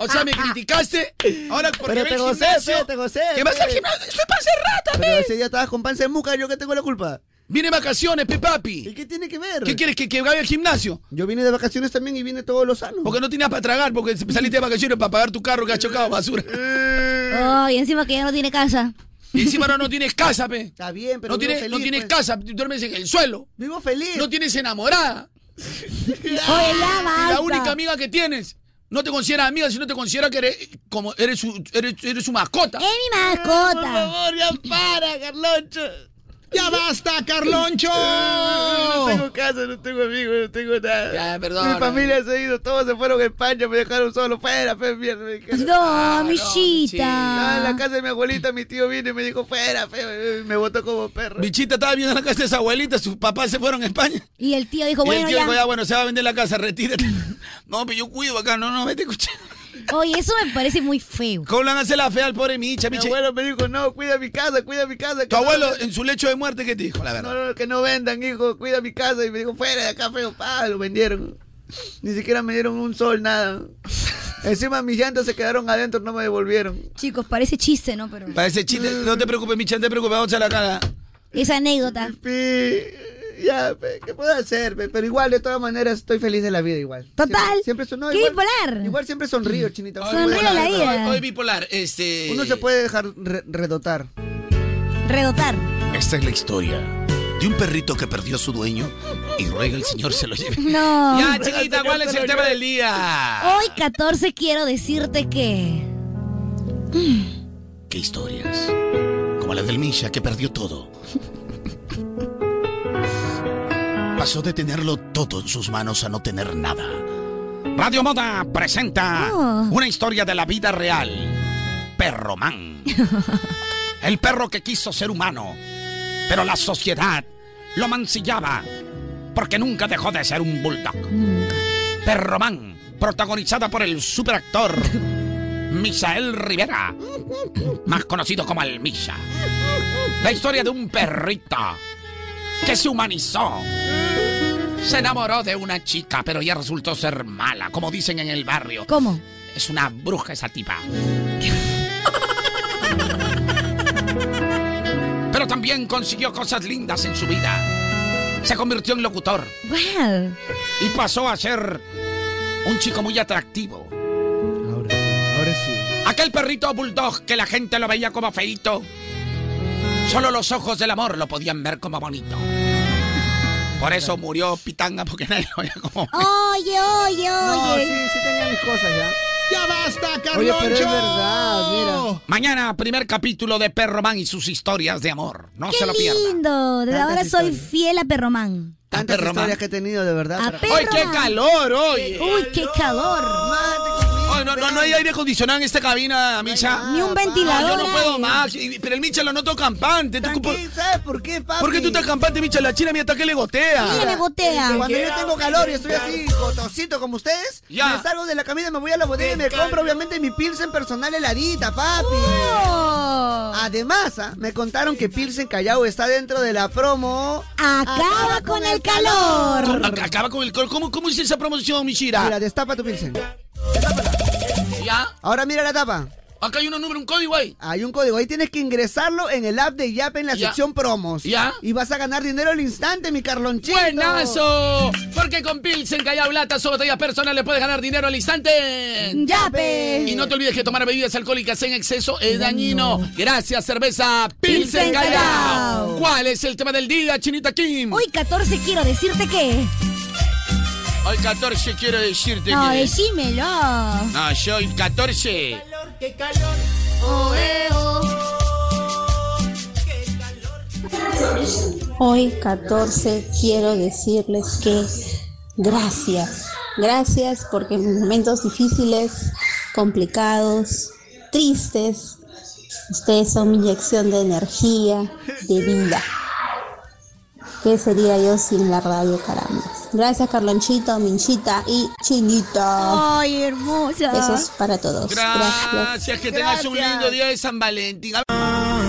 S2: o sea, me criticaste. Ahora, porque
S3: Pero
S2: ve
S3: te
S2: el
S3: gocé,
S2: gimnasio.
S3: fe, te gocé.
S2: ¿Qué vas al
S3: fe.
S2: gimnasio? ¡Soy pancerrata,
S3: Pero ese día estabas con panza de muca, yo que tengo la culpa.
S2: Vine de vacaciones, pe papi.
S3: ¿Y qué tiene que ver?
S2: ¿Qué quieres? ¿Que, que vaya al gimnasio?
S3: Yo vine de vacaciones también y vine todo lo sano.
S2: Porque no tenías para tragar, porque saliste de vacaciones para pagar tu carro que has chocado basura.
S1: Oh, y encima que ya no tiene casa.
S2: Y encima ahora no tienes casa, pe.
S3: Está bien, pero
S2: no
S3: vivo
S2: tienes,
S3: feliz,
S2: no tienes
S3: pues.
S2: casa, duermes en el suelo.
S3: Vivo feliz.
S2: No tienes enamorada.
S1: Oye, ya
S2: Y
S1: basta.
S2: la única amiga que tienes. No te considera amiga, sino te considera que eres como eres su, eres, eres su mascota.
S1: Es mi mascota.
S2: Por favor, ya para, Carloncho. Ya basta, Carloncho.
S3: No tengo casa, no tengo amigos, no tengo nada.
S2: Ya, perdón.
S3: Mi familia se ha ido, todos se fueron a España, me dejaron solo. Fuera, fe, mierda. me dijeron.
S2: Ah,
S1: No, Michita.
S3: Estaba Ah, en la casa de mi abuelita, mi tío vino y me dijo, fuera, fe, me botó como perro.
S2: Bichita estaba viendo la casa de su abuelita, sus papás se fueron a España.
S1: Y el tío dijo,
S2: y el
S1: bueno,
S2: tío dijo, ya,
S1: ya.
S2: bueno, se va a vender la casa, retírate. No, pero yo cuido acá, no, no, vete a escuchar.
S1: Oye, eso me parece muy feo.
S2: ¿Cómo le van a hacer la fea al pobre Micha,
S3: Mi
S2: Micha?
S3: abuelo me dijo, no, cuida mi casa, cuida mi casa. que
S2: Tu
S3: no-
S2: abuelo, en su lecho de muerte, ¿qué te dijo, la verdad?
S3: No, no, Ah, que no vendan, hijo, cuida mi casa. Y me dijo, fuera de acá, feo, pa, lo vendieron. Ni siquiera me dieron un sol, nada. Encima mis llantas se quedaron adentro, no me devolvieron.
S1: Chicos, Pues parece chiste, ¿no? Pero
S2: Parece chiste. No te preocupes, Micha, no te preocupes, vamos a la cara.
S1: esa anécdota.
S3: Pi, ya, pe, ¿qué puedo hacer? pe? Pero igual, de todas maneras, estoy feliz de la vida igual.
S1: Total.
S3: Siempre, siempre sonó
S1: ¿Qué
S3: igual.
S1: bipolar?
S3: Igual siempre sonrío, chinita.
S2: Hoy
S3: Uno se puede
S2: bipolar,
S3: dejar-
S2: Hoy, hoy bipolar, este...
S3: Uno se puede dejar re- redotar.
S1: Redotar.
S2: Esta es la historia de un perrito que perdió a su dueño y ruega el señor se lo lleve.
S1: No.
S2: Ya, chiquita, ¿cuál es el tema del día?
S1: Hoy 14 quiero decirte que... mm,
S2: ¿Qué historias? Como la del Misha que perdió todo. Pasó de tenerlo todo en sus manos a no tener nada. Radio Moda presenta
S1: Oh.
S2: una historia de la vida real. Perromán. El perro que quiso ser humano, pero la sociedad lo mancillaba porque nunca dejó de ser un bulldog. Perromán, protagonizada por el superactor Misael Rivera, más conocido como el Misha. La historia de un perrito que se humanizó. Se enamoró de una chica, pero ya resultó ser mala, como dicen en el barrio.
S1: ¿Cómo?
S2: Es una bruja esa tipa. Pero también consiguió cosas lindas en su vida. Se convirtió en locutor
S1: Wow.
S2: y pasó a ser un chico muy atractivo.
S3: Ahora sí.
S2: Aquel perrito bulldog que la gente lo veía como feito. Solo los ojos del amor lo podían ver como bonito. Por eso murió Pitanga porque nadie lo veía como
S3: Ah,
S1: Oye, oye,
S3: No,
S1: oye.
S3: sí, sí tenía mis cosas ya.
S2: ¡Ya basta,
S3: Oye, pero es verdad, mira.
S2: Mañana, primer capítulo de Perroman y sus historias de amor. No
S1: ¡Qué
S2: se lo pierdan.
S1: lindo! Desde
S2: Tantas
S1: ahora soy fiel a Perromán.
S3: Tantas
S2: Perro,
S3: historias que he tenido, de verdad.
S1: A
S3: pero-
S1: Perromán.
S2: qué calor, oye!
S1: ¡Uy, qué calor!
S2: Ay, no, no, no hay aire acondicionado en esta cabina, Micha.
S1: Ni
S3: Ah,
S1: un ventilador.
S2: yo no puedo
S1: hay.
S2: más. Y- Pero el Micha lo noto campante. ¿Tú ¿Eh? por-
S3: Tranqui- ¿Sabes por qué, papi?
S2: ¿Por qué tú estás campante, Micha? La china, mira, hasta que le
S1: Mira, me
S2: gotea.
S1: gotea.
S3: Cuando yo tengo calor y estoy así, gotosito como ustedes,
S2: Ya.
S3: me salgo de la camina, me voy a la bodega y me compro obviamente mi Pilsen personal heladita, papi.
S1: Oh.
S3: Además, ah, me contaron que Pilsen Callao está dentro de la promo.
S1: Acaba con el calor.
S2: Ac- Acaba con el col. ¿Cómo, cómo hice esa promoción, Michira?
S3: Mira, destapa tu Pilsen.
S2: Ya.
S3: Ahora mira la tapa.
S2: Acá hay un número, un código ahí.
S3: Hay un código ahí, tienes que ingresarlo en el app de Yap en la
S2: Ya.
S3: sección promos.
S2: Ya.
S3: Y vas a ganar dinero al instante, mi Carlonchito.
S2: ¡Buenazo! Porque con Pilsen, Callao, Lata, o botellas personales puedes ganar dinero al instante.
S1: ¡Yape!
S2: Y no te olvides que tomar bebidas alcohólicas en exceso es dañino. Gracias, cerveza Pilsen,
S1: Pilsen
S2: Callao.
S1: Callao.
S2: ¿Cuál es el tema del día, Chinita Kim?
S1: Hoy 14 quiero decirte que...
S2: Hoy 14 quiero decirte
S1: No,
S2: que...
S1: decímelo.
S2: No, yo hoy 14.
S6: ¡Qué calor! ¡Oh, eh, oh!
S5: Hoy 14 quiero decirles que gracias, gracias porque en momentos difíciles, complicados, tristes, ustedes son mi inyección de energía, de vida. ¿Qué sería yo sin la radio, caramba? Gracias Carlonchito, Minchita y Chinita.
S1: ¡Ay, hermosa!
S5: Besos para todos.
S2: Gracias, que tengas un lindo día de San Valentín.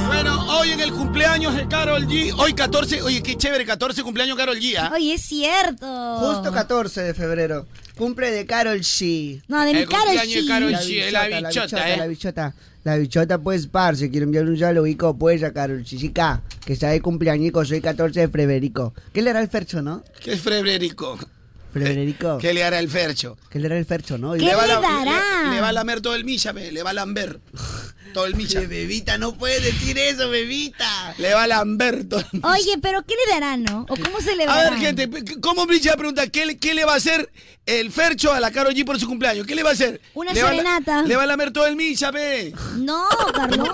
S2: Bueno, hoy en el cumpleaños de Carol G. Hoy 14. Oye, qué chévere, 14 cumpleaños Carol G. ¿ah?
S1: Oye, es cierto.
S3: Justo 14 de febrero. Cumple de Carol G.
S1: No, de mi El Karol
S2: cumpleaños de G. Karol G, la bichota, eh.
S3: La bichota. La bichota, pues, parce. Quiero enviar un saludico, pues, a Carol G. Chica, que está de cumpleañico. Soy 14 de febrero. ¿Qué le hará el Fercho, no?
S2: ¿Qué es Frederico?
S3: Frederico.
S2: Eh, ¿Qué le hará el Fercho?
S3: ¿Qué le hará el Fercho, no?
S2: le, va a la- le- le va a lamer todo el micha, pe, le va a lamber. Todo el micha. bebita, no puedes decir eso, bebita. Le va a lamber todo el micha.
S1: Oye, pero ¿qué le darán, no? ¿O cómo se le
S2: A
S1: darán?
S2: ver, gente, pe- ¿cómo Micha pregunta qué, le- qué le va a hacer el Fercho a la Caro G por su cumpleaños? ¿Qué le va a hacer?
S1: Una
S2: Le va a la-
S1: serenata.
S2: le va a lamer todo el micha, pe.
S1: No, Carlos.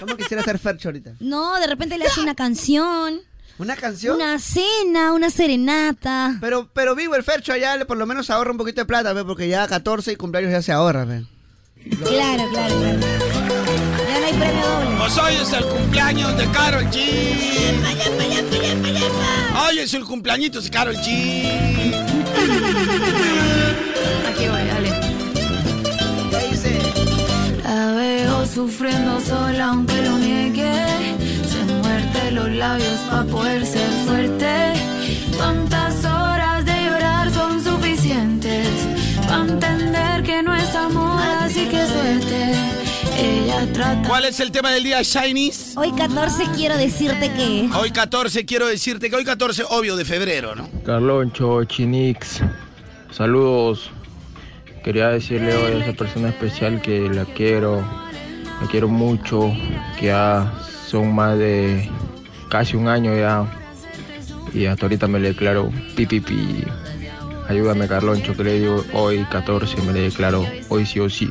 S3: ¿Cómo quisiera ser Fercho ahorita?
S1: No, de repente le hace una canción.
S3: ¿Una canción?
S1: Una cena, una serenata.
S3: Pero, pero vivo el Fercho allá, le- por lo menos ahorra un poquito de plata, ve, porque ya 14 y cumpleaños ya se ahorra, ve.
S1: Claro, claro, claro. Ya no hay premio doble.
S2: Pues hoy es el cumpleaños de Carol G. Hoy es el cumpleañito de Carol G.
S6: Aquí voy, dale. La veo sufriendo sola aunque lo niegue. Se muerte los labios para poder ser fuerte. Cuántas horas de llorar son suficientes para entender que no es amor, así que suerte. Ella trata.
S2: ¿Cuál es el tema del día, Shinies?
S1: Hoy 14 quiero decirte que...
S2: Hoy 14, quiero decirte que hoy 14, obvio, de febrero, ¿no?
S10: Carloncho, Chinix, saludos. Quería decirle hoy a esa persona especial que la quiero, la quiero mucho, que ya son más de casi un año ya. Y hasta ahorita me le declaro pipipi. Ayúdame, Carloncho, que le digo hoy 14, me le declaro hoy sí o sí.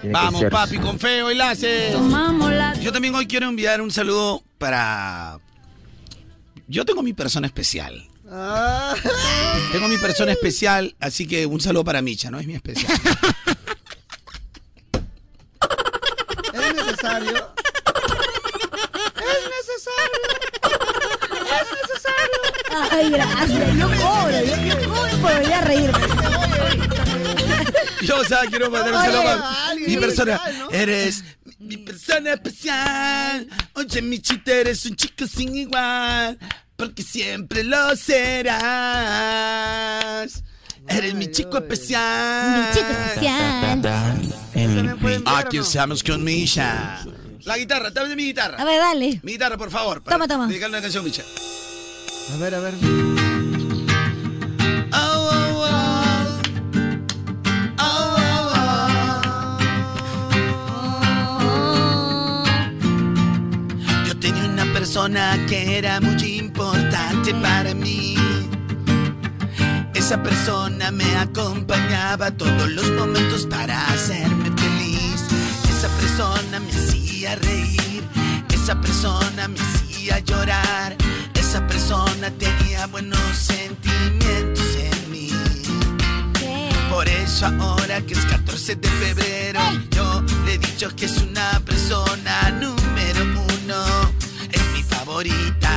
S10: Tiene que
S2: Vamos,
S10: ser.
S2: papi, con fe, hoy la haces. Yo también hoy quiero enviar un saludo para. Yo tengo mi persona especial.
S3: Ah.
S2: Tengo mi persona especial, así que un saludo para Micha, ¿no? Es mi especial.
S3: ¿Es necesario?
S6: Es necesario. Es necesario.
S1: Ay, gracias. Yo cobro, yo quiero- cobro por venir a reírme.
S2: Yo, o sea, quiero mandar un
S6: Oye,
S2: saludo a
S6: alguien
S2: mi persona.
S6: especial, ¿no?
S2: Eres mi persona especial. Oye, mi chita, eres un chico sin igual. Porque siempre lo serás. Eres mi chico especial. Mi chico
S1: especial.
S2: Aquí estamos con Misha. La guitarra, dame mi guitarra.
S1: A ver, dale.
S2: Mi guitarra, por favor.
S1: Toma, toma.
S2: Dedicarle una canción, Misha.
S3: A ver, a ver.
S2: Oh, oh, oh. Oh, oh, oh. Yo tenía una persona que era muy importante para mí. Esa persona me acompañaba a todos los momentos para hacerme feliz. Esa persona me hacía reír. Esa persona me hacía llorar. Esa persona tenía buenos sentimientos en mí. Por eso ahora que es 14 de febrero, yo le he dicho que es una persona número uno. Es mi favorita.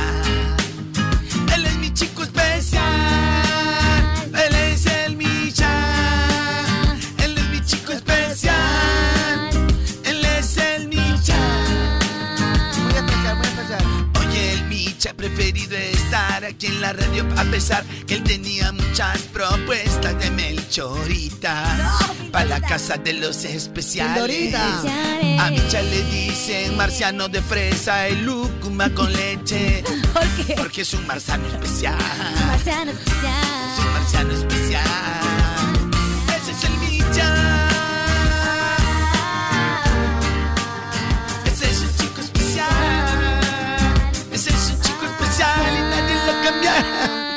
S2: Él es mi chico especial. Él es el Micha. Él es mi chico especial. Él es el Micha. Muy especial, muy especial. Oye, el Micha preferido estar aquí. noche en la radio a pesar que él tenía muchas propuestas de Melchorita. para la casa de los especiales.
S6: Lindorita.
S2: A Micha le dicen marciano de fresa y lúcuma con leche. Porque es un marciano especial.
S1: Marciano especial.
S2: Es un marciano especial. Ese es el Micha. Ese es un chico especial. Ese es un chico especial y nadie lo cambia.
S3: Ah,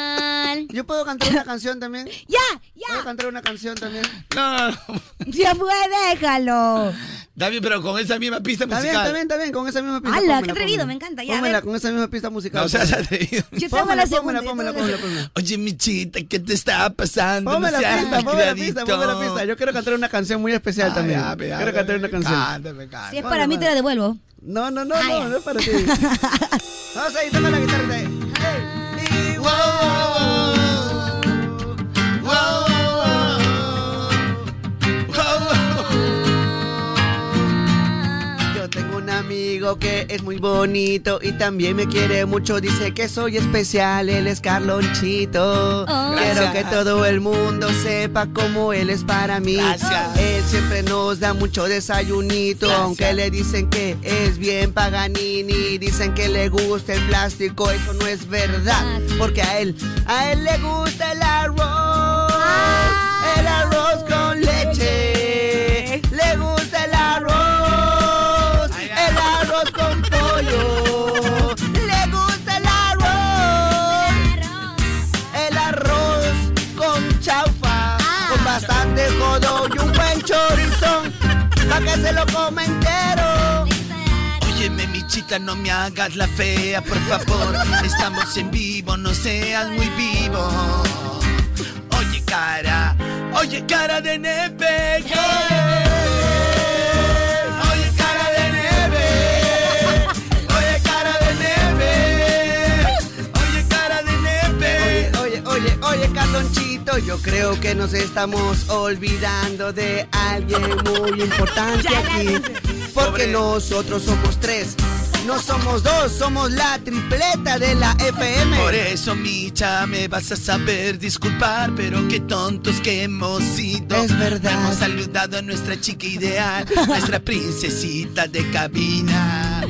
S3: Yo puedo cantar una canción también.
S1: Ya,
S3: ya. Puedo cantar una canción también.
S2: No, no, no.
S1: Ya fue, déjalo.
S2: David, pero con esa misma pista
S3: Está
S2: musical.
S3: bien, está bien, está bien, con esa misma pista.
S1: ¡Hala!
S3: pónmela,
S1: ¡Qué atrevido!
S3: pónmela.
S1: Me encanta. Ya, a
S3: Pónmela
S1: ver.
S3: con esa misma pista musical.
S2: No seas atrevido.
S1: Yo tengo la segunda.
S3: pónmela,
S1: yo tengo la
S3: pónmela, pónmela.
S2: Oye, Michita, ¿qué te está pasando?
S3: Pónme la
S2: No seas
S3: pista, pónme la
S2: malcriadito.
S3: pista, Ah, pónme la pista. Yo quiero cantar una canción muy especial también.
S2: ya, pe, ya,
S3: quiero
S2: pe,
S3: cantar una canción.
S2: cántame,
S1: segunda. Si es para mí, te la devuelvo.
S3: No, no, no,
S1: Ah,
S3: no,
S1: ya.
S3: no es para ti. Vamos ahí, toca la guitarra ahí.
S2: Wow, wow, wow,
S3: Yo tengo un amigo que es muy bonito y también me quiere mucho. Dice que soy especial, él es Carlonchito.
S6: Oh.
S3: Quiero
S6: Gracias.
S3: que todo el mundo sepa cómo él es para mí.
S6: Gracias.
S3: Él siempre nos da mucho desayunito,
S6: Gracias.
S3: aunque le dicen que es bien paganini. Dicen que le gusta el plástico, eso no es
S6: Ah,
S3: verdad, porque a él, a él le gusta el arroz.
S6: Ah.
S3: El arroz con leche. Le gusta el arroz. El arroz con pollo. Le gusta el arroz. El arroz con chaufa. Con bastante jodón y un buen chorizón. Pa' que se lo coma entero.
S2: Óyeme, Michita, no me hagas la fea, por favor. Estamos en vivo, no seas muy vivo. Oye, cara, oye, cara de neve. Oye, cara de neve. Oye, cara de neve.
S3: Oye, cara de nepe. Oye, oye, oye, Carlonchito, yo creo que nos estamos olvidando de alguien muy importante aquí. Porque nosotros somos tres. No somos dos, somos la tripleta de la FM.
S2: Por eso, Micha, me vas a saber disculpar, pero qué tontos que hemos sido. Es verdad. Hemos saludado a nuestra chica ideal, nuestra princesita de cabina.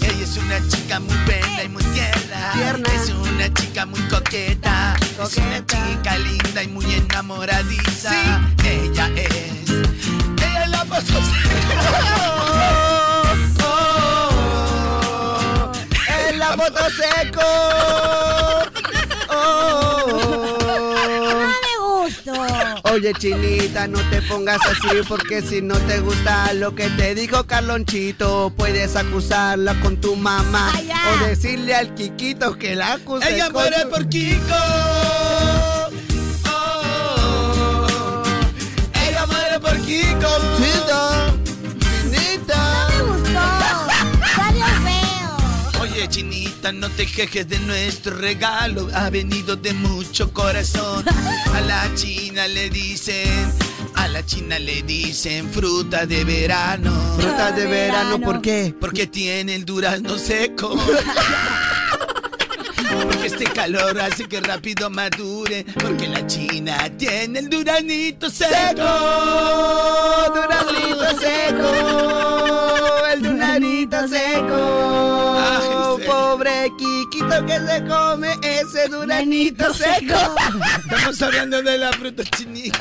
S2: Ella es una chica muy bella y muy tierna. Es una chica muy coqueta. Es una chica linda y muy enamoradiza. Ella es. Ella es la
S6: Oh, oh, oh,
S3: en la moto seco. Oh,
S1: No me gusto.
S3: Oye, chinita, no te pongas así porque si no te gusta lo que te dijo Carlonchito, puedes acusarla con tu mamá o decirle al Kikito que la acuse.
S6: Ella
S3: con
S6: muere
S3: tu-
S6: por Kiko.
S2: Ella muere por Kiko.
S3: Chinita. Chinita.
S6: No me
S1: gustó. Salió feo.
S2: Oye, chinita, no te quejes de nuestro regalo. Ha venido de mucho corazón. A la china le dicen, a la china le dicen fruta de verano.
S3: Fruta de verano, ¿por qué?
S2: Porque tiene el durazno seco. Porque este calor hace que rápido madure. Porque la china tiene el duranito seco.
S3: Duranito seco, el duranito seco. Pobre Kikito que se come ese duranito seco.
S2: Estamos hablando de la fruta chinita.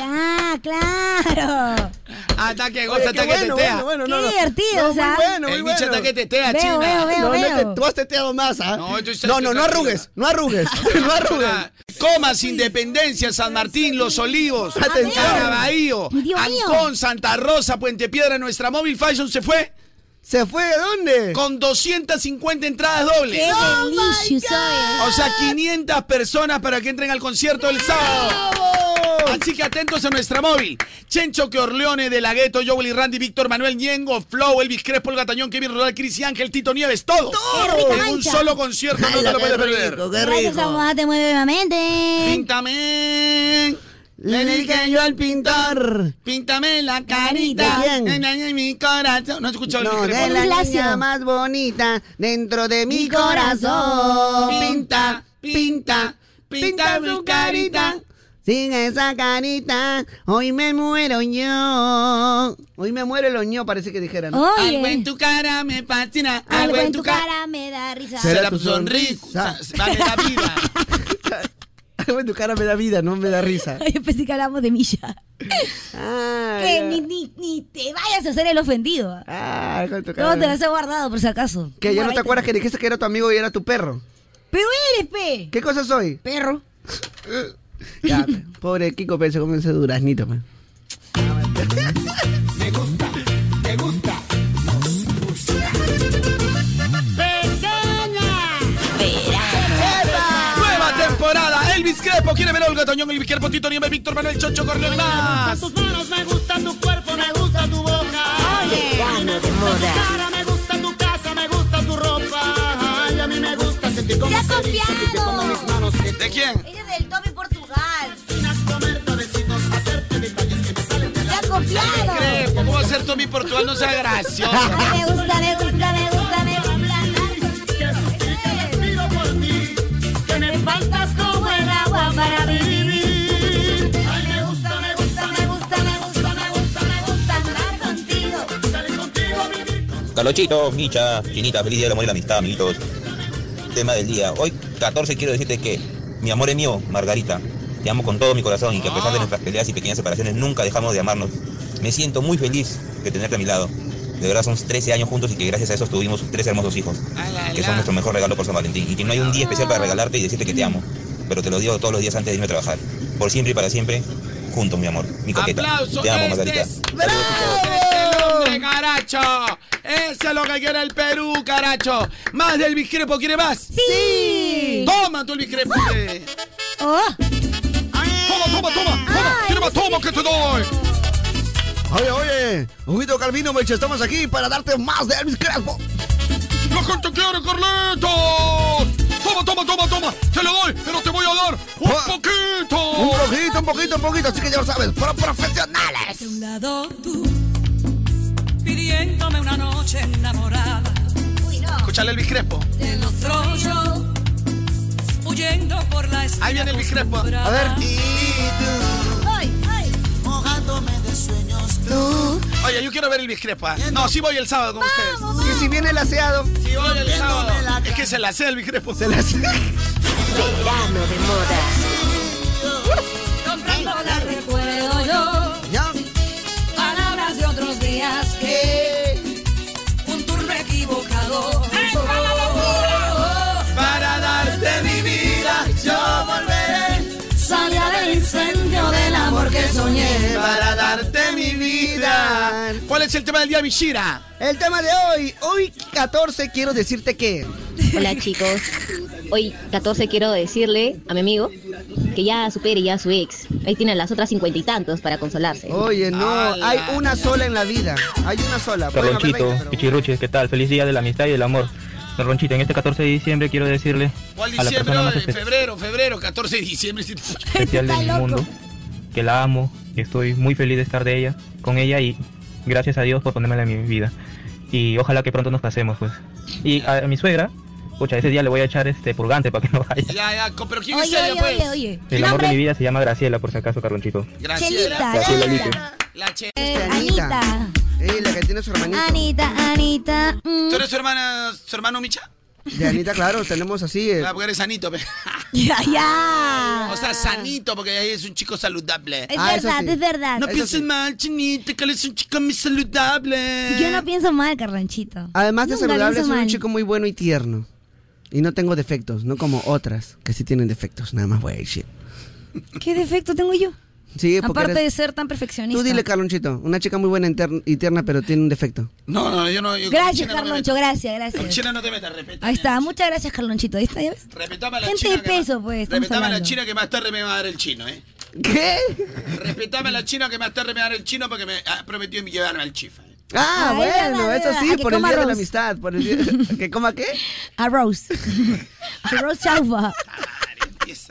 S3: Ah,
S1: Ya, claro.
S2: Hasta Ah,
S1: Oye,
S2: que goza,
S1: qué
S2: hasta que
S1: bueno,
S2: tetea.
S1: bueno, bueno, no, Qué no. divertido, No, muy ¿sabes? bueno, muy
S2: El bicho
S3: bueno.
S2: hasta que tetea,
S3: Veo,
S2: china.
S3: veo, veo, No, no, veo. que tú has teteado más, ¿ah?
S2: No, yo
S3: No, no, no arrugues, no arrugues, no arrugues.
S2: Comas, Independencia, San Martín, Los Olivos,
S3: Atención.
S2: Caraballo,
S3: Dios mío.
S2: Ancón, Santa Rosa, Puente Piedra. Nuestra Móvil Fashion se fue.
S3: ¿Se fue a dónde?
S2: Con 250 entradas dobles.
S6: Qué
S2: ¡Oh, my
S6: delicious,
S2: God!
S6: oye.
S2: O sea, 500 personas para que entren al concierto el sábado. Así que atentos a nuestra móvil. Chencho que Orleone de la Gueto, Joel y Randy, Víctor Manuel Ñengo, Flow, Elvis Crespo, El Gatañón, Kevin Rodal, Cris y Ángel, Tito Nieves, todo.
S1: ¡Todo! ¡Qué rica
S2: En un
S1: mancha!
S2: solo concierto, no
S1: ¡Hala,
S2: te lo
S1: qué
S2: puedes perder.
S1: Gracias, amor, te mueve nuevamente.
S2: Píntame.
S12: Le dije yo al pintor. Píntame la carita.
S18: ¿De quién?
S12: En, en- en mi corazón. No escuchó el
S18: No, de
S12: micrófono.
S18: la niña más bonita dentro de mi corazón.
S12: Pinta, pinta, pinta su carita.
S18: Sin esa carita, hoy me muero yo.
S3: Hoy me muere el oño, parece que dijeran.
S12: Algo en tu cara me fascina. Algo, en tu cara.
S1: me da risa.
S3: Será
S12: tu sonrisa. Vale la vida.
S3: Algo en tu cara me da vida, no me da risa.
S1: Yo pensé que hablábamos de Misha. que ni, ni, ni te vayas a hacer el ofendido.
S3: Ah, algo en tu
S1: Todo te lo
S3: cara.
S1: has guardado, por si acaso.
S3: Que ya no te
S1: Guardadito.
S3: acuerdas que dijiste que era tu amigo y era tu perro.
S1: Pero eres, pe.
S3: ¿Qué cosa soy?
S1: Perro.
S3: Ya, pe. pobre Kiko Pérez se come ese duraznito, man.
S6: Me gusta.
S12: Pequeña.
S2: Nueva temporada. Elvis Crespo, quiere ver Olga Toñón, Elvis Crespo, Tito Nieves, Víctor Manuel, Chocho Corleone y más.
S6: Tus manos me gustan tu cuerpo, me gusta tu boca. Oye, de moda. Cara, me gusta tu casa, me gusta tu ropa. Ay, a mí me gusta sentir como
S1: ¡Se ha
S6: se dice, sentir
S1: copiado!
S6: como mis manos. ¿De quién?
S1: Ella es del Tommy Portugal. ¡Se ha copiado!
S2: Crespo, ¿cómo va a ser Tommy Portugal? No sea gracioso.
S1: Ay, me gusta, me gusta, me gusta, me
S6: Pido por ti, que me faltas como el agua para vivir. Ay, me gusta, me gusta, me gusta, me gusta, me gusta, me gusta andar contigo. Salir contigo, vivir
S20: Calochito, Micha, Chinita, feliz día del amor y la amistad, amiguitos. Tema del día. Hoy, 14, quiero decirte que mi amor es mío, Margarita. Te amo con todo mi corazón y que a pesar de nuestras peleas y pequeñas separaciones nunca dejamos de amarnos. Me siento muy feliz de tenerte a mi lado. De verdad son 13 años juntos y que gracias a eso tuvimos tres hermosos hijos,
S2: Ah,
S20: que son nuestro mejor regalo por San Valentín. Y que no hay un día especial para regalarte y decirte que te amo, pero te lo digo todos los días antes de irme a trabajar. Por siempre y para siempre, juntos, mi amor. Mi coqueta.
S2: Aplauso,
S20: te amo,
S2: este
S20: Margarita.
S2: es- ¡Es el hombre, caracho! ¡Ese es lo que quiere el Perú, caracho! ¿Más del Biscrepo? ¿Quiere más?
S1: ¡Sí!
S2: ¡Toma tu Biscrepo! Oh. ¡Toma, toma, toma!
S3: Ah.
S2: ¡Toma, quiere más, toma que te doy!
S3: Oye, oye, Huguito Calvino, Meche, estamos aquí para darte más de Elvis Crespo.
S2: ¡La gente quiere, Carlitos! ¡Toma, toma, toma, toma! ¡Te lo doy, pero te voy a dar un
S6: Ah.
S2: poquito!
S3: Un poquito, un poquito, un poquito, así que ya lo sabes, para profesionales.
S9: De un lado tú, pidiéndome una noche enamorada.
S2: Escuchale el Biscrepo.
S9: Del otro yo, huyendo por la esquina. Ahí viene el discrepo. A ver.
S6: Mojándome de sueños
S2: tú. Oye, yo quiero ver el Biscrepo. ¿ah? No, sí voy el sábado con ustedes.
S3: Y si viene el aseado.
S2: Sí voy el sábado. Es que se la hace el Biscrepo. Se
S3: la hace.
S9: Verano de moda. Comprando la recuerdo yo. Palabras de otros días que un turno equivocado. ¡Venga la locura!
S2: Para darte mi vida, yo volveré.
S9: Salía del incendio del amor que soñé.
S2: Para darte mi vida. ¿Cuál es el tema del día, Mishira?
S3: El tema de hoy, hoy 14 quiero decirte que...
S21: Hola chicos, hoy 14 quiero decirle a mi amigo que ya supere ya a su ex. Ahí tiene a las otras cincuenta y tantos para consolarse.
S3: Oye, no, hay una sola en la vida, hay una sola. Pueden haber
S22: Carlonchito,
S3: 20, pero-
S22: Pichirruches, ¿qué tal? Feliz día de la amistad y del amor. Carlonchito, en este 14 de diciembre quiero decirle
S2: ¿Cuál
S22: a la
S2: diciembre?
S22: persona más
S2: oye?
S22: espe-
S2: febrero, febrero, 14 de diciembre. sí.
S22: especial de mi mundo que la amo, que estoy muy feliz de estar de ella, con ella y gracias a Dios por ponérmela en mi vida. Y ojalá que pronto nos casemos, pues. Y a mi suegra, pucha, ese día le voy a echar este purgante para que no vaya.
S2: Ya, ya, co- pero ¿quién es
S1: Oye,
S2: ella,
S1: oye,
S2: pues?
S1: oye, oye.
S22: El amor de mi vida se llama Graciela, por si acaso, Carlonchito.
S1: Chelita,
S22: Graciela Lite.
S2: La che.
S1: Anita.
S3: Ey, la que tiene su hermanito.
S1: Anita, Anita. mm.
S2: ¿Tú eres su hermana, su hermano Micha?
S3: De Anita, claro, tenemos así... eh,
S2: Ah, porque eres sanito. pe.
S1: Ya, ya.
S2: O sea, sanito, porque ahí es un chico saludable.
S1: Es
S22: Ah,
S1: verdad, es verdad.
S2: No pienses mal, chinita, que él es un chico muy saludable.
S1: Yo no pienso mal, Carranchito.
S3: Además de
S1: Nunca
S3: saludable,
S1: pienso
S3: soy un
S1: mal.
S3: chico muy bueno y tierno. Y no tengo defectos, no como otras que sí tienen defectos, nada más voy a decir.
S1: ¿Qué defecto tengo yo?
S3: Sí, porque
S1: Aparte
S3: eres-
S1: de ser tan perfeccionista.
S3: Tú dile, Carlonchito, una chica muy buena y ter- y tierna, pero tiene un defecto.
S2: No, no, yo no. Yo con
S1: Gracias,
S2: China no me
S1: Carloncho,
S2: meto.
S1: gracias,
S2: Con
S1: gracias.
S2: China no te metas, respeta.
S1: Ahí está, muchas gracias, Carlonchito. Ahí está, ¿ya ves?
S2: Respetame a la
S1: Gente
S2: China.
S1: de
S2: que más-
S1: peso, pues. estamos
S2: Respetame a la
S1: hablando.
S2: China que más tarde me va a dar el chino, ¿eh?
S3: ¿Qué?
S2: Respetame a la China que más tarde me va a dar el chino porque me ha prometido llevarme al chifa. ¿eh?
S3: Ah,
S2: Ay,
S3: bueno,
S2: verdad,
S3: eso
S2: verdad.
S1: Ah,
S3: sí,
S2: A que
S3: por el
S2: coma
S3: día de la
S2: arroz.
S3: amistad, por el día... ¿Que coma qué?
S1: Arroz. Arroz chaufa.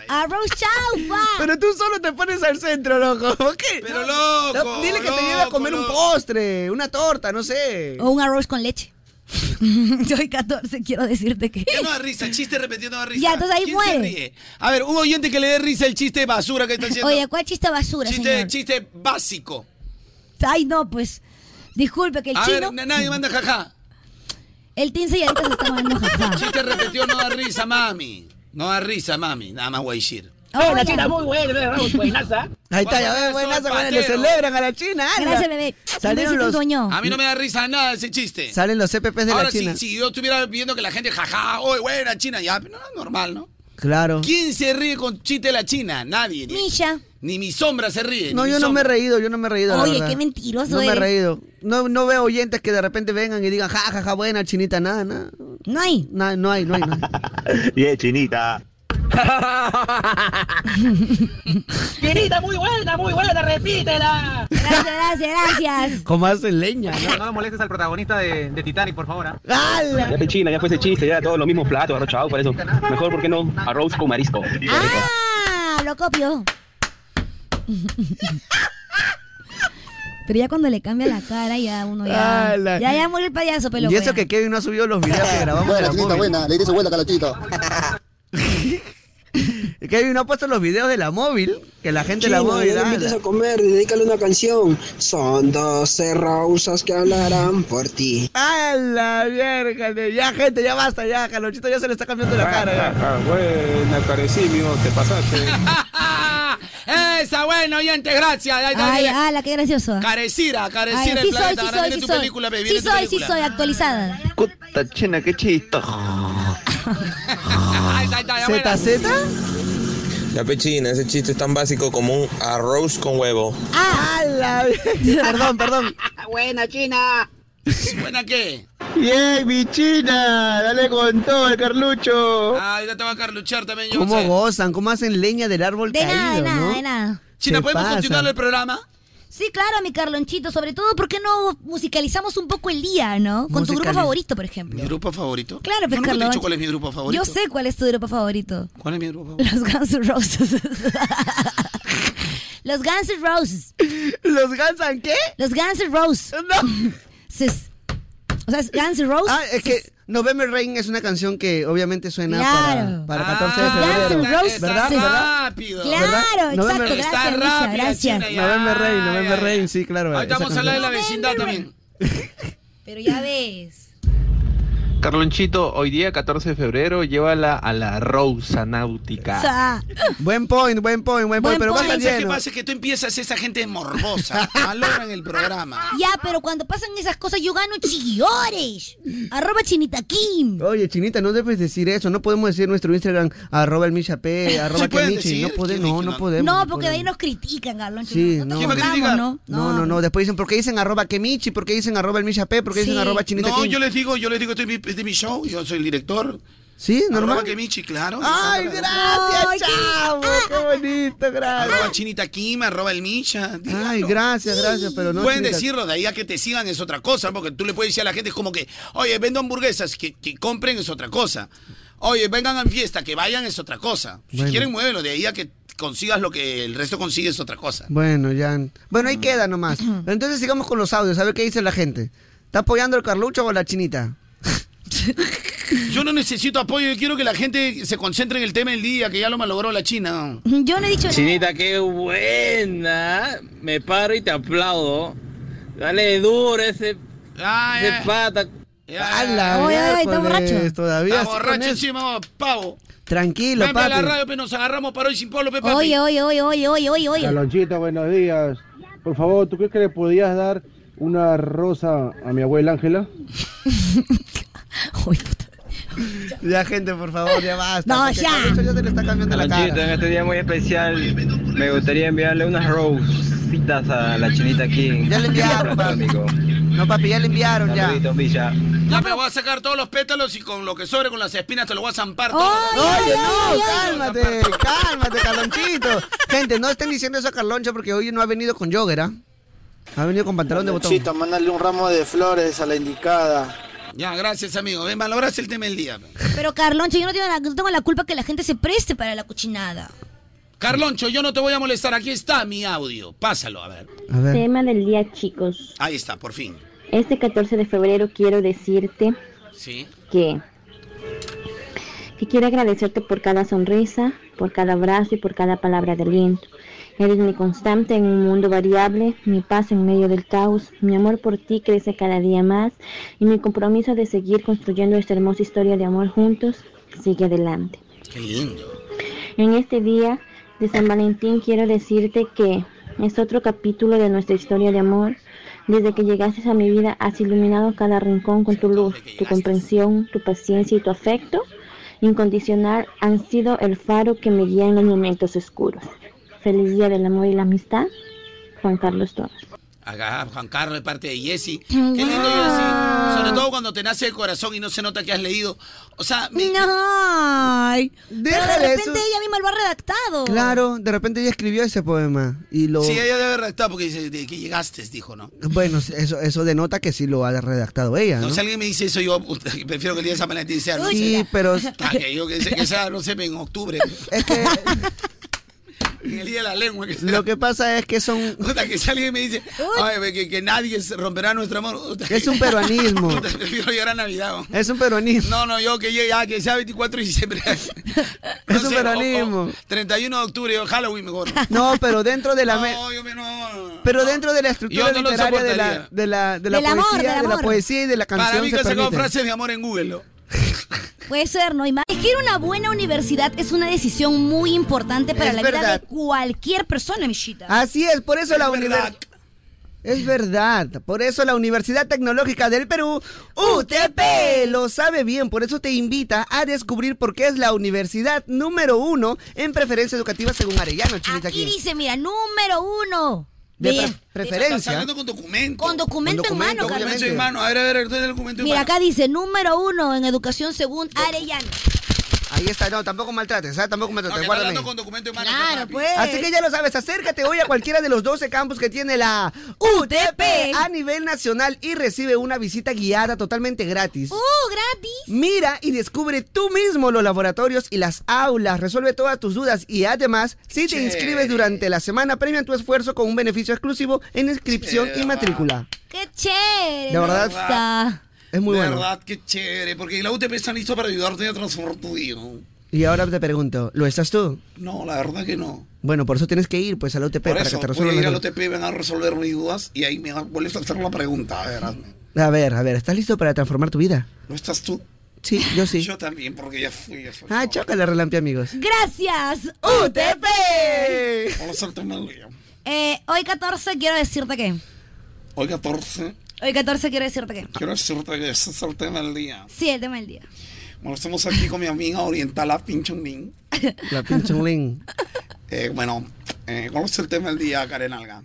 S1: Arroz chaufa.
S3: Pero tú solo te pones al centro, loco. ¿Por qué?
S2: Pero loco.
S3: No, dile que te lleve a comer un postre, una torta, no sé.
S1: O un arroz con leche. Soy 14, quiero decirte que.
S2: Ya no da risa, el chiste repetido no da risa.
S1: Ya, entonces ahí
S2: ¿Quién
S1: muere.
S2: se ríe? A ver, un oyente que le dé risa el chiste de basura que está haciendo.
S1: Oye, ¿cuál chiste basura,
S2: chiste,
S1: señor?
S2: chiste básico.
S1: Ay, no, pues. Disculpe que el
S2: a
S1: chino.
S2: ver, na- nadie manda jaja.
S1: El Tince y ahorita se está mandando jajá.
S2: Chiste repetido no da risa, mami. No da risa, mami. Nada más guayshir.
S1: Ahora la china
S3: muy
S1: buena, vamos, buenaza.
S3: Ahí está, ya ves, buenaza, bueno, le celebran a la China. ¿eh? ala.
S1: Gracias, bebé.
S3: Salieron los,
S2: A mí no me da risa nada ese chiste.
S3: salen los CPPs de
S2: Ahora,
S3: la China.
S2: Si, si yo estuviera viendo que la gente jaja, oye, buena China, ya, no, normal, ¿no?
S3: Claro.
S2: ¿Quién se ríe con chiste de la China? Nadie. Ni, Ni mi sombra se ríe.
S3: No,
S2: ni
S3: yo
S2: mi
S3: no me
S2: sombra.
S3: he reído, yo no me he reído. la
S2: Oye,
S3: verdad.
S2: qué mentiroso
S3: No me he
S2: eres.
S3: reído. No, no veo oyentes que de repente vengan y digan, ja, ja, ja, buena, chinita, nada, nada.
S1: No hay.
S3: No, no hay, no hay. no hay.
S23: Bien, chinita.
S1: Chinita, muy buena, muy buena, repítela. Gracias, gracias, gracias.
S3: Como hacen leña,
S24: No, no me molestes al protagonista de, de Titanic, por favor. ¿ah?
S23: Ya fue China, ya fue ese chiste, ya todos los mismos platos, arroz chaufa, eso. Mejor, ¿por qué no? Arroz con marisco.
S1: Ah, lo copio. Pero ya cuando le cambia la cara, ya uno ya.
S3: Ah, la-
S1: Ya, ya muere el payaso,
S2: Pues
S1: pelo.
S3: Y eso que Kevin no ha subido los videos que grabamos de
S25: Buena,
S3: la
S25: chinita,
S3: móvil.
S25: buena. Le dice buena, calachita.
S3: Kevin no ha puesto los videos de la móvil, que la gente de la
S14: Chino,
S3: móvil.
S14: ya la
S3: ala.
S14: invitas a comer y dedícale una canción. Son 12 rosas que hablarán por ti.
S3: ¡A la verga! de- Ya, gente, ya basta, ya. Carlonchito ya se le está cambiando la cara. ya.
S26: Ah, Buena, carecimio, te pasaste.
S2: Ah, Esa, bueno, oyente, gracias. Ahí está,
S1: Ay,
S2: ahí está.
S1: ala, qué gracioso.
S2: Carecira,
S1: Ay,
S2: carecira
S1: sí
S2: el
S1: soy,
S2: planeta.
S1: sí
S2: Ahora
S1: soy,
S2: viene
S1: sí
S2: tu
S1: soy.
S2: película, baby.
S1: Sí
S2: viene tu
S1: soy, sí
S2: película.
S1: soy, actualizada.
S23: Cuta china, qué chito.
S2: Ah, Ahí está, ahí está, ya buena.
S27: La pechina, ese chiste es tan básico como un arroz con huevo.
S2: Ah.
S3: ¡A la verga! Perdón, perdón.
S14: Buena, China.
S2: ¿Buena qué?
S3: ¡Bien, mi china! ¡Dale con todo el Carlucho!
S2: Ahí ya te va a carluchar también, yo.
S3: ¿Cómo
S2: sé.
S3: gozan? ¿Cómo hacen leña del árbol
S1: De
S3: caído,
S1: nada, de
S3: no?
S1: nada, de nada.
S2: China,
S3: Se
S2: ¿podemos
S3: pasan.
S2: continuar el programa?
S1: Sí, claro, mi Carlonchito. Sobre todo, ¿por qué no musicalizamos un poco el día, no? Con tu grupo
S2: Musicaliz-
S1: favorito, por ejemplo.
S2: ¿Mi grupo favorito?
S1: Claro,
S2: Yo
S1: pues,
S2: no te he
S1: Carlos.
S2: dicho cuál es mi grupo favorito.
S1: Yo sé cuál es tu grupo favorito.
S2: ¿Cuál es mi grupo favorito?
S1: Los Guns N' Roses. Los Guns N' Roses.
S3: ¿Los Guns N' qué?
S1: Los Guns N' Roses.
S3: No.
S1: O sea, es Guns N' Roses.
S3: Ah, es que November Rain es una canción que obviamente suena
S1: Claro.
S3: para, para 14 de
S1: Ah, Guns N'
S3: febrero.
S1: Roses.
S3: ¿Verdad?
S1: Sí.
S3: ¿Verdad?
S2: Rápido.
S1: Claro,
S3: November
S1: exacto.
S3: Rain.
S1: Gracias,
S3: Ah,
S1: Lucha, gracias.
S3: November Rain, November Rain, sí, claro.
S2: Ahorita vamos a hablar de la vecindad también.
S1: Pero ya ves.
S10: Carlonchito, hoy día 14 de febrero, llévala a la Rosa Náutica.
S3: Buen point, buen point, buen point, pero
S2: Lo
S3: basta
S2: que
S3: lleno.
S2: pasa es que tú empiezas esa gente morbosa. Valoran el programa.
S1: Ya, pero cuando pasan esas cosas yo gano chillores. Arroba Chinita Kim.
S3: Oye, Chinita, no debes decir eso. No podemos decir nuestro Instagram, arroba el Misha P, arroba
S1: Sí pueden
S3: Kemichi.
S1: decir,
S3: No, pode- no, no podemos.
S1: No,
S3: no
S1: porque de ahí
S3: podemos.
S1: nos critican, Carloncho.
S3: Sí,
S1: no,
S3: no.
S1: te pongamos, ¿no?
S3: No, no, no. Después dicen, ¿por qué dicen arroba Kemichi? ¿Por qué dicen arroba el Misha P? ¿Por qué dicen arroba Chinita
S2: No,
S3: Kim?
S2: yo les digo, yo les digo, estoy mi- es de mi show, yo soy el director.
S3: Sí, normal.
S2: Arroba Kemichi, claro.
S3: Ay, gracias,
S2: Ay, qué-
S3: chavo. Qué bonito, gracias.
S2: Arroba Chinita Kim, arroba el Micha.
S3: Ay, gracias, gracias, pero no.
S2: Pueden
S3: Chinita.
S2: decirlo, de ahí a que te sigan es otra cosa, porque tú le puedes decir a la gente como que, oye, vendo hamburguesas, que, que compren es otra cosa. Oye, vengan a mi fiesta, que vayan es otra cosa. Si
S3: Bueno.
S2: quieren, muévelo, de ahí a que consigas lo que el resto consigue es otra cosa.
S3: Bueno, ya. Bueno,
S1: Mm.
S3: ahí queda nomás. Entonces sigamos con los audios, a ver qué dice la gente. ¿Está apoyando el Carlucho o la Chinita?
S2: Yo no necesito apoyo, yo quiero que la gente se concentre en el tema del día, que ya lo malogró la China.
S1: Yo no he dicho
S27: Chinita, qué buena. Me paro y te aplaudo. Dale duro ese,
S3: Ah,
S27: ese
S3: eh.
S27: pata.
S3: ¡Hala!
S27: Oye, oye, está borracho.
S3: Todavía
S2: Está
S3: sí con
S2: borracho
S3: eso.
S2: encima, pavo.
S3: Tranquilo,
S2: Ven, pe, la
S3: papi.
S2: radio, pe, nos agarramos para hoy sin Pablo, pe, papi.
S1: Oye, oye, oye, oye, oye, oye, oye.
S28: Carlonchito, buenos días. Por favor, ¿tú crees que le podías dar una rosa a mi abuela Ángela?
S3: Ya, gente, por favor, ya basta.
S27: No,
S3: porque
S27: ya.
S3: Carlucho ya se le está cambiando la
S27: Carlonchito,
S3: cara.
S27: en este día muy especial, me gustaría enviarle unas rositas a la chinita aquí.
S3: Ya le enviaron,
S27: amigo.
S3: No, papi, ya le enviaron ya.
S27: Saludito, Villa.
S2: Ya me voy a sacar todos los pétalos y con lo que sobre, con las espinas, te lo voy a zampar todo.
S3: Oye, no, cálmate, cálmate, Carlonchito. Gente, no estén diciendo eso a Carloncho porque hoy no ha venido con jogger, ¿ah? Ha venido con pantalón de botón.
S28: Chito, mándale un ramo de flores a la indicada.
S2: Ya, gracias, amigo. Ven, valoraste el tema del día.
S1: Pero Carloncho, yo no tengo, la, no tengo la culpa que la gente se preste para la cochinada.
S2: Carloncho, yo no te voy a molestar. Aquí está mi audio. Pásalo, a ver.
S5: Tema del día, chicos.
S2: Ahí está, por fin.
S5: Este 14 de febrero quiero decirte
S2: Sí.
S5: que, que quiero agradecerte por cada sonrisa, por cada abrazo y por cada palabra de aliento. Eres mi constante en un mundo variable, mi paz en medio del caos, mi amor por ti crece cada día más y mi compromiso de seguir construyendo esta hermosa historia de amor juntos sigue adelante.
S2: Qué lindo.
S5: En este día de San Valentín quiero decirte que es otro capítulo de nuestra historia de amor. Desde que llegaste a mi vida has iluminado cada rincón con tu luz, tu comprensión, tu paciencia y tu afecto incondicional han sido el faro que me guía en los momentos oscuros. Feliz Día del Amor y la Amistad, Juan Carlos Torres.
S2: Acá, Juan Carlos, de parte de Jessy. Qué lindo, Jessy. Sobre todo cuando te nace el corazón y no se nota que has leído. O sea, mi-
S1: Ay, pero de
S3: Déjale
S1: repente
S3: eso.
S1: ella misma lo ha redactado.
S3: Claro, de repente ella escribió ese poema y lo...
S2: Sí, ella debe redactar porque dice de que llegaste, dijo, ¿no?
S3: Bueno, eso, eso denota que sí lo ha redactado ella,
S2: No,
S3: ¿no?
S2: si alguien me dice eso, yo puta, prefiero que el día de San Valentín sea, no
S3: Sí,
S2: sé.
S3: pero-
S2: Ah, que, yo, que, sea, que sea, no sé, en octubre.
S3: Es que...
S2: el día de la lengua. Que sea.
S3: Lo que pasa es que son...
S2: Puta, que si alguien me dice, "Ay, que, que nadie se romperá nuestro amor. puta,
S3: Es un peruanismo.
S2: puta, Prefiero llegar a Navidad. ¿no?
S3: Es un peruanismo.
S2: No, no, yo que llegue, ah, que sea 24 de diciembre.
S3: es un peruanismo.
S2: 31 de octubre, o Halloween mejor.
S3: No, pero dentro de la... me- Pero dentro de la estructura
S2: Yo no lo
S3: literaria de la,
S2: soportaría.
S3: de la, de la
S1: Del amor,
S3: poesía,
S1: del
S3: de la
S1: amor.
S3: poesía y de la canción
S2: Para mí que
S3: se
S2: ha sacado
S3: permite.
S2: frases de amor en Google, ¿no?
S1: Puede ser, ¿no? Y más. Elegir una buena universidad es una decisión muy importante para
S3: Es
S1: la vida
S3: verdad.
S1: de cualquier persona, Michita.
S3: Así es, por eso la
S1: Es verdad.
S3: universidad. Es verdad, por eso la Universidad Tecnológica del Perú, UTP, lo sabe bien, por eso te invita a descubrir por qué es la universidad número uno en preferencia educativa según Arellano, chinita
S1: Aquí
S3: aquí.
S1: dice, mira, número uno.
S3: De
S1: Bien.
S3: pre- preferencia.
S2: Estás hablando con documento.
S1: Con documento,
S2: Con
S1: en mano,
S2: Documento
S1: Carlos.
S2: en mano. A ver, a ver, ¿dónde está el documento en
S1: Mira,
S2: mano?
S1: acá dice, número uno en educación según Arellano.
S3: Ahí está, no, tampoco maltrates, ¿ah? tampoco maltrates,
S2: Está
S3: guárdame.
S2: hablando con documento en mano.
S1: Claro, pues.
S3: Así que ya lo sabes, acércate hoy a cualquiera de los 12 campus que tiene la UTP a nivel nacional y recibe una visita guiada totalmente gratis.
S1: ¡Uh, gratis!
S3: Mira y descubre tú mismo los laboratorios y las aulas, resuelve todas tus dudas y además, si te
S2: Chévere.
S3: inscribes durante la semana, premian tu esfuerzo con un beneficio exclusivo en inscripción
S2: Chévere,
S3: y matrícula.
S1: ¡Qué chévere!
S3: De
S1: me
S3: verdad,
S1: gusta.
S3: es muy
S2: de
S3: bueno.
S2: verdad, qué chévere. Porque la UTP está listo para ayudarte a transformar tu vida. ¿no?
S3: Y ahora te pregunto, ¿lo estás tú?
S2: No, la verdad que no.
S3: Bueno, por eso tienes que ir pues a la UTP
S2: Por
S3: para
S2: eso,
S3: que
S2: voy a
S3: te
S2: ir
S3: resuelvan.
S2: al
S3: las dudas.
S2: OTP, van a resolver mis dudas y ahí me van- vuelves a hacer la pregunta. A ver, hazme.
S3: A ver, a ver, ¿estás listo para transformar tu vida?
S2: ¿No estás tú?
S3: Sí, yo sí.
S2: Yo también, porque ya fui. Ya fui.
S3: Ah, chócala, relampia, amigos.
S1: Gracias, UTP.
S2: Hola, Santa María.
S1: Eh, hoy 14 quiero decirte que.
S2: Hoy 14,
S1: Hoy 14 quiero decirte que.
S2: quiero decirte que ese es el tema del día.
S1: Sí, el tema del día.
S2: Bueno, estamos aquí con mi amiga oriental, la pinche Ning.
S3: La pinche link.
S2: Eh, bueno, eh, ¿cuál es el tema del día, Karen Alga?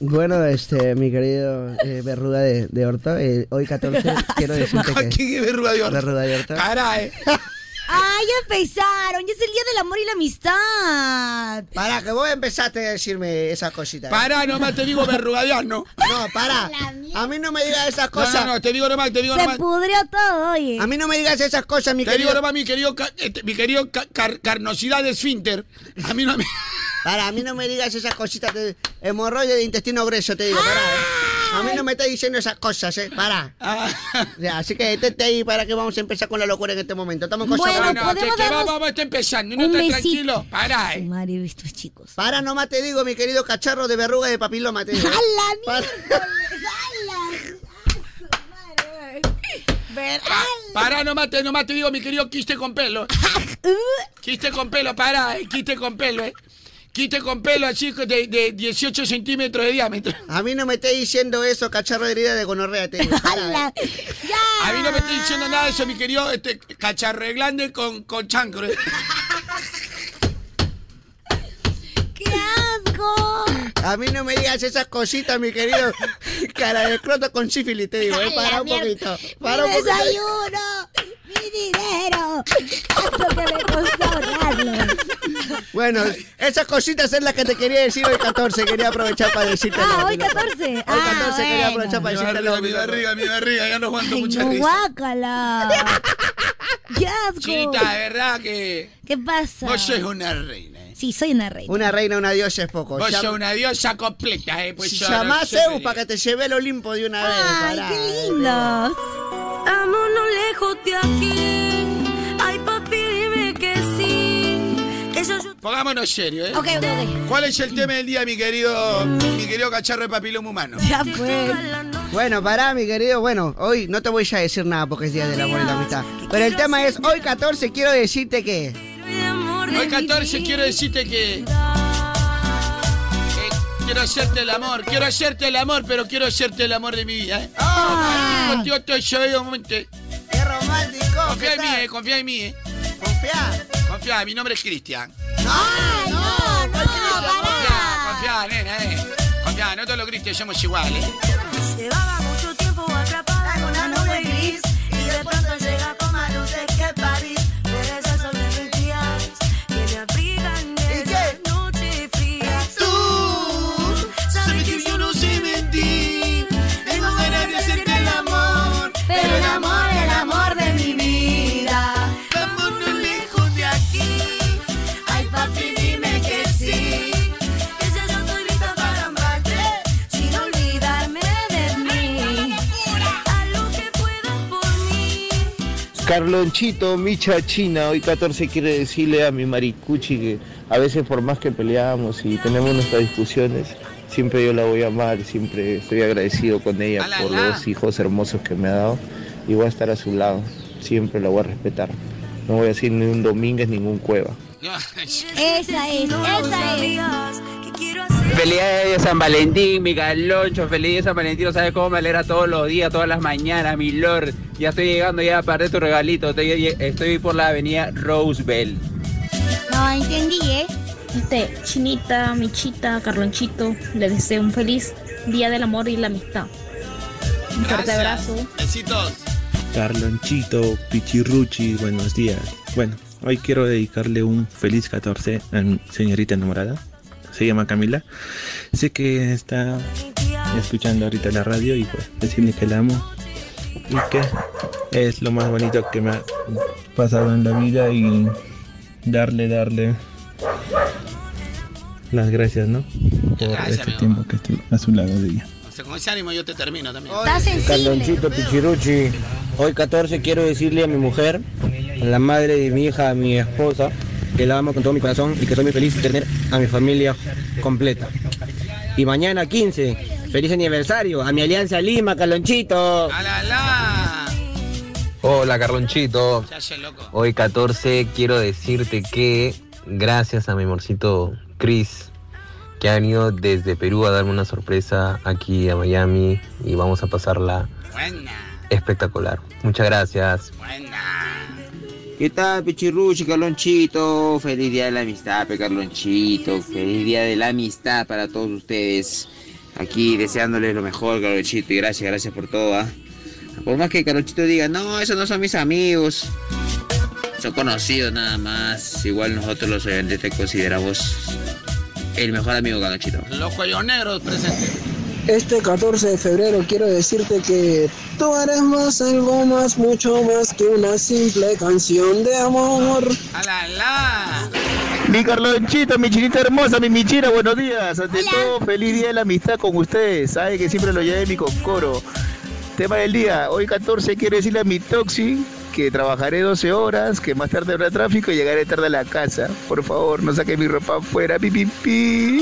S3: Bueno, este, mi querido eh, Berruda de, de Orto, eh, hoy 14 quiero decirte que...
S2: ¿Quién es Berruda de Orto? eh.
S3: Berruda de Orto.
S2: ¡Caray!
S1: ¡Ay, ya empezaron! ¡Ya es el día del amor y la amistad!
S6: Para, que vos empezaste a decirme esas cositas. eh.
S2: Pará, nomás te digo verrugador, ¿no?
S6: No, para. A mí no me digas esas
S2: No,
S6: cosas.
S2: no, no, te digo nomás, te digo
S1: Se
S2: nomás.
S1: pudrió todo, oye.
S6: A mí no me digas esas cosas, mi
S2: Te digo
S6: querido.
S2: nomás, mi querido, ca- este, mi querido ca- car- carnosidad de esfínter. A mí no me...
S6: Para, a mí no me digas esas cositas de hemorroide de intestino grueso, te digo, para. A mí no me estás diciendo esas cosas, eh, para.
S2: Ah.
S6: Ya, así que detente ahí para que vamos a empezar con la locura en este momento. Estamos con
S1: Bueno,
S6: Sabana.
S1: podemos
S2: que, que
S1: darnos
S2: vamos, vamos, está empezando, no
S1: Un
S2: está
S1: besito.
S2: tranquilo. Pará, eh.
S1: Madre, estos chicos.
S6: Para, nomás te digo, mi querido cacharro de verruga de papiloma, te digo.
S1: ¡Hala,
S6: Para.
S1: ¿Verdad?
S2: Pará, nomás te, nomás te digo, mi querido quiste con pelo. Quiste con pelo, pará, eh, quiste con pelo, eh. Quiste con pelo así de, de 18 centímetros de diámetro.
S6: A mí no me estés diciendo eso, cacharro de herida de gonorrea, te digo. para.
S2: A mí no me estoy diciendo nada de eso, mi querido este, cacharreglande con, con chancro. eh.
S1: ¡Qué asco!
S6: A mí no me digas esas cositas, mi querido cara de escroto con sífilis, te digo, eh, para un poquito. Para un
S1: ¡Mi
S6: poquito.
S1: desayuno! ¡Mi dinero! ¡Esto que me costó ahorrarlo!
S3: Bueno, esas cositas es las que te quería decir hoy 14. Quería aprovechar para decirte.
S29: Ah, hoy 14.
S3: Hoy
S29: Ah,
S3: 14 quería aprovechar para
S2: Mi
S3: decirte.
S2: barriga, mi barriga, mi barriga, ya no aguanto
S29: Ay,
S2: mucha
S29: no,
S2: risa.
S29: guácala. ¡Qué asco!
S2: Chinita, de verdad Ah, que.
S29: ¿Qué pasa?
S2: Vos sos una reina.
S29: Sí, soy una reina.
S3: Una reina, una diosa es poco.
S2: Vos
S3: Llam-
S2: sos una diosa completa, eh. Pues yo no
S3: Llamá a
S2: sé.
S3: Zeus para que te lleve al Olimpo de una vez.
S6: Ay,
S3: pará. eh,
S6: qué lindos. Vámonos lejos de aquí. Ay, papi, dime que sí. Que yo
S2: Pongámonos serio, ¿eh?
S6: Ok, ok, ok.
S2: ¿Cuál es el tema del día, mi querido, mi querido cacharro de papiloma humano?
S29: Ya fue.
S3: Bueno, pará, mi querido. Bueno, hoy no te voy ya a decir nada porque es día del amor y la amistad. Pero el tema es: hoy 14 quiero decirte que.
S2: Hoy 14 quiero decirte que... que Quiero hacerte el amor, quiero hacerte el amor, pero quiero hacerte el amor de mi vida. ¿eh?
S3: Ah.
S2: Contigo estoy yo, eh, un momento.
S3: ¡Qué romántico!
S2: Confía en mí, eh, confía en mí. Eh.
S3: Confía.
S2: Confía, mi nombre es Cristian.
S3: ¡Ay,
S6: ¡Ah,
S3: no! ¡No,
S2: Confía, confía, nena, eh. Confía, no todos los cristianos somos iguales.
S6: Llevaba mucho tiempo atrapada en una nube gris Y de pronto llega con más luces que París Pero esas son las mentiras que me abrigan en la noche fría Tú sabes que yo no sé mentir Tengo ganas de hacerte el amor Pero el amor, el amor de mi vida Vámonos lejos de aquí Ay papi dime que sí Que ya yo estoy lista para amarte sin olvidarme de mí. A lo que puedas por mí.
S4: Carlonchito, micha china, hoy 14 quiere decirle a mi maricuchi que a veces por más que peleamos y tenemos nuestras discusiones, siempre yo la voy a amar, siempre estoy agradecido con ella por los hijos hermosos que me ha dado y voy a estar a su lado, siempre la voy a respetar. No voy a decir ni un Domínguez, ningún Cueva.
S29: Esa es, esa es.
S30: Feliz día de San Valentín, mi galoncho. Feliz día de San Valentín. No sabes cómo me alegra todos los días, todas las mañanas, mi lord. Ya estoy llegando ya para tu regalito. Estoy, estoy por la avenida Roosevelt.
S1: No, entendí, ¿eh? Chinita, Michita, Carlonchito, les deseo un feliz Día del Amor y la Amistad. Un fuerte abrazo.
S2: Besitos.
S4: Carlonchito, Pichirruchi, buenos días. Bueno, hoy quiero dedicarle un feliz 14 a mi señorita enamorada. Se llama Camila. Sé que está escuchando ahorita la radio y pues decirle que la amo y que es lo más bonito que me ha pasado en la vida y darle, darle las gracias, ¿no? Por
S2: Gracias,
S4: este
S2: mi
S4: tiempo que estoy a su lado de ella.
S2: O sea, con ese ánimo yo te termino también.
S9: Carlonchito Pichiruchi. Hoy 14 quiero decirle a mi mujer, a la madre de mi hija, a mi esposa, que la amo con todo mi corazón y que soy muy feliz de tener a mi familia completa. Y mañana 15, feliz aniversario a mi Alianza Lima, Carlonchito.
S31: Hola Carlonchito.
S2: Se hace loco.
S31: Hoy 14 quiero decirte que gracias a mi amorcito Chris que ha venido desde Perú a darme una sorpresa aquí a Miami y vamos a pasarla espectacular. Muchas gracias.
S9: ¿Qué tal, Pichirruchi, Carlonchito? Feliz día de la amistad, pe Carlonchito. Feliz día de la amistad para todos ustedes. Aquí deseándoles lo mejor, Carlonchito. Y gracias, gracias por todo. ¿ah? Por más que Carlonchito diga, no, esos no son mis amigos. Son conocidos nada más. Igual nosotros los oyentes te consideramos el mejor amigo, Carlonchito.
S2: Los cuellos negros presentes.
S9: Este
S32: 14 de febrero quiero decirte que tú eres más algo más, mucho más que una simple canción de amor.
S33: Mi Carlonchito, mi chinita hermosa, mi michira, buenos días. Ante todo, feliz día de la amistad con ustedes. Sabe que siempre lo llevé mi cocoro. Tema del día, hoy 14 quiero decirle a mi Toxi que trabajaré 12 horas, que más tarde habrá tráfico y llegaré tarde a la casa. Por favor, no saque mi ropa afuera, pi, pi, pi.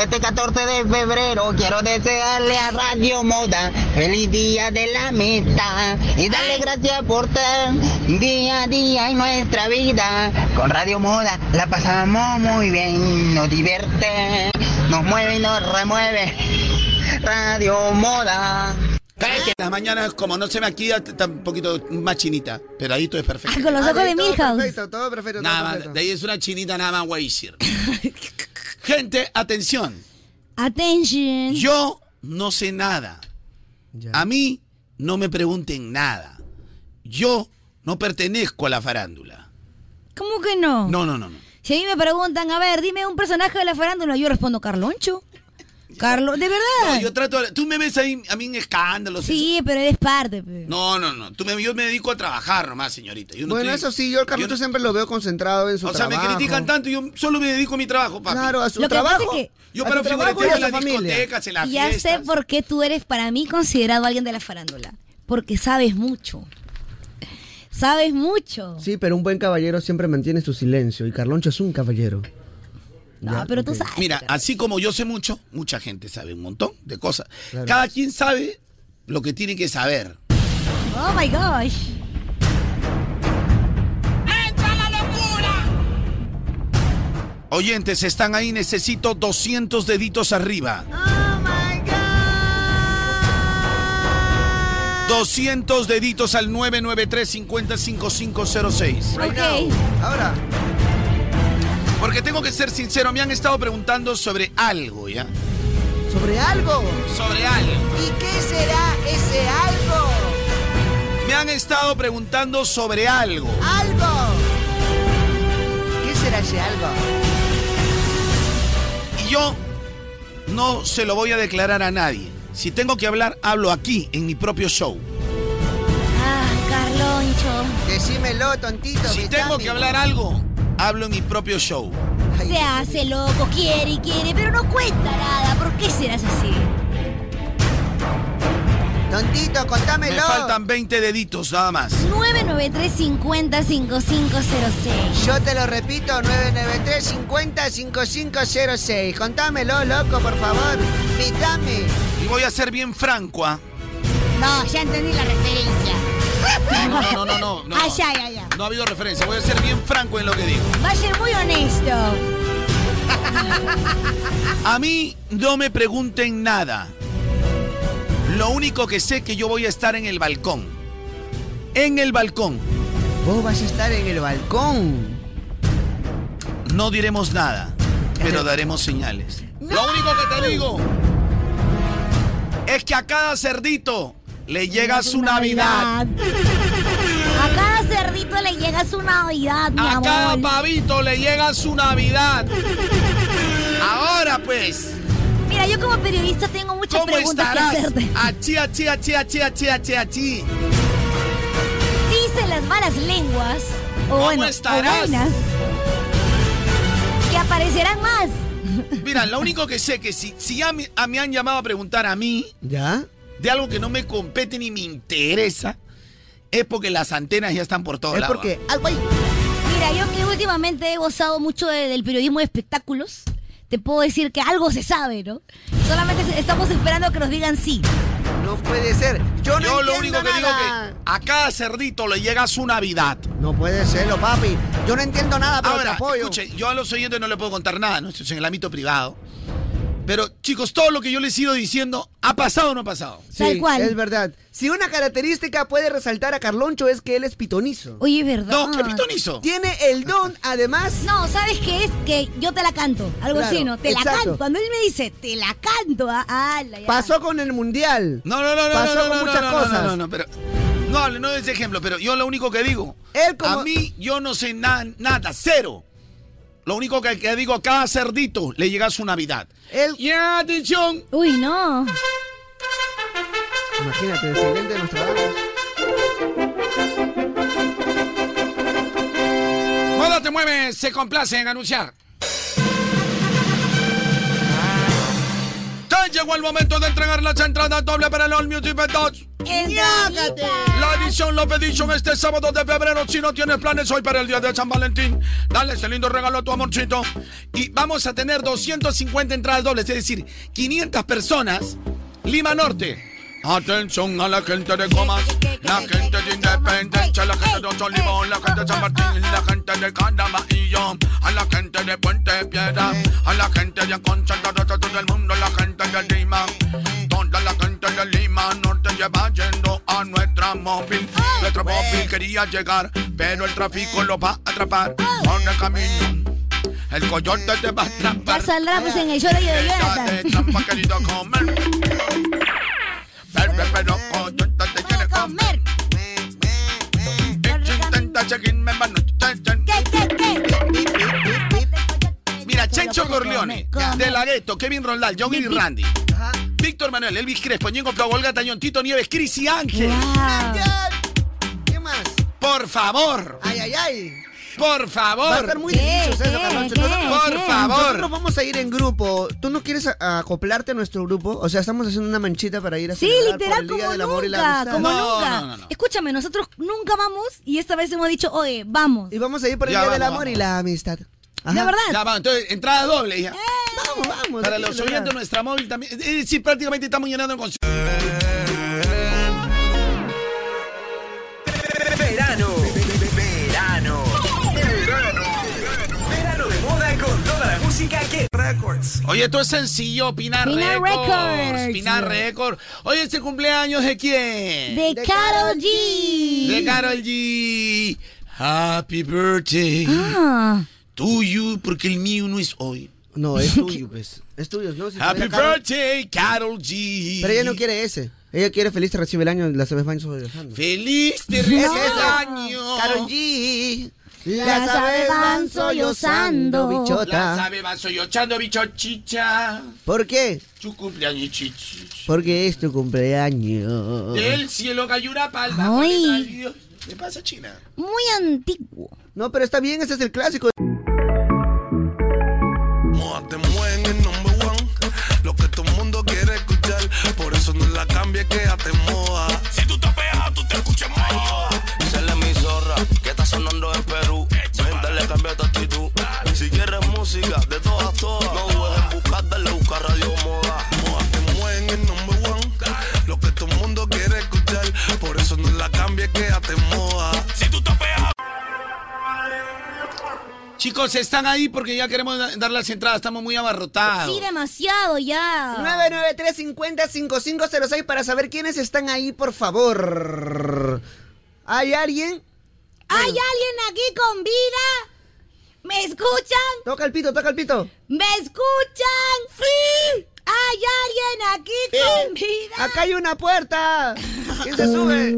S34: Este 14 de febrero quiero desearle a Radio Moda feliz día de la amistad y darle gracias por estar día a día en nuestra vida. Con Radio Moda la pasamos muy bien, nos divierte, nos mueve y nos remueve. Radio Moda.
S2: Cállate. Las mañanas, como no se me activa, está un poquito más chinita. Pero ahí todo es perfecto.
S29: Ah,
S3: Ah,
S29: Con los ojos de Milhouse.
S3: todo perfecto.
S2: Nada más, Ah, de ahí es una chinita nada más Weisir. Gente, atención.
S29: Attention.
S2: Yo no sé nada. A mí no me pregunten nada. Yo no pertenezco a la farándula.
S1: ¿Cómo que no?
S2: No, no, no. no.
S1: Si a mí me preguntan, a ver, dime un personaje de la farándula, yo respondo Carloncho. Carlos, de verdad.
S2: No, yo trato. de- Tú me ves ahí, a mí en escándalos.
S1: Sí, pero eres parte. pues. pe.
S2: eso. No, no, no. Tú me, yo me dedico a trabajar nomás, señorita. Yo no
S3: Bueno,
S2: estoy-
S3: eso sí, yo al Carlito siempre lo veo concentrado en su
S2: O sea,
S3: trabajo.
S2: me critican tanto, yo solo me dedico a mi trabajo, papi.
S3: Claro, a su Lo que trabajo. pasa es que-
S2: Yo
S3: a
S2: paro
S3: tu trabajo y
S2: figurateo
S3: a
S2: en las
S3: la familia.
S2: discotecas, en las
S1: ya
S2: fiestas.
S1: sé por qué tú eres para mí considerado alguien de la farándula. Porque sabes mucho. Sabes mucho.
S3: Sí, pero un buen caballero siempre mantiene su silencio y Carloncho es un caballero.
S1: No, pero tú sabes.
S2: Mira, así como yo sé mucho, mucha gente sabe un montón de cosas. Cada quien sabe lo que tiene que saber.
S1: Oh my gosh.
S2: Oyentes, están ahí, necesito 200 deditos arriba. Oh my God. 200 deditos al 993 505506
S3: Ahora.
S2: Porque tengo que ser sincero, me han estado preguntando sobre algo, ¿ya?
S3: ¿Sobre algo?
S2: Sobre algo.
S3: ¿Y qué será ese algo?
S2: Me han estado preguntando sobre algo.
S3: ¡Algo! ¿Qué será ese algo?
S2: Y yo no se lo voy a declarar a nadie. Si tengo que hablar, hablo aquí, en mi propio show.
S1: Ah, Carloncho.
S3: Decímelo, tontito.
S2: Si tengo que hablar algo, hablo en mi propio show.
S1: Se hace loco, quiere y quiere, pero no cuenta nada. ¿Por qué serás así?
S3: Tontito,
S2: Me
S3: contámelo.
S2: faltan 20 deditos, nada más.
S1: 993 50 5506.
S3: Yo te lo repito, 993 50 5506. Contámelo, loco, por favor. Pitame.
S2: Y voy a ser bien franco, ¿ah?
S1: No, ya entendí la referencia.
S2: No, no, no, no, no.
S1: Ah, ya, ya, ya.
S2: No ha habido referencia, voy a ser bien franco en lo que digo.
S1: Va a ser muy honesto.
S2: A mí no me pregunten nada. Lo único que sé que yo voy a estar en el balcón. En el balcón.
S3: Vos vas a estar en el balcón.
S2: No diremos nada, pero daremos señales. Lo único que te digo es que a cada cerdito le llega su Navidad.
S1: A cada cerdito le llega su Navidad, mi
S2: A
S1: amor.
S2: cada pavito le llega su Navidad. Ahora pues.
S1: Mira, yo como periodista tengo muchas
S2: ¿Cómo
S1: preguntas
S2: estarás?
S1: que hacerte.
S2: Achí, achí, achí, achí, achí, achí, achí.
S1: Dicen las malas lenguas. O
S2: ¿Cómo
S1: bueno, o
S2: estarás?
S1: buenas, que aparecerán más.
S2: Mira, lo único que sé que si, si ya me, a- me han llamado a preguntar a mí
S3: ¿Ya?
S2: de algo que no me compete ni me interesa, es porque las antenas ya están por todos
S3: Es
S2: lados.
S3: porque algo hay.
S1: Mira, yo que últimamente he gozado mucho de- del periodismo de espectáculos, te puedo decir que algo se sabe, ¿no? Solamente se- estamos esperando que nos digan sí.
S3: No puede ser. Yo no
S2: Yo lo único
S3: entiendo
S2: que digo
S3: nada.
S2: que a cada cerdito le llega su Navidad.
S3: No puede serlo, papi. Yo no entiendo nada, pero te
S2: Ahora,
S3: apoyo.
S2: escuchen, yo a los oyentes no les puedo contar nada, ¿no? Esto es en el ámbito privado. Pero, chicos, todo lo que yo les he ido diciendo, ¿ha pasado o no ha pasado?
S3: Sí, Es verdad. Si una característica puede resaltar a Carloncho es que él es pitonizo.
S1: Oye, ¿verdad?
S2: No, ¿qué pitonizo?
S3: Tiene el don, además.
S1: No, ¿sabes qué es? Que yo te la canto. Algo
S3: Claro,
S1: así, ¿no? Te la
S3: exacto.
S1: canto. Cuando él me dice, te la canto. Ah, ala, ya.
S3: Pasó con el mundial.
S2: No, no, no, no. no,
S3: Pasó
S2: no,
S3: con
S2: no,
S3: muchas
S2: no, no,
S3: cosas.
S2: No, no, no, pero. No hable, no de ese ejemplo, pero yo lo único que digo. A mí, yo no sé na- nada, cero. Lo único que, que digo, a cada cerdito le llega su Navidad. ¡Ya, atención!
S1: Uy, no.
S3: Imagínate, descendiente de Nostradamus.
S2: Moda te mueve, se complace en anunciar. Tan Llegó el momento de entregar las entradas doble para el All Music Fest 2. La edición Love Edition este sábado de febrero. Si no tienes planes hoy para el día de San Valentín, dale ese lindo regalo a tu amorcito. Y vamos a tener 250 entradas dobles, es decir, 500 personas. Lima Norte. Atención a la gente de Comas, la gente de Independencia, la gente de Osorlimón, la gente de San Martín, la gente de Candama y yo, a la gente de Puente Piedra, a la gente de Concha, de todo el mundo, la gente de Lima. Toda la gente de Lima Norte lleva yendo a nuestra móvil. Nuestra móvil quería llegar, pero el tráfico lo va a atrapar. Por el camino, el coyote te va a atrapar.
S1: Ya saldrá pues en el show de Jonathan.
S2: Te trampa querido comer. Pero, pero, coyote te quiere comer. Y si intenta seguirme, mano, te- te- Ya, Chencho
S1: puedes
S2: Corleone,
S1: comer, come.
S2: De La Ghetto, Kevin Rondal, John y Randy. Víctor Manuel, Elvis Crespo, Ñengo Flow, Olga Tañón, Tito Nieves, Cris y Ángel.
S3: ¿Qué más?
S2: Por favor.
S3: Ay, ay, ay.
S2: Por favor.
S3: Va a estar muy delicioso eso, Carloncho. Nosotros-
S2: Por favor.
S3: Nosotros vamos a ir en grupo. ¿Tú no quieres a- acoplarte a nuestro grupo? O sea, estamos haciendo una manchita para ir a
S1: Sí,
S3: celebrar
S1: literal,
S3: por el Día
S1: como
S3: del Amor y la
S1: nunca,
S3: Amistad.
S1: como nunca. Escúchame, nosotros nunca vamos y esta vez hemos dicho, oye, vamos.
S3: Y vamos a ir por el Día del Amor y la Amistad.
S1: La verdad.
S2: Ya va, entonces, entrada doble, hija.
S3: Vamos, vamos.
S2: Para
S3: aquí,
S2: los
S3: de
S2: oyentes,
S3: verdad.
S2: nuestra móvil también. Es decir, prácticamente estamos llenando con.
S6: Verano. Verano. Verano. Verano de moda con toda la música que. Records.
S2: Oye, esto es sencillo, Pinar
S6: Pinar
S2: Records.
S6: Records.
S2: Pinar Records. Oye, ¿es el cumpleaños de quién?
S1: De Karol G.
S2: De Karol G. Happy birthday.
S1: Ah.
S2: Tuyo, porque el mío no es hoy.
S3: No, es tuyo, pues. Es tuyo, ¿no? Si
S2: Happy
S3: fuera Karol-
S2: birthday, Karol G.
S3: Pero ella no quiere ese. Ella quiere feliz te recibe el año la sabes baño sobre
S2: Feliz te
S3: No.
S2: recibe el año.
S3: Karol G.
S2: La sabe van
S3: sollozando,
S2: La
S3: bichota.
S2: sabe van sollozando, bichochicha.
S3: ¿Por qué?
S2: Tu cumpleaños, chichi.
S3: Porque es tu cumpleaños.
S2: Del cielo cayó una palma.
S3: Ay.
S2: con el rayo. ¿Qué pasa, China?
S1: Muy antiguo.
S3: No, pero está bien, ese es el clásico.
S20: Moda te mueven en number one. Lo que todo el mundo quiere escuchar. Por eso no la cambies, quédate en moda. Si tú te pegas, tú te escuchas moda. Dísele mi zorra, que está sonando en Perú. Ven, dale, cambia tu actitud. Si quieres música, de todas, todas. No dudes en buscar, dale, busca Radio Moda. Moda te mueven en number one. Lo que todo el mundo quiere escuchar. Por eso no la cambies, quédate en moda. Si tú te pegas.
S2: Chicos, están ahí porque ya queremos da- dar las entradas. Estamos muy abarrotados.
S1: Sí, demasiado ya.
S3: 993-50-5506 para saber quiénes están ahí, por favor. ¿Hay alguien?
S1: ¿Hay alguien aquí con vida? ¿Me escuchan?
S3: Toca el pito, toca el pito.
S1: ¿Me escuchan? ¡Sí! ¡Hay alguien aquí con vida!
S3: ¡Acá hay una puerta! ¿Quién se sube?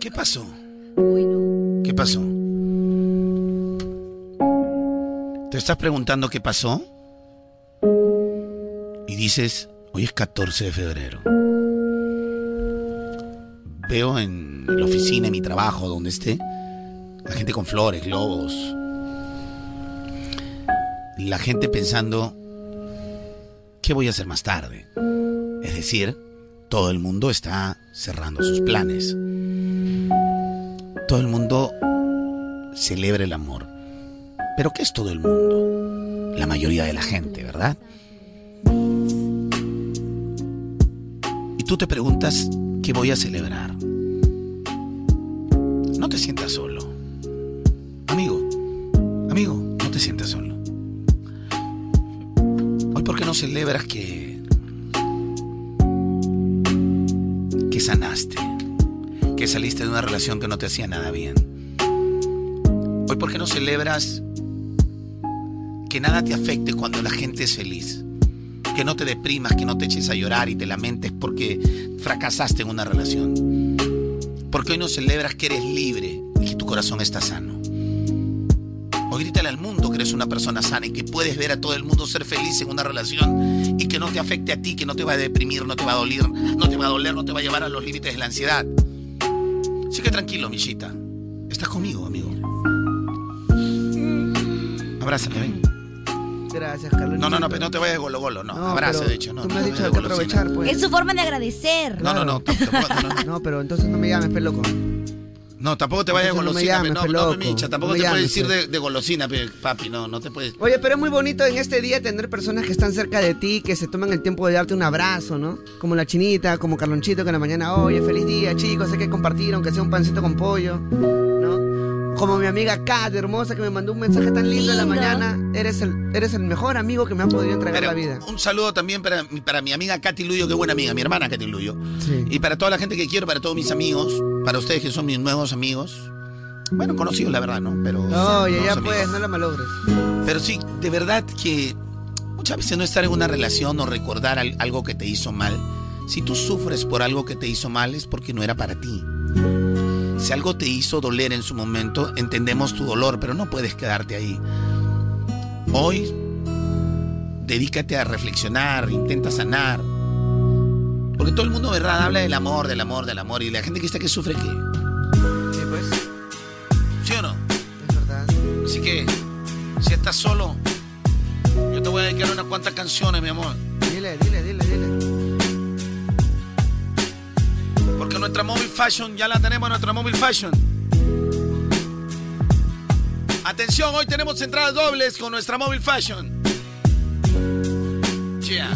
S2: ¿Qué pasó? ¿Qué pasó? ¿Te estás preguntando qué pasó? Y dices, hoy es 14 de febrero. Veo en la oficina, en mi trabajo, donde esté, la gente con flores, globos. La gente pensando, ¿qué voy a hacer más tarde? Es decir, todo el mundo está cerrando sus planes todo el mundo celebra el amor. Pero ¿qué es todo el mundo? La mayoría de la gente, ¿verdad? Y tú te preguntas, ¿qué voy a celebrar? No te sientas solo. Amigo, amigo, no te sientas solo. Hoy por qué no celebras que que sanaste, que saliste de una relación que no te hacía nada bien. Hoy, ¿por qué no celebras que nada te afecte cuando la gente es feliz? Que no te deprimas, que no te eches a llorar y te lamentes porque fracasaste en una relación. Porque hoy no celebras que eres libre y que tu corazón está sano. Hoy grítale al mundo que eres una persona sana y que puedes ver a todo el mundo ser feliz en una relación y que no te afecte a ti, que no te va a deprimir, no te va a doler, no te va a doler, no te va a llevar a los límites de la ansiedad. Así que tranquilo, Michita. Estás conmigo, amigo. Abrázame,
S3: Mm,
S2: ven.
S3: Gracias, Carlos.
S2: No, no, no, pero no te vayas de golo golo, no.
S3: No,
S2: Abrazo,
S3: pero
S2: de hecho, no.
S3: tú me
S2: no
S3: has
S2: te
S3: dicho
S2: vayas de
S3: que
S2: golosina.
S3: aprovechar, pues.
S1: Es su forma de agradecer.
S2: No, no, no, tampoco, no, no.
S3: No, pero entonces no me llames, pe loco.
S2: No, tampoco te vayas de
S3: Entonces no me
S2: golosina, pe,
S3: llames,
S2: no,
S3: pe,
S2: no,
S3: loco.
S2: pe, Micha, tampoco
S3: No me
S2: te puedes
S3: llames, eh.
S2: decir
S3: pe.
S2: de, de golosina, pe, papi, no, no te puedes.
S3: Oye, pero es muy bonito en este día tener personas que están cerca de ti, que se toman el tiempo de darte un abrazo, ¿no? Como la chinita, como Carlonchito, que en la mañana, oye, feliz día, chicos, hay que compartir, aunque sea un pancito con pollo, ¿no? Como mi amiga Kat, hermosa, que me mandó un mensaje tan lindo en la mañana. Eres el, eres el mejor amigo que me ha podido entregar
S2: Pero
S3: la vida.
S2: Un saludo también para, mi- para mi amiga Katy Luyo, que buena amiga, mi hermana Katy Luyo. Y para toda la gente que quiero, para todos mis amigos, para ustedes que son mis nuevos amigos. Bueno, conocidos, la verdad, ¿no? Pero.
S3: No, ya,
S2: nuevos
S3: ya
S2: amigos.
S3: pues, no la malogres.
S2: Pero sí, de verdad que muchas veces no estar en una relación o recordar al- algo que te hizo mal. Si tú sufres por algo que te hizo mal es porque no era para ti. Si algo te hizo doler en su momento, entendemos tu dolor, pero no puedes quedarte ahí. Hoy, dedícate a reflexionar, intenta sanar. Porque todo el mundo, ¿verdad? Habla del amor, del amor, del amor. Y la gente que está que sufre, ¿qué? ¿Sí o no? Así que, si estás solo, yo te voy a dedicar unas cuantas canciones, mi amor.
S3: Dile, dile, dile, dile.
S2: Porque nuestra móvil fashion, ya la tenemos, nuestra móvil fashion. Atención, hoy tenemos entradas dobles con nuestra móvil fashion. Yeah.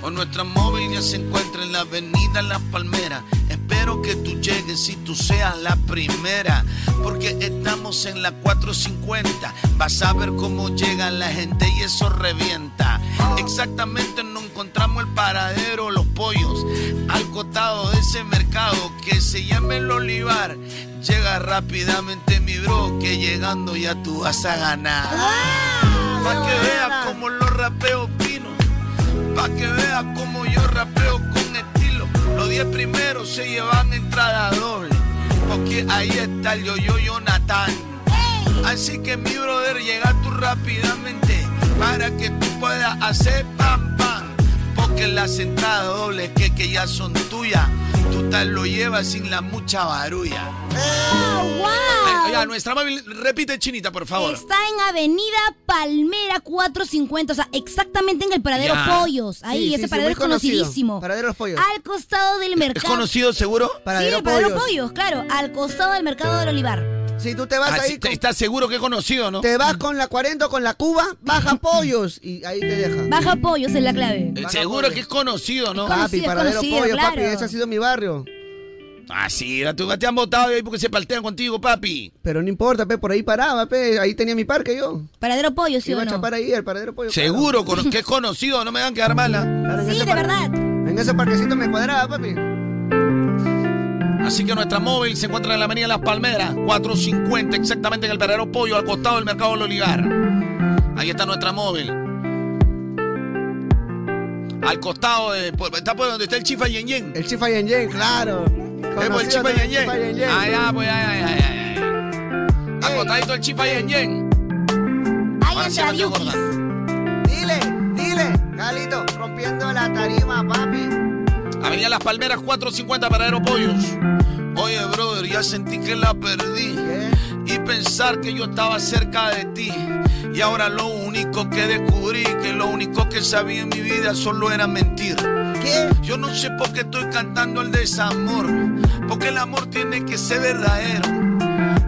S2: Con nuestra móvil ya se encuentra en la avenida La Palmera. Espero que tú llegues y tú seas la primera. Porque estamos en la 450. Vas a ver cómo llega la gente y eso revienta. Exactamente no encontramos el paradero, los pollos. Al costado de ese mercado que se llama el Olivar. Llega rápidamente mi bro, que llegando ya tú vas a ganar. Para que veas cómo los rapeos vino. Pa' que veas como yo rapeo con estilo. Los 10 primeros se llevan entrada doble. Porque ahí está el yo-yo Jonathan. Así que mi brother, llega tú rápidamente. Para que tú puedas hacer pam pam. Porque las entradas dobles que, que ya son tuyas. Tú tal lo llevas sin la mucha barulla. Ay, oiga, nuestra móvil, repite chinita, por favor.
S1: Está en Avenida Palmera 450, o sea, exactamente en el paradero
S2: Ya.
S1: Pollos.
S3: Sí,
S1: Ahí,
S3: sí,
S1: ese
S3: sí,
S1: paradero
S3: muy
S1: es
S3: conocido.
S1: conocidísimo.
S3: Paradero Los Pollos.
S1: Al costado del
S2: ¿Es
S1: mercado.
S2: conocido seguro?
S1: sí, el paradero Pollos. claro. Al costado del mercado del Olivar.
S3: Si tú te vas
S2: Ah,
S3: ahí
S2: sí, te- ¿Estás seguro que es conocido, no?
S3: Te vas con la 40 o con la Cuba, baja pollos y ahí te deja.
S1: Baja pollos es la clave.
S2: Eh, Seguro que es conocido, ¿no?
S3: Papi, paradero pollo, papi, ese ha sido mi barrio.
S2: Ah, sí, tú- te han votado ahí porque se paltean contigo, papi.
S3: Pero no importa, pe, por ahí paraba, pe, ahí tenía mi parque yo.
S1: Paradero pollo,
S3: sí Iba a chapar ahí, el paradero pollo.
S2: Seguro cono- que es conocido, no me dan que dar mala.
S3: sí, de
S1: verdad.
S3: En ese parquecito me cuadraba, papi.
S2: Así que nuestra móvil se encuentra en la avenida Las Palmeras, 450, exactamente en el verdadero pollo, al costado del mercado del Oligar. Ahí está nuestra móvil. Al costado de. por- Está por donde está el Chifa Yen Yen.
S3: El Chifa Yen Yen, claro.
S2: Es por el
S3: Conocido
S2: Chifa Yen
S3: también,
S2: Yen.
S3: Chifa Yen Yen.
S2: Ah, ya, pues, ya, ya, ya, ya, ya. Al costadito el Chifa Yen Yen. Ahora sí, Mateo Gordán.
S3: Dile, dile, Galito, rompiendo la tarima, papi.
S2: Avenida Las Palmeras 450 Paradero Pollos. Oye, brother, ya sentí que la perdí. Y pensar que yo estaba cerca de ti. Y ahora lo único que descubrí, que lo único que sabía en mi vida solo era mentir. Yo no sé por qué estoy cantando el desamor. Porque el amor tiene que ser verdadero.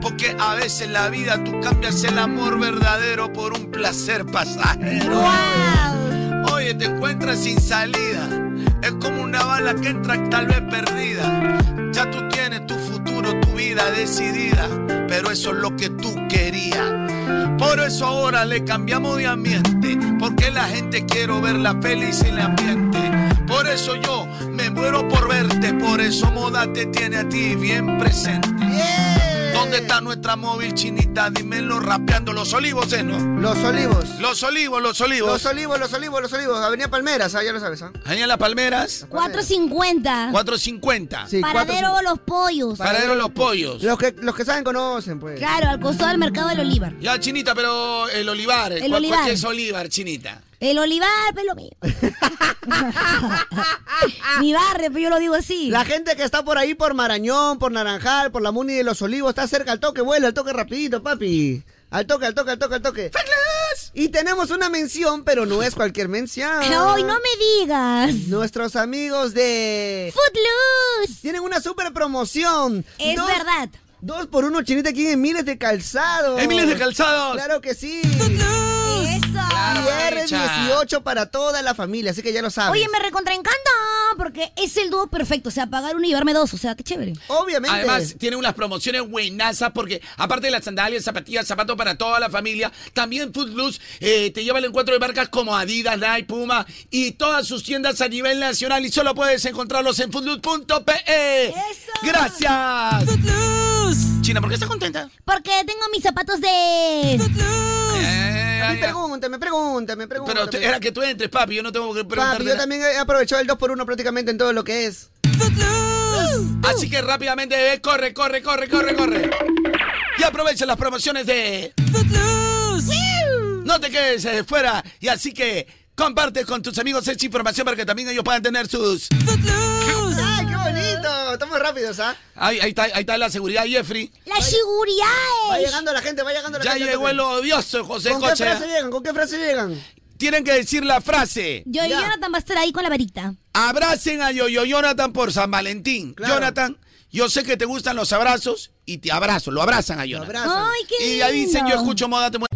S2: Porque a veces la vida tú cambias el amor verdadero por un placer pasajero. Oye, te encuentras sin salida. Es como una bala que entra tal vez perdida. Ya tú tienes tu futuro, tu vida decidida. Pero eso es lo que tú querías. Por eso ahora le cambiamos de ambiente. Porque la gente quiero verla feliz en el ambiente. Por eso yo me muero por verte. Por eso moda te tiene a ti bien presente. ¿Dónde está nuestra móvil chinita? Dímelo rapeando. Los olivos, ¿eh? ¿No?
S3: Los olivos.
S2: Los olivos, los olivos.
S3: Los olivos, los olivos, los olivos. Avenida Palmeras, ah, ya lo sabes, ¿ah?
S2: Ahí en las palmeras.
S1: 450.
S2: 450.
S3: Sí,
S1: Paradero Los Pollos.
S2: Paradero Los Pollos.
S3: Los que, los que saben conocen, pues.
S1: Claro, al costado del mercado del Olivar.
S2: Ya, Chinita, pero el Olivar.
S1: El
S2: ¿cuál- cuál
S1: Olivar.
S2: es Olivar, Chinita?
S1: El Olivar, pues pelo mío. Mi barrio, pues yo lo digo así.
S3: Ah. La gente que está por ahí, por Marañón, por Naranjal, por la Muni de los Olivos, está cerca al toque, vuela al toque rapidito, papi. Al toque, al toque, al toque, al toque. Y tenemos una mención, pero no es cualquier mención.
S1: Ay, no me digas!
S3: Nuestros amigos de...
S1: ¡Footloose!
S3: Tienen una super promoción.
S1: Es verdad.
S3: Dos por uno, chinita, aquí en miles de calzados.
S2: ¡En Miles de Calzados!
S3: Claro que sí.
S1: Eso.
S3: Viernes 18 para toda la familia, así que ya lo saben.
S1: Oye, me recontraencanta porque es el dúo perfecto. O sea, pagar uno y llevarme dos. O sea, qué chévere.
S3: Obviamente.
S2: Además, tiene unas promociones buenazas porque, aparte de las sandalias, zapatillas, zapatos para toda la familia, también Footloose eh, te lleva al encuentro de marcas como Adidas, Nike, Puma y todas sus tiendas a nivel nacional y solo puedes encontrarlos en footloose.pe. ¡Gracias! China, ¿por qué estás contenta?
S1: Porque tengo mis zapatos de.
S3: Me pregunta, me pregunta, me pregunta.
S2: Pero tú- era que tú entres, papi, yo no tengo que preguntarte
S3: Papi, yo
S2: nada.
S3: también he aprovechado el 2x1 prácticamente en todo lo que es.
S2: Así que rápidamente, bebé, corre, corre, corre, corre, corre. Y aprovecha las promociones de... No te quedes eh, fuera. Y así que comparte con tus amigos esta información para que también ellos puedan tener sus...
S3: ¡Ay, qué bonito! Estamos rápidos, ¿ah?
S2: Ahí, ahí está, ahí está la seguridad, Jeffrey.
S1: La seguridad
S3: Va llegando la gente, va llegando la
S2: Ya
S3: gente.
S2: llegó el odioso José
S3: ¿Con qué
S2: Coche.
S3: frase llegan? ¿Con qué frase llegan?
S2: Tienen que decir la frase.
S1: Yo y Jonathan va a estar ahí con la varita.
S2: Abracen a Yoyo Jonathan por San Valentín. Jonathan, yo sé que te gustan los abrazos y te abrazo. Lo abrazan a Jonathan.
S1: Ay, qué
S2: Y ya dicen, yo
S1: lindo.
S2: escucho moda. Te mu-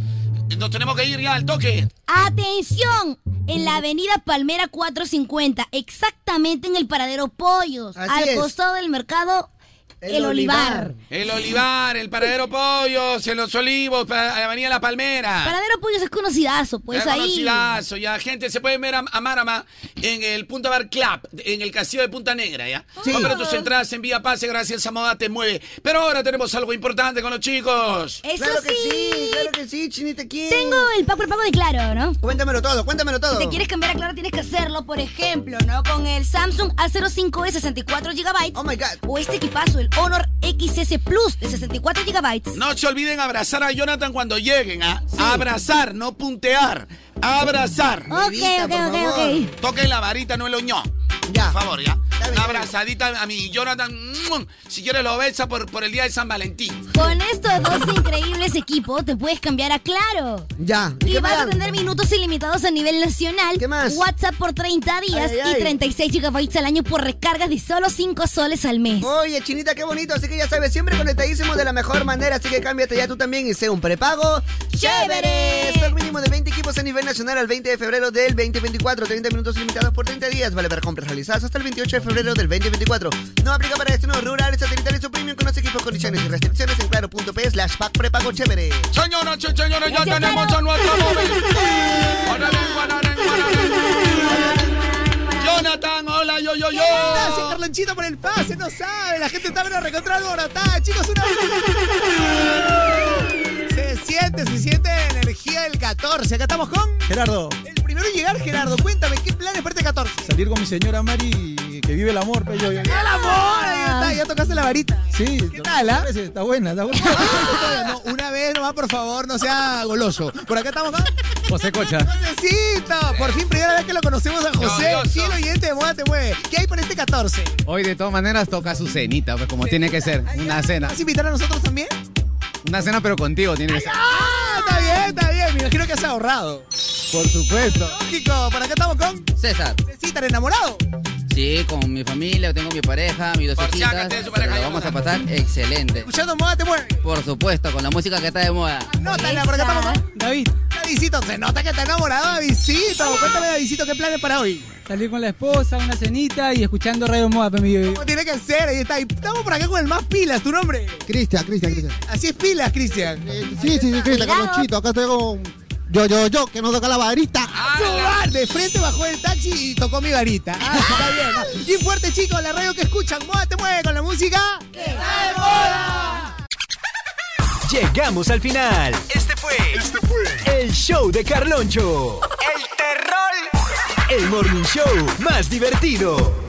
S2: Nos tenemos que ir ya al toque.
S1: Atención, en la avenida Palmera 450, exactamente en el paradero Pollos,
S2: Así
S1: al
S2: es.
S1: costado del mercado El, Olivar.
S2: El Olivar, el Paradero Pollos, en Los Olivos, pa- Avenida La Palmera.
S1: Paradero Pollos es conocidazo, pues
S2: Ya
S1: ahí.
S2: conocidazo, ya gente se puede ver a, a Marama en el Punta Bar Club, en el castillo de Punta Negra, ¿ya?
S3: Sí.
S2: Compra tus entradas en Vía Pase, gracias a Moda te mueve. Pero ahora tenemos algo importante con los chicos.
S3: claro que sí, claro que sí, chinita aquí.
S1: Tengo el pago el pago de Claro, ¿no?
S3: Cuéntamelo todo, cuéntamelo todo.
S1: Si te quieres cambiar a Claro, tienes que hacerlo, por ejemplo, ¿no? Con el Samsung A05 de 64 GB. Oh my God. O este equipazo, el Honor XS Plus de 64 GB.
S2: No se olviden abrazar a Jonathan cuando lleguen, ¿ah? Abrazar, no puntear. Abrazar.
S1: Ok, Nevita, ok, por ok, favor. ok.
S2: Toquen la varita, no el oñó. Ya. Por favor, ya. Una abrazadita a mi Jonathan. ¡mua! Si quieres lo besa por, por el día de San Valentín.
S1: Con estos dos increíbles equipos te puedes cambiar a Claro.
S3: Ya.
S1: Y vas a tener minutos ilimitados a nivel nacional. WhatsApp por 30 días
S3: Ay, ay, ay.
S1: y 36 GB al año por recargas de solo 5 soles al mes.
S3: Oye, chinita, qué bonito. Así que ya sabes, siempre conectadísimos de la mejor manera. Así que cámbiate ya tú también y sé un prepago. ¡Chévere! Stock mínimo de 20 equipos a nivel nacional al 20 de febrero del 2024. 30 minutos limitados por 30 días. Vale para compras realizadas hasta el 28 de febrero del 2024. No aplica para destinos rurales, satelitales o premium con los equipos, condiciones y restricciones en claro.p slash pack prepago chévere.
S2: Señoras y señores, ya tenemos a nuestro móvil. Guararen, guararen, guararen. Jonathan, hola, yo, yo, yo.
S3: Gracias, Carlonchito, por el pase. No sabe, la gente está pero recontra alborotada. Chicos, una...
S9: Se siente, se siente la energía del 14. Acá estamos con...
S24: Gerardo,
S9: El primero en llegar, Gerardo. Cuéntame, ¿qué planes para este 14?
S24: salir con mi señora Mari, que vive el amor, pe, yo- yo-
S9: ¡El amor! Ahí
S6: Ah.
S9: está, ya tocaste la varita.
S24: Sí,
S9: ¿Qué tal, ah?
S24: está buena, está buena.
S9: No, una vez nomás, por favor, no sea goloso. Por acá estamos con...
S24: José Cocha.
S9: ¡Josecito! Por fin, primera vez que lo conocemos a José.
S12: Glorioso.
S9: Fiel oyente de Moda Te Mueve. ¿Qué hay para este 14?
S12: Hoy de todas maneras toca su cenita, pues como tiene que ser, una cena.
S9: ¿Vas a invitar a nosotros también?
S12: Una cena pero contigo tiene que ser.
S9: ¡Ah! Está bien, está bien. Me imagino que has ahorrado.
S12: Por supuesto.
S9: Lógico, por acá estamos con...
S18: César.
S9: César, enamorado.
S18: Sí, con mi familia, tengo mi pareja, mis dos
S9: si
S18: hijitas.
S9: acaso tiene su
S18: pero
S9: pareja,
S18: la vamos a pasar excelente.
S9: Escuchando Moda Te Mueve.
S18: Por supuesto, con la música que está de moda.
S9: Nótala, por acá estamos con...
S12: David.
S9: Davidito, se nota que está enamorado, Davidito. Cuéntame, Davidito, ¿qué planes para hoy?
S12: Salir con la esposa, una cenita y escuchando Radio Moda, pues, mi
S9: Como tiene que ser, ahí está. Y estamos por acá con el más pilas, tu nombre.
S35: Cristian, Cristian, Cristian.
S9: Así es pilas, Cristian.
S35: Sí, sí, sí, Cristian,
S9: Cuidado.
S35: Carlonchito. Acá estoy con. Yo, yo, yo, que no toca la varita.
S21: Ah,
S9: Suba, De frente bajó el taxi y tocó mi varita. Ah, está bien. ah. Y fuerte, chicos, la radio que escuchan. Moda te mueve con la música.
S21: Llegamos al final. Este fue, este fue el show de Carloncho. El terror. El morning show más divertido.